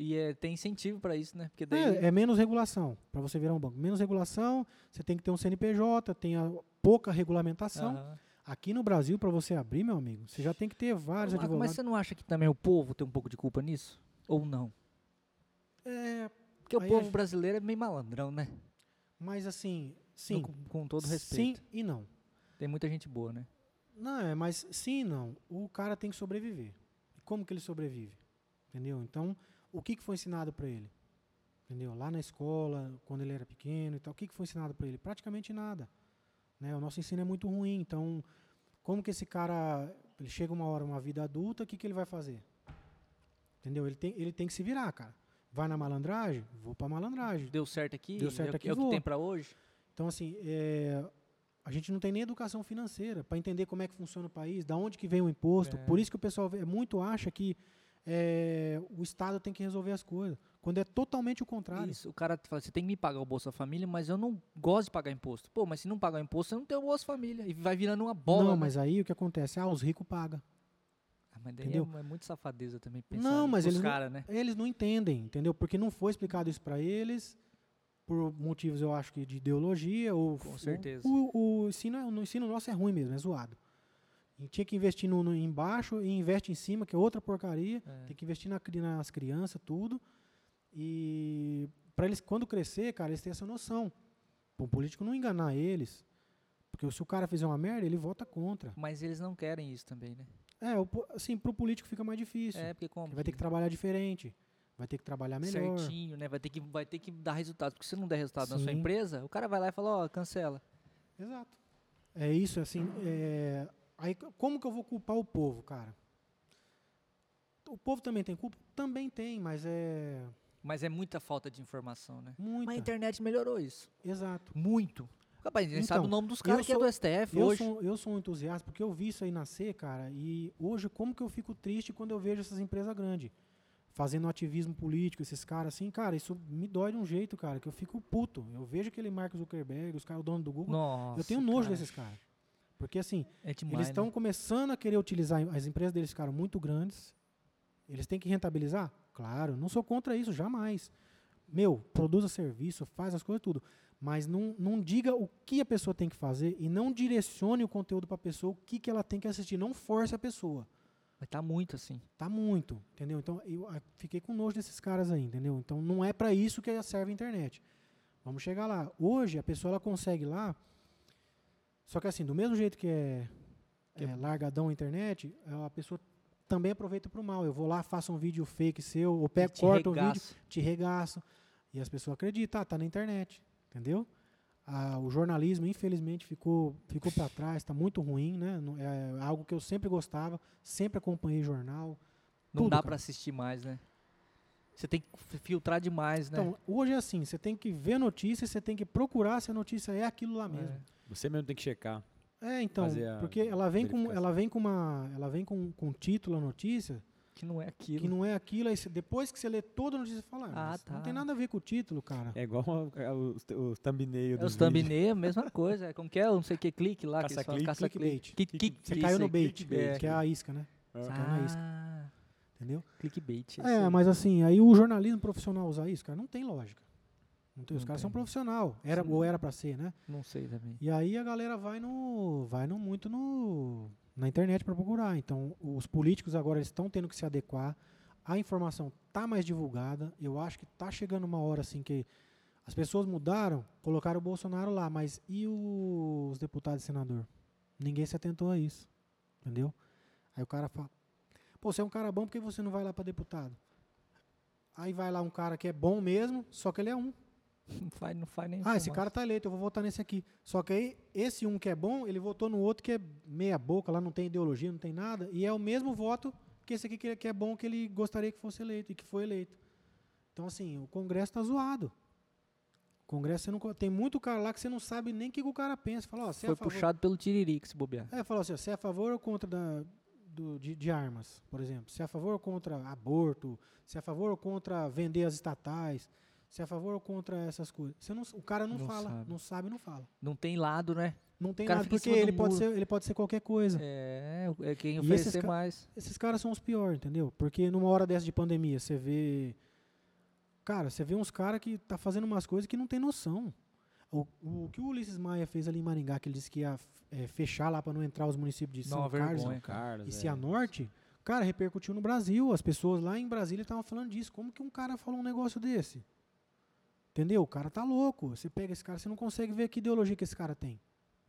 C: E é, tem incentivo pra isso, né? Porque daí.
B: É, é menos regulação para você virar um banco. Menos regulação, você tem que ter um CNPJ, tem a pouca regulamentação.
C: Aham.
B: Aqui no Brasil, para você abrir, meu amigo, você já tem que ter vários
C: Ah,
B: advogados.
C: mas você não acha que também o povo tem um pouco de culpa nisso? Ou não?
B: É,
C: Porque o
B: Aí a
C: povo
B: gente-
C: brasileiro é meio malandrão, né?
B: mas assim,
C: Não,
B: sim.
C: Com, com todo respeito.
B: Sim e não.
C: Tem muita gente boa, né?
B: Não, é, mas sim e não. O cara tem que sobreviver. E como que ele sobrevive? Entendeu? Então, o que, que foi ensinado para ele? Entendeu? Lá na escola, quando ele era pequeno e tal, o que, que foi ensinado para ele? Praticamente nada. Né? O nosso ensino é muito ruim. Então, como que esse cara ele chega uma hora, uma vida adulta, o que, que ele vai fazer? Entendeu? Ele tem, ele tem que se virar, cara. Vai na malandragem? Vou pra malandragem.
C: Deu certo aqui?
B: Deu certo
C: é, o-
B: aqui,
C: É o que
B: vou.
C: tem pra hoje?
B: Então, assim, é, a gente não tem nem educação financeira para entender como é que funciona o país, da onde que vem o imposto.
C: É.
B: Por isso que o pessoal vê- muito acha que é, o Estado tem que resolver as coisas, quando é totalmente o contrário.
C: Isso, o cara fala, você tem que me pagar o Bolsa Família, mas eu não gosto de pagar imposto. Pô, mas se não pagar imposto, você não tem o Bolsa Família. E vai virando uma bola.
B: não,
C: né?
B: mas aí o que acontece? Ah, os ricos pagam.
C: Ah, mas daí é
B: Entendeu?
C: mu- é, muito safadeza também pensar
B: Não, mas
C: pros
B: eles não-
C: cara, né?
B: Eles não entendem, entendeu? Porque não foi explicado isso para eles, por motivos, eu acho, que de ideologia. Ou,
C: Com
B: ou-
C: certeza.
B: O, o ensino, é- o ensino nosso é ruim mesmo, é zoado. E tinha que investir no, no embaixo e investe em cima, que é outra porcaria.
C: É.
B: Tem que investir na cri- nas crianças, tudo. E para eles, quando crescer, cara, eles têm essa noção. Pra um político não enganar eles. Porque se o cara fizer uma merda, ele vota contra.
C: Mas eles não querem isso também, né?
B: É, o po- assim, pro político fica mais difícil.
C: É, porque como?
B: Ele vai ter que trabalhar diferente. Vai ter que trabalhar melhor.
C: certinho, né? Vai ter que, vai ter que dar resultado. Porque se não der resultado na sua
B: Sim.
C: empresa, o cara vai lá e fala, ó, cancela.
B: Exato. É isso, assim. é, Aí, c- como que eu vou culpar o povo, cara? O povo também tem culpa? Também tem, mas é
C: Mas é muita falta de informação, né? Mas a
B: muita.
C: internet melhorou isso.
B: Exato.
C: Muito. Rapaz, a gente sabe o
B: Então,
C: nome dos
B: eu
C: caras que é
B: sou-
C: do STF
B: Eu
C: hoje.
B: sou, eu sou um entusiasta porque eu vi isso aí nascer, cara, e hoje como que eu fico triste quando eu vejo essas empresas grandes fazendo ativismo político, esses caras assim, cara, isso me dói de um jeito, cara, que eu fico puto. Eu vejo aquele Mark Zuckerberg, os caras, o dono do Google,
C: Nossa,
B: um eu tenho nojo
C: cara.
B: desses caras. Porque assim,
C: É demais,
B: Eles estão
C: né?
B: começando a querer utilizar, as empresas deles ficaram muito grandes. Eles têm que rentabilizar? Claro, não sou contra isso, jamais. Meu, produza serviço, faz as coisas tudo. Mas não, não diga o que a pessoa tem que fazer e não direcione o conteúdo para a pessoa, o que, que ela tem que assistir. Não force a pessoa.
C: Mas tá muito assim.
B: Tá muito, entendeu? Então eu ah, fiquei com nojo desses caras aí, entendeu? Então não é para isso que serve a internet. Vamos chegar lá. Hoje a pessoa ela consegue lá. Só que assim, do mesmo jeito que é,
C: Que
B: é largadão a internet, eh, a pessoa também aproveita pro mal. Eu vou lá, faço um vídeo fake seu, ou pego,
C: Te
B: corto um vídeo,
C: regaço.
B: te regaço. E as pessoas acreditam, ah, tá na internet, entendeu? Ah, o jornalismo, infelizmente, ficou, ficou para trás, está muito ruim, né? Não- É algo que eu sempre gostava, sempre acompanhei jornal.
C: Não
B: Tudo,
C: dá
B: cara.
C: pra assistir mais, né? Você tem que fi- filtrar demais, né?
B: Então, hoje é assim, você tem que ver notícia, você tem que procurar se a notícia é aquilo lá mesmo.
C: É.
A: Você mesmo tem que checar.
B: É, então,
A: Fazer a
B: porque ela vem com
A: verificação.
B: ela vem com uma, ela vem com, com um título a notícia
C: Que não é aquilo.
B: que não é aquilo, aí você- depois que você lê toda a notícia, você fala, ah,
C: Ah,
B: mas não
C: tá.
B: tem nada a ver com o título, cara.
A: É igual a- a- o, o thumbnail
C: É
A: do
C: os
A: vídeo.
C: thumbnail, mesma coisa. É como que é? Eu Não sei o que, clique lá. que eles falam,
A: Caça-clique,
C: Caça-clique.
A: clickbait.
C: Que- que-
B: Você
C: isso
B: caiu no
C: aí,
B: bait,
C: clickbait.
B: que é a isca, né?
A: Ah.
B: caiu na isca.
C: Ah,
B: Entendeu?
C: clickbait. isso
B: É,
C: aí.
B: mas assim, aí o jornalismo profissional usar isso, cara, não tem lógica. Não tem, os
C: Não
B: caras são
C: tem.
B: profissional, era
C: Sim.
B: ou era pra ser, né?
C: Não sei também.
B: E aí a galera vai no vai no muito no na internet pra procurar. Então, os políticos agora eles estão tendo que se adequar. A informação tá mais divulgada. Eu acho que tá chegando uma hora assim que as pessoas mudaram, colocaram o Bolsonaro lá, mas e os deputados e senador? Ninguém se atentou a isso. Entendeu? Aí o cara fala: "Pô, você é um cara bom, por que você não vai lá pra deputado?" Aí vai lá um cara que é bom mesmo, só que ele é um.
C: Não faz, não faz nem
B: Ah, esse
C: fumaça.
B: cara tá eleito, eu vou votar nesse aqui. Só que aí, esse um que é bom, ele votou no outro que é meia boca, lá não tem ideologia, não tem nada, e é o mesmo voto que esse aqui que, que é bom, que ele gostaria que fosse eleito, e que foi eleito. Então, assim, o Congresso tá zoado. O Congresso, você não, co- tem muito cara lá que você não sabe nem o que, que o cara pensa. Fala, ó, você é
C: Foi
B: a favor...
C: puxado pelo Tiririca, se bobear.
B: É, falou assim, ó, você é a favor ou contra da, do- de, de armas, por exemplo? Você é a favor ou contra aborto? Você é a favor ou contra vender as estatais? Você é a favor ou contra essas coisas? Você não, o cara não,
C: Não
B: fala,
C: sabe.
B: não sabe, não fala.
C: Não tem lado, né?
B: Não tem
C: O cara
B: nada,
C: fica em
B: porque
C: cima do
B: ele pode,
C: muro.
B: ser, ele pode ser qualquer coisa.
C: É, é quem
B: E
C: oferecer
B: esses ca-
C: mais.
B: Esses caras são os piores, entendeu? Porque numa hora dessa de pandemia, você vê... Cara, você vê uns caras que tá fazendo umas coisas que não tem noção. O, o que o Ulisses Maia fez ali em Maringá, que ele disse que ia eh, fechar lá para não entrar os municípios de
C: Não,
B: São
C: uma
B: Carlos,
C: vergonha.
A: Carlos,
B: E
A: é.
B: Cianorte, cara, repercutiu no Brasil. As pessoas lá em Brasília estavam falando disso. Como que um cara falou um negócio desse? Entendeu? O cara tá louco. Você pega esse cara, você não consegue ver que ideologia que esse cara tem.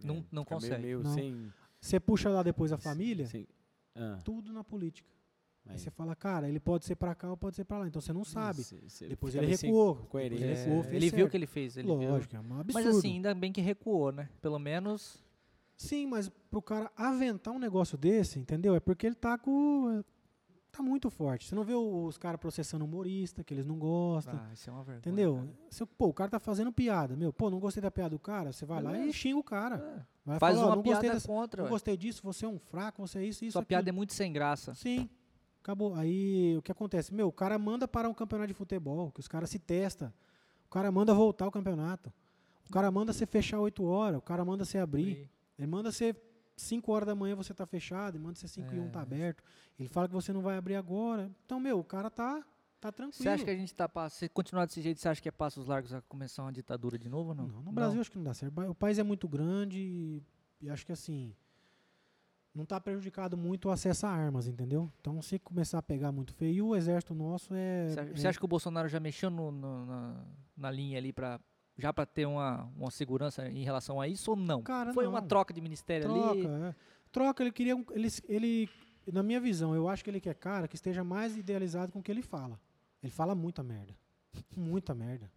C: Não-
A: É,
C: não
A: fica meio-
C: consegue.
A: meio
B: Não.
A: sem-
B: Você puxa lá depois a família, tá
A: sem- ah,
B: tudo na política. Aí
A: aí.
B: você fala, cara, ele pode ser pra cá ou pode ser pra lá. Então você não sabe.
A: Cê- cê
B: Depois
A: fica
B: ele
A: meio sem
B: recuou.
A: coerência.
B: Ele
C: É,
B: recuou, fez
C: ele viu
B: certo.
C: o que ele fez. Ele viu.
B: Lógico, é um absurdo.
C: Mas assim, ainda bem que recuou, né? Pelo menos.
B: Sim, mas pro cara aventar um negócio desse, entendeu? É porque ele tá com. Tá muito forte. Você não vê os caras processando humorista, que eles não gostam.
C: Ah, isso é uma vergonha.
B: Entendeu?
C: cara.
B: Se, eu- pô, o cara tá fazendo piada. Meu, pô, não gostei da piada do cara, você vai lá e
C: Beleza.
B: xinga o cara.
C: É,
B: Vai
C: Faz
B: falar, ó,
C: uma
B: não
C: piada
B: gostei dessa-
C: contra.
B: Não
C: ué.
B: gostei disso, você é um fraco, você é isso, isso.
C: Sua
B: aquilo."
C: piada é muito sem graça.
B: Sim. Acabou. Aí o que acontece? Meu, o cara manda parar um campeonato de futebol, que os caras se testam. O cara manda voltar o campeonato. O cara manda você fechar 8 horas, o cara manda você abrir. Ele manda você 5 horas da manhã você tá fechado, ele manda você 5
C: É.
B: e 1 tá aberto. Ele fala que você não vai abrir agora. Então, meu, o cara tá, tá tranquilo.
C: Você acha que a gente tá pass- Se continuar desse jeito, você acha que é passos largos a começar uma ditadura de novo ou não?
B: Não, no Brasil acho que não dá certo. Ba- O país é muito grande e, e acho que assim não está prejudicado muito o acesso a armas, entendeu? Então se começar a pegar muito feio, e o exército nosso é,
C: Você acha-
B: é-
C: Você acha que o Bolsonaro já mexeu no- no- na, na linha ali pra. Já pra ter uma, uma segurança em relação a isso ou não?
B: Cara,
C: Foi
B: não.
C: uma troca de ministério ali.
B: troca, é. troca. Ele queria, um- ele, ele, na minha visão, eu acho que ele quer cara que esteja mais idealizado com o que ele fala. Ele fala muita merda, muita merda.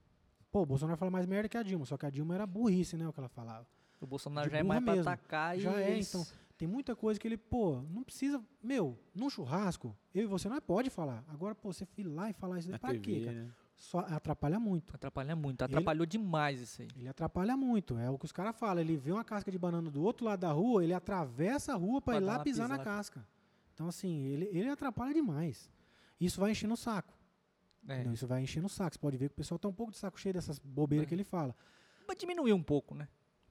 B: Pô, o Bolsonaro fala mais merda que a Dilma, só que a Dilma era burrice, né, o que ela falava.
C: O Bolsonaro
B: De
C: já é
B: burra
C: mais pra
B: mesmo.
C: atacar
B: Já
C: e.
B: é,
C: eles-
B: então. Tem muita coisa que ele, pô, não precisa. Meu, num churrasco, eu e você não pode falar. Agora, pô, você ir lá e falar isso daí,
A: Na
B: pra
A: TV,
B: quê, cara?
A: né?
B: Só atrapalha muito.
C: Atrapalha muito.
B: Ele-
C: Atrapalhou demais isso aí.
B: Ele atrapalha muito. É o que os caras falam. Ele vê uma casca de banana do outro lado da rua, ele atravessa a rua pra
C: Pra
B: ir
C: dar
B: lá
C: uma
B: pisar na
C: pisada.
B: casca. Então, assim, ele, ele atrapalha demais. Isso vai enchendo o saco.
C: É.
B: entendeu? Isso vai enchendo o saco. Você pode ver que o pessoal tá um pouco de saco cheio dessas bobeiras
C: É.
B: que ele fala.
C: Mas diminuiu um pouco, né?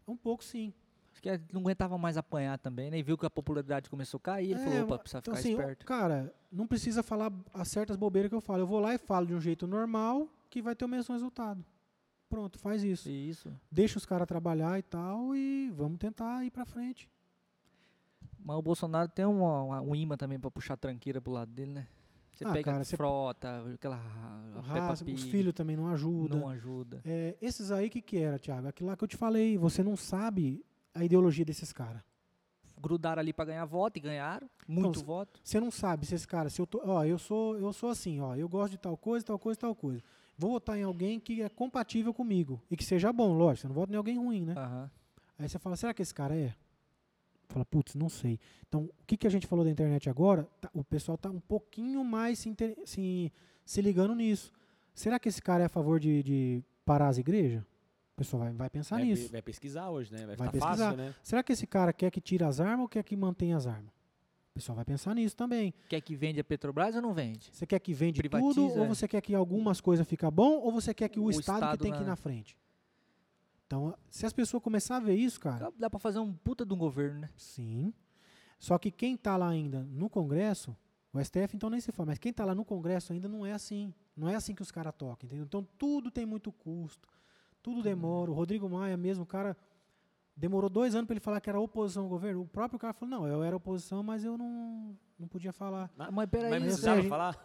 B: Um pouco, sim.
C: Acho que ele não aguentava mais apanhar também, né? E viu que a popularidade começou a cair, ele
B: É,
C: falou, opa, precisa
B: Então,
C: ficar
B: assim,
C: esperto.
B: cara, não precisa falar as certas bobeiras que eu falo. Eu vou lá e falo de um jeito normal que vai ter o mesmo resultado. Pronto, faz isso.
C: E Isso.
B: Deixa os caras trabalhar e tal e vamos tentar ir pra frente.
C: Mas o Bolsonaro tem uma- uma- um imã também pra puxar tranqueira pro lado dele, né? Você
B: Ah,
C: pega
B: cara, você-
C: frota, aquela ra- a
B: Rasga,
C: Peppa
B: os
C: Pig,
B: filhos também não ajudam.
C: não ajuda.
B: É, esses aí, o que, que era, Thiago? Aquilo lá que eu te falei, você não sabe a ideologia desses caras.
C: Grudaram ali pra ganhar voto e ganharam. Muito
B: se-
C: voto.
B: Você não sabe se esse cara, se eu tô, ó, eu sou, eu sou assim, ó, eu gosto de tal coisa, tal coisa, tal coisa. Vou votar em alguém que é compatível comigo e que seja bom, lógico. Você não vota em alguém ruim, né?
C: Aham.
B: Aí você fala, será que esse cara é? Fala, putz, não sei. Então, o que, que a gente falou da internet agora, tá- o pessoal tá um pouquinho mais se, inter- se, se ligando nisso. Será que esse cara é a favor de, de parar as igrejas? O pessoal vai, vai pensar
C: É,
A: vai, pe-
B: Tá nisso.
A: vai pesquisar hoje, né? Vai,
B: Vai
A: ficar
B: pesquisar.
A: fácil, né?
B: Será que esse cara quer que tire as armas ou quer que mantenha as armas? O pessoal vai pensar nisso também.
C: Quer que vende a Petrobras ou não vende?
B: Você quer que vende
C: Privatiza,
B: tudo, ou
C: é.
B: você quer que algumas coisas fiquem bom, ou você quer que o,
C: O
B: Estado,
C: Estado
B: que tem
C: na-
B: que ir na frente? Então, se as pessoas começarem a ver isso, cara,
C: Dá- Dá pra fazer um puta de um governo, né?
B: Sim. Só que quem está lá ainda no Congresso, o STF então nem se fala, mas quem está lá no Congresso ainda não é assim. Não é assim que os caras tocam, entendeu? Então tudo tem muito custo, tudo demora. O Rodrigo Maia mesmo, o cara demorou dois anos para ele falar que era oposição ao governo. O próprio cara falou, não, eu era oposição, mas eu não, não podia falar.
A: Ah,
C: Mas peraí,
A: Mas
B: eu sei,
C: mas
A: precisava
B: gente.
A: falar,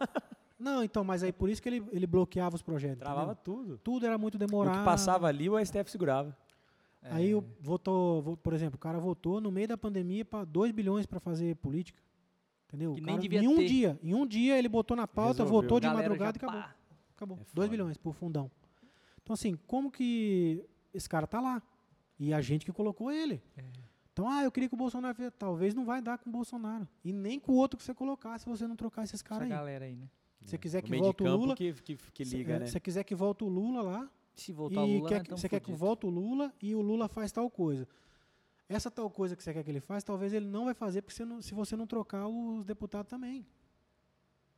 B: Não, então, mas aí por isso que ele, ele bloqueava os projetos.
A: travava
B: entendeu?
A: tudo.
B: Tudo era muito
A: O
B: demorado.
A: que passava ali, o STF segurava.
C: é,
B: Aí o- votou, vo- por exemplo, o cara votou no meio da pandemia para 2 bilhões para fazer política. Entendeu? O
C: Que nem
B: cara,
C: devia
B: em um
C: ter.
B: dia, em um dia ele botou na pauta,
A: Resolveu.
B: votou de
C: galera já
B: madrugada e
C: pá.
B: acabou. Acabou.
A: É
B: 2
A: foda.
B: bilhões por fundão. Então assim, como que esse cara tá lá? E a gente que colocou ele.
C: É.
B: Então, ah, eu queria que o Bolsonaro fizesse. Talvez não vai dar com o Bolsonaro. E nem com o outro que você colocar, se você não trocar esses
C: Essa
B: caras aí.
C: galera aí, né?
B: Se você quiser
A: O
B: que
A: meio
B: volte
A: de
B: o
A: campo
B: Lula.
A: que, que, que
B: se-
A: liga,
B: é,
A: né?
B: Se você quiser que volte o Lula lá,
C: Se
B: e
C: voltar o Lula,
B: quer
C: nós
B: que-
C: tamo
B: você quer que
C: fudido.
B: volte o Lula e o Lula faz tal coisa. Essa tal coisa que você quer que ele faça, talvez ele não vai fazer porque você não- se você não trocar os deputados também.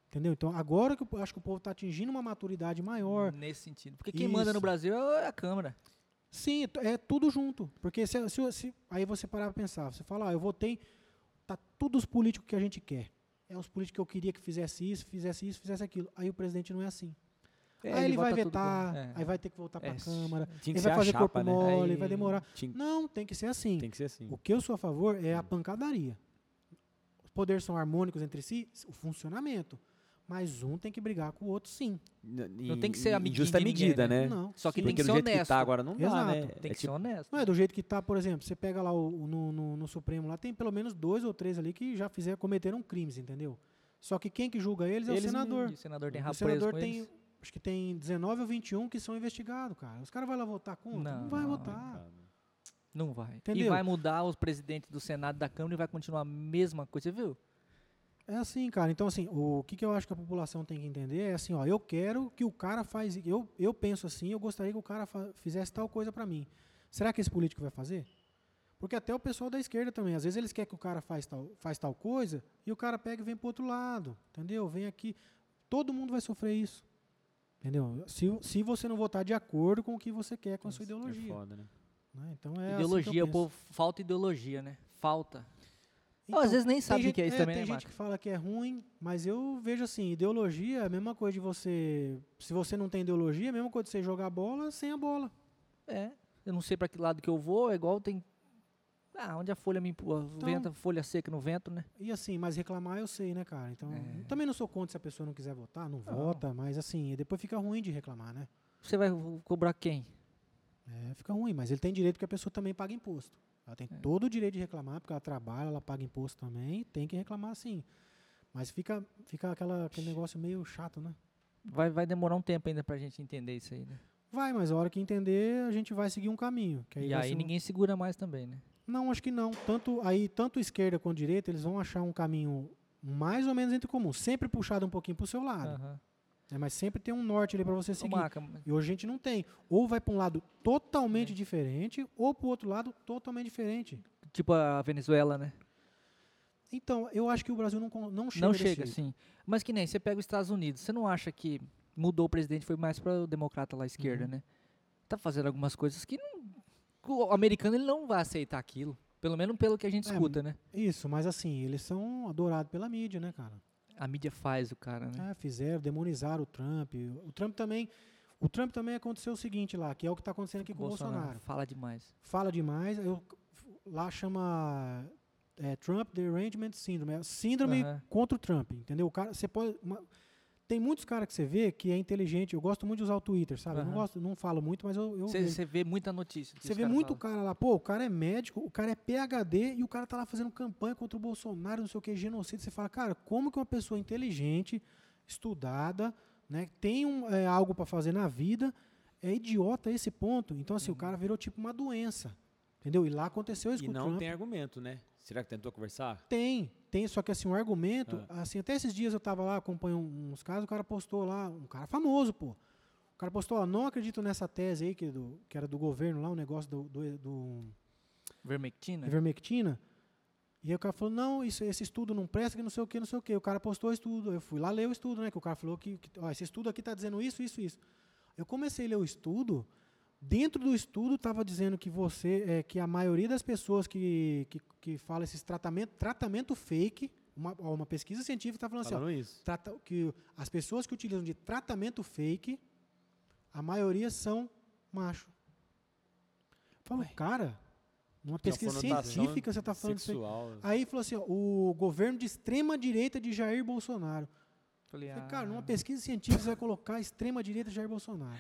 B: Entendeu? Então, agora que eu acho que o povo está atingindo uma maturidade maior.
C: Nesse sentido. Porque quem
B: Isso.
C: manda no Brasil é a Câmara.
B: Sim, t- é tudo junto. Porque se, se- se- aí você parar pra pensar, você fala, ah, eu votei, tá tudo os políticos que a gente quer. É os políticos que eu queria que fizesse isso, fizesse isso, fizesse aquilo. Aí o presidente não é assim.
C: É,
B: aí ele, vai
C: vota tudo
B: vetar,
C: contra. É.
B: aí vai ter que voltar para
C: É.
B: pra Câmara,
A: Tinha
B: ele
A: que
B: vai
A: ser a
B: fazer corpo
A: chapa, né?
B: mole,
C: Aí-
B: vai demorar.
A: Tinha-
B: Não, tem que ser assim.
A: Tem que ser assim.
B: O que eu sou a favor
C: Hum.
B: é a pancadaria. Os poderes são harmônicos entre si, o funcionamento. Mas um tem que brigar com o outro, sim.
A: Não
C: tem que ser amiguinho
A: Justa
C: de ninguém,
A: medida,
C: né?
A: né?
B: Não.
C: Só que
A: Porque
C: tem que
A: do
C: ser
A: jeito
C: honesto.
A: que tá agora não dá, né?
B: Exato.
C: Tem
A: É
C: que ser
A: tipo,
C: honesto.
B: Não é do jeito que tá, por exemplo, você pega lá o- o- no, no- no Supremo, lá tem pelo menos dois ou três ali que já fizeram, cometeram crimes, entendeu? Só que quem que julga eles é o
A: Eles
B: senador.
C: E O senador tem
B: o
C: rapaz
B: senador
C: é com
B: tem,
C: eles.
B: acho que tem 19 ou 21 que são investigados, cara. Os caras vão lá votar contra? Não, vai
C: Não,
B: votar.
C: Não vai. E
B: Entendeu?
C: vai mudar os presidentes do Senado e da Câmara e vai continuar a mesma coisa, viu?
B: É assim, cara. Então, assim, o que, que eu acho que a população tem que entender é assim, ó, eu quero que o cara faz. Eu, eu penso assim, eu gostaria que o cara fa- fizesse tal coisa pra mim. Será que esse político vai fazer? Porque até o pessoal da esquerda também, às vezes eles querem que o cara faz tal, faz tal coisa e o cara pega e vem pro outro lado, entendeu? Vem aqui. Todo mundo vai sofrer isso. Entendeu? Se, o- se você não votar de acordo com o que você quer com a sua
A: É
B: ideologia.
A: foda, né?
B: né? Então é assim que eu
C: ideologia, o
B: penso.
C: povo falta ideologia, né? Falta.
B: Então,
C: Ou às vezes nem
B: Tem
C: sabe o que
B: gente-
C: que é isso
B: Tem
C: também, né,
B: gente
C: Marco?
B: que fala que é ruim, mas eu vejo assim, ideologia é a mesma coisa de você. Se você não tem ideologia, é a mesma coisa de você jogar bola sem a bola.
C: É. Eu não sei pra que lado que eu vou, é igual tem. Ah, onde a folha me empurra,
B: Então-
C: venta, folha seca no vento, né?
B: E assim, mas reclamar eu sei, né, cara? Então,
C: É.
B: eu também não sou contra se a pessoa não quiser votar, não, vota, mas assim, depois fica ruim de reclamar, né?
C: Você vai cobrar quem?
B: É, fica ruim, mas ele tem direito porque a pessoa também paga imposto. Ela tem
C: É.
B: todo o direito de reclamar, porque ela trabalha, ela paga imposto também, tem que reclamar sim. Mas fica, fica aquela, aquele negócio meio chato, né?
C: Vai, vai demorar um tempo ainda pra gente entender isso aí, né?
B: Vai, mas a hora que entender, a gente vai seguir um caminho. Que aí
C: e
B: vai
C: aí
B: ser um-
C: ninguém segura mais também, né?
B: Não, acho que não. Tanto aí, tanto esquerda quanto direita, eles vão achar um caminho mais ou menos entre comum, sempre puxado um pouquinho pro seu lado,
C: Aham.
B: né? Mas sempre tem um norte ali para você
C: Ô,
B: seguir.
C: Maca, mas-
B: E hoje a gente não tem. Ou vai para um lado totalmente
C: É.
B: diferente, ou para o outro lado totalmente diferente.
C: tipo a Venezuela, né?
B: Então, eu acho que o Brasil não, con- não chega.
C: não
B: desse
C: chega,
B: jeito.
C: sim. Mas que nem, você pega os Estados Unidos, você não acha que mudou o presidente, foi mais para o democrata lá à esquerda,
B: Uhum.
C: né? Tá fazendo algumas coisas que não, o americano ele não vai aceitar aquilo. Pelo menos pelo que a gente
B: É,
C: escuta, né?
B: Isso, mas assim, eles são adorados pela mídia, né, cara?
C: A mídia faz o cara, né?
B: Ah, fizeram, demonizaram o Trump. O Trump também. O Trump também aconteceu o seguinte lá, que é o que está acontecendo aqui com o Bolsonaro.
C: Fala demais.
B: fala demais. Eu, lá chama é, Trump Derangement Syndrome. É síndrome
C: Aham.
B: contra o Trump, entendeu? O cara, você pode. uma- tem muitos caras que você vê que é inteligente. Eu gosto muito de usar o Twitter, sabe? Eu não
C: Aham.
B: gosto, não falo muito, mas eu. eu vejo.
C: Você vê muita notícia. que
B: Você
C: os
B: vê
C: cara
B: muito
C: fala.
B: cara lá, pô, o cara é médico, o cara é PhD e o cara tá lá fazendo campanha contra o Bolsonaro, não sei o que, genocídio. Você fala, cara, como que uma pessoa inteligente, estudada, né? Tem um, é, algo para fazer na vida, é idiota esse ponto. Então, assim, o cara virou tipo uma doença. Entendeu? E lá aconteceu isso
A: Uhum. E
B: com o
A: não
B: Trump.
A: tem argumento, né? Será que tentou conversar?
B: Tem, tem, só que assim, o argumento,
A: Ah.
B: assim, até esses dias eu tava lá, acompanhando uns casos, o cara postou lá, um cara famoso, pô. O cara postou lá, não acredito nessa tese aí, que, do- que era do governo lá, o negócio do, do, do
C: Vermectina?
B: ivermectina. E aí o cara falou, não, isso, esse estudo não presta, que não sei o que, não sei o que. O cara postou o estudo, eu fui lá ler o estudo, né? Que o cara falou que, que, ó, esse estudo aqui tá dizendo isso, isso, isso. Eu comecei a ler o estudo, dentro do estudo estava dizendo que você, é, que a maioria das pessoas que, que, que fala esses tratamento, tratamento fake, uma, ó, uma pesquisa científica está falando assim, ó,
A: Falando isso.
B: trata- que as pessoas que utilizam de tratamento fake, a maioria são macho. Falou, cara, numa pesquisa
A: conotação
B: científica você está falando isso aí.
A: sexual.
B: Aí falou assim, ó, o governo de extrema direita de Jair Bolsonaro.
C: Falei,
B: Eu
C: ah,
B: Falei, cara, numa pesquisa científica você vai colocar extrema direita de Jair Bolsonaro.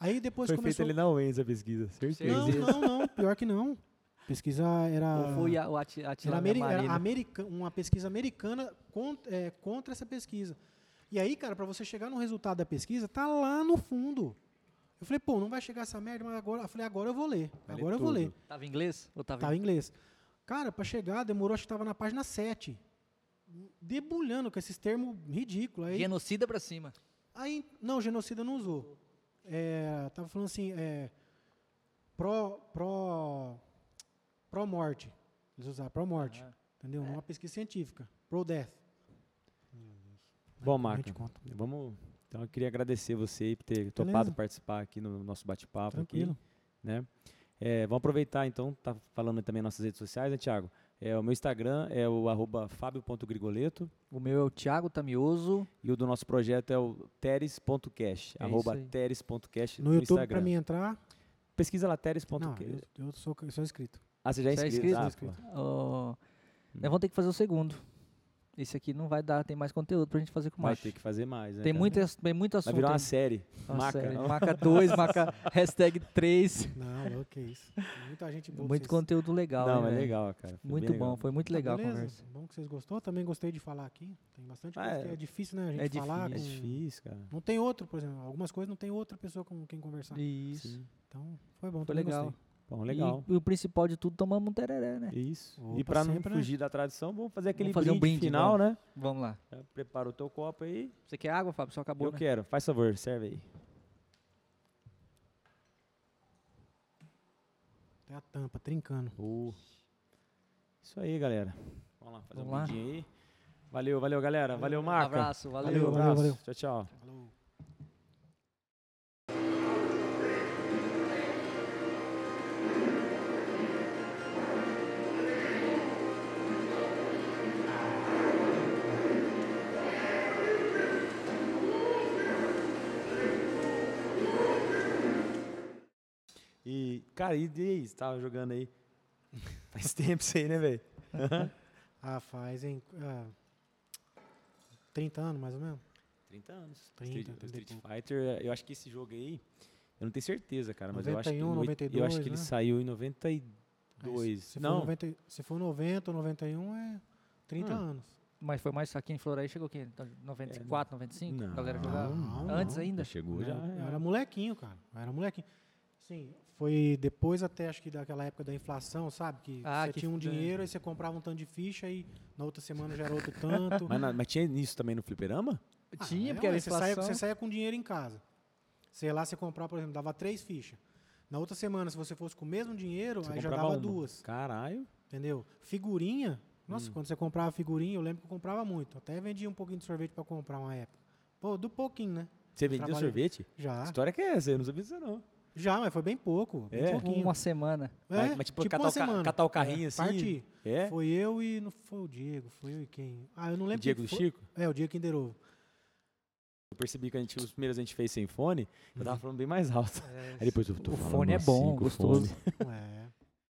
B: Aí depois
A: Foi feita
B: começou
A: ele na UENS a pesquisa, certeza.
B: Não, não, não, pior que não. Pesquisa era
C: Ou foi a, o Ati- né? Atilano
B: era,
C: e a
B: ameri- era
C: Marina?
B: america- uma pesquisa americana con- é, contra essa pesquisa. E aí, cara, para você chegar no resultado da pesquisa, tá lá no fundo. Eu falei, pô, não vai chegar essa merda, mas agora, eu falei, agora eu vou ler.
A: Vai ler
B: agora eu vou
A: tudo.
B: ler.
C: Tava em inglês? Ou tava,
B: Tava
C: em...
B: em inglês. Cara, para chegar, demorou, acho que tava na página 7. Debulhando com esses termos ridículos. Aí,
C: Genocida pra cima.
B: aí não, genocida não usou. É, tava falando assim, é, pró, pró, pró morte. Eles usaram pró morte.
C: Ah,
B: Entendeu? Numa pesquisa científica. Pro death.
A: Bom,
B: A
A: Marca,
B: gente conta.
A: vamos. Então eu queria agradecer você aí por ter topado participar aqui no nosso bate-papo. Aqui,
B: Tranquilo.
A: né? É, vamos aproveitar então, tá falando também nossas redes sociais, né, Thiago? É, o meu Instagram é o arroba fabio.grigoleto
C: O meu é o Thiago Tamioso.
A: e o do nosso projeto é o teres.cash,
C: É
A: arroba
C: isso aí.
A: teres.cash
B: No YouTube,
A: Instagram.
B: pra
C: é
B: mim entrar.
A: Pesquisa lá, teres.cash.
B: Não, eu, eu sou, eu sou inscrito.
A: Ah, você já é
C: Você é
A: inscrito?
C: inscrito?
A: Ah,
B: Inscrito.
A: pô.
C: Ó,
A: Hum.
C: Nós vamos ter que fazer o segundo. Esse aqui não vai dar, tem mais conteúdo pra gente fazer com o
A: Vai
C: Macho.
A: ter que fazer mais, né?
C: Tem
A: cara?
C: muito, ass- tem muito
A: Vai
C: assunto.
A: virar uma
C: hein?
A: série.
C: Uma
A: maca.
C: série.
A: não?
C: Maca 2, maca hashtag 3.
B: Não, ok, isso. Tem Muita gente boa. pra
C: Muito
B: vocês.
C: conteúdo legal.
A: Não,
C: hein,
A: é
C: velho?
A: legal, cara. Foi
C: né? Muito
A: bem
C: bom,
A: legal.
C: foi muito
B: Tá,
C: legal a
B: beleza.
C: conversa.
B: Bom que vocês gostou. Também gostei de falar aqui. Tem bastante
A: Ah,
B: coisa.
A: é.
B: que É difícil, né? A gente
C: É
B: falar.
A: É
B: com-
A: difícil, cara.
B: Não tem outro, por exemplo. Algumas coisas não tem outra pessoa com quem conversar.
C: Isso.
A: Sim.
B: Então, foi bom.
C: Foi
B: também
C: legal.
B: gostei.
A: Bom, legal.
C: E, e o principal de tudo, tomamos um tereré, né?
A: Isso.
B: Opa,
A: e para não
B: sempre, né?
A: fugir da tradição, vamos fazer aquele
C: fazer um
A: brinde,
C: brinde,
A: final, né?
C: Vamos lá.
A: Já Prepara o teu copo aí.
C: Você quer água, Fábio? Só acabou,
A: eu
C: né?
A: quero. Faz favor, serve aí.
B: Até a tampa, trincando.
A: Oh. Isso aí, galera. Vamos lá, fazer
C: Vamos
A: um
C: lá. Um
A: brindinho aí. Valeu, valeu, galera. Valeu, Marca.
C: Abraço,
A: Valeu,
C: valeu.
B: Valeu,
A: abraço.
B: valeu.
A: Tchau, tchau.
B: Falou.
A: E, cara, e daí? Você tava jogando aí? Faz tempo isso aí, né, velho?
B: Ah, faz em... ah, 30 anos, mais ou menos.
A: 30 anos.
B: 30,
A: Street,
B: 30 e um.
A: Street Fighter, eu acho que esse jogo aí, eu não tenho certeza, cara, mas eu acho que
B: 91,
A: no oit- eu acho
B: 92,
A: que ele
B: né?
A: saiu em
B: Aí,
A: 92.
B: É se, se For
A: não,
B: 90, e- se for 90 ou 91, é 30
A: Hum.
B: anos.
C: Mas foi mais aqui em Floraí, chegou o quê? Então, 94, 95?
A: Não.
C: A galera jogava?
B: Não,
C: Antes
B: não.
C: ainda?
A: já chegou
B: Não,
A: já. é.
B: Eu Né? era molequinho, cara. Eu era molequinho. Sim, foi depois até acho que daquela época da inflação, sabe? Que
C: Ah,
B: você
C: que
B: tinha um
C: f-
B: dinheiro, aí você comprava um tanto de ficha e na outra semana já era outro tanto.
A: Mas, na- mas tinha isso também no fliperama?
B: Ah,
C: Tinha,
B: é,
C: porque era
B: ué, você saía,
C: inflação.
B: você saía com dinheiro em casa. Você ia lá, você comprava, por exemplo, dava três fichas. Na outra semana, se você fosse com o mesmo dinheiro,
A: Você
B: aí já
A: comprava
B: dava
A: uma.
B: duas.
A: Caralho.
B: Entendeu? Figurinha.
A: Hum.
B: Nossa, quando você comprava figurinha, eu lembro que eu comprava muito. Até vendia um pouquinho de sorvete pra comprar uma época. Pô, do pouquinho, né?
A: Você vendia
B: trabalhei- Ah.
A: sorvete?
B: Já.
A: Que história que é essa? Eu não sabia disso, não.
B: Já, mas foi bem pouco. Bem
A: É?
B: um pouquinho.
C: Uma semana.
B: É,
A: mas, mas, tipo,
B: tipo
A: catar,
B: uma
A: o ca-
B: semana. É,
A: catar o carrinho assim.
B: Parti.
A: É?
B: Foi eu e não foi o Diego, foi eu e quem? Ah, eu não lembro.
A: Diego
B: quem
A: do
B: foi.
A: Chico?
B: É, o Diego Kinderovo.
A: Eu percebi que a gente, os primeiros a gente
B: Uhum.
A: fez sem fone, eu tava falando bem mais alto. Aí depois eu tô
C: O
A: falando
C: fone é
A: assim
C: bom,
A: com o
C: gostoso.
A: fone.
B: É.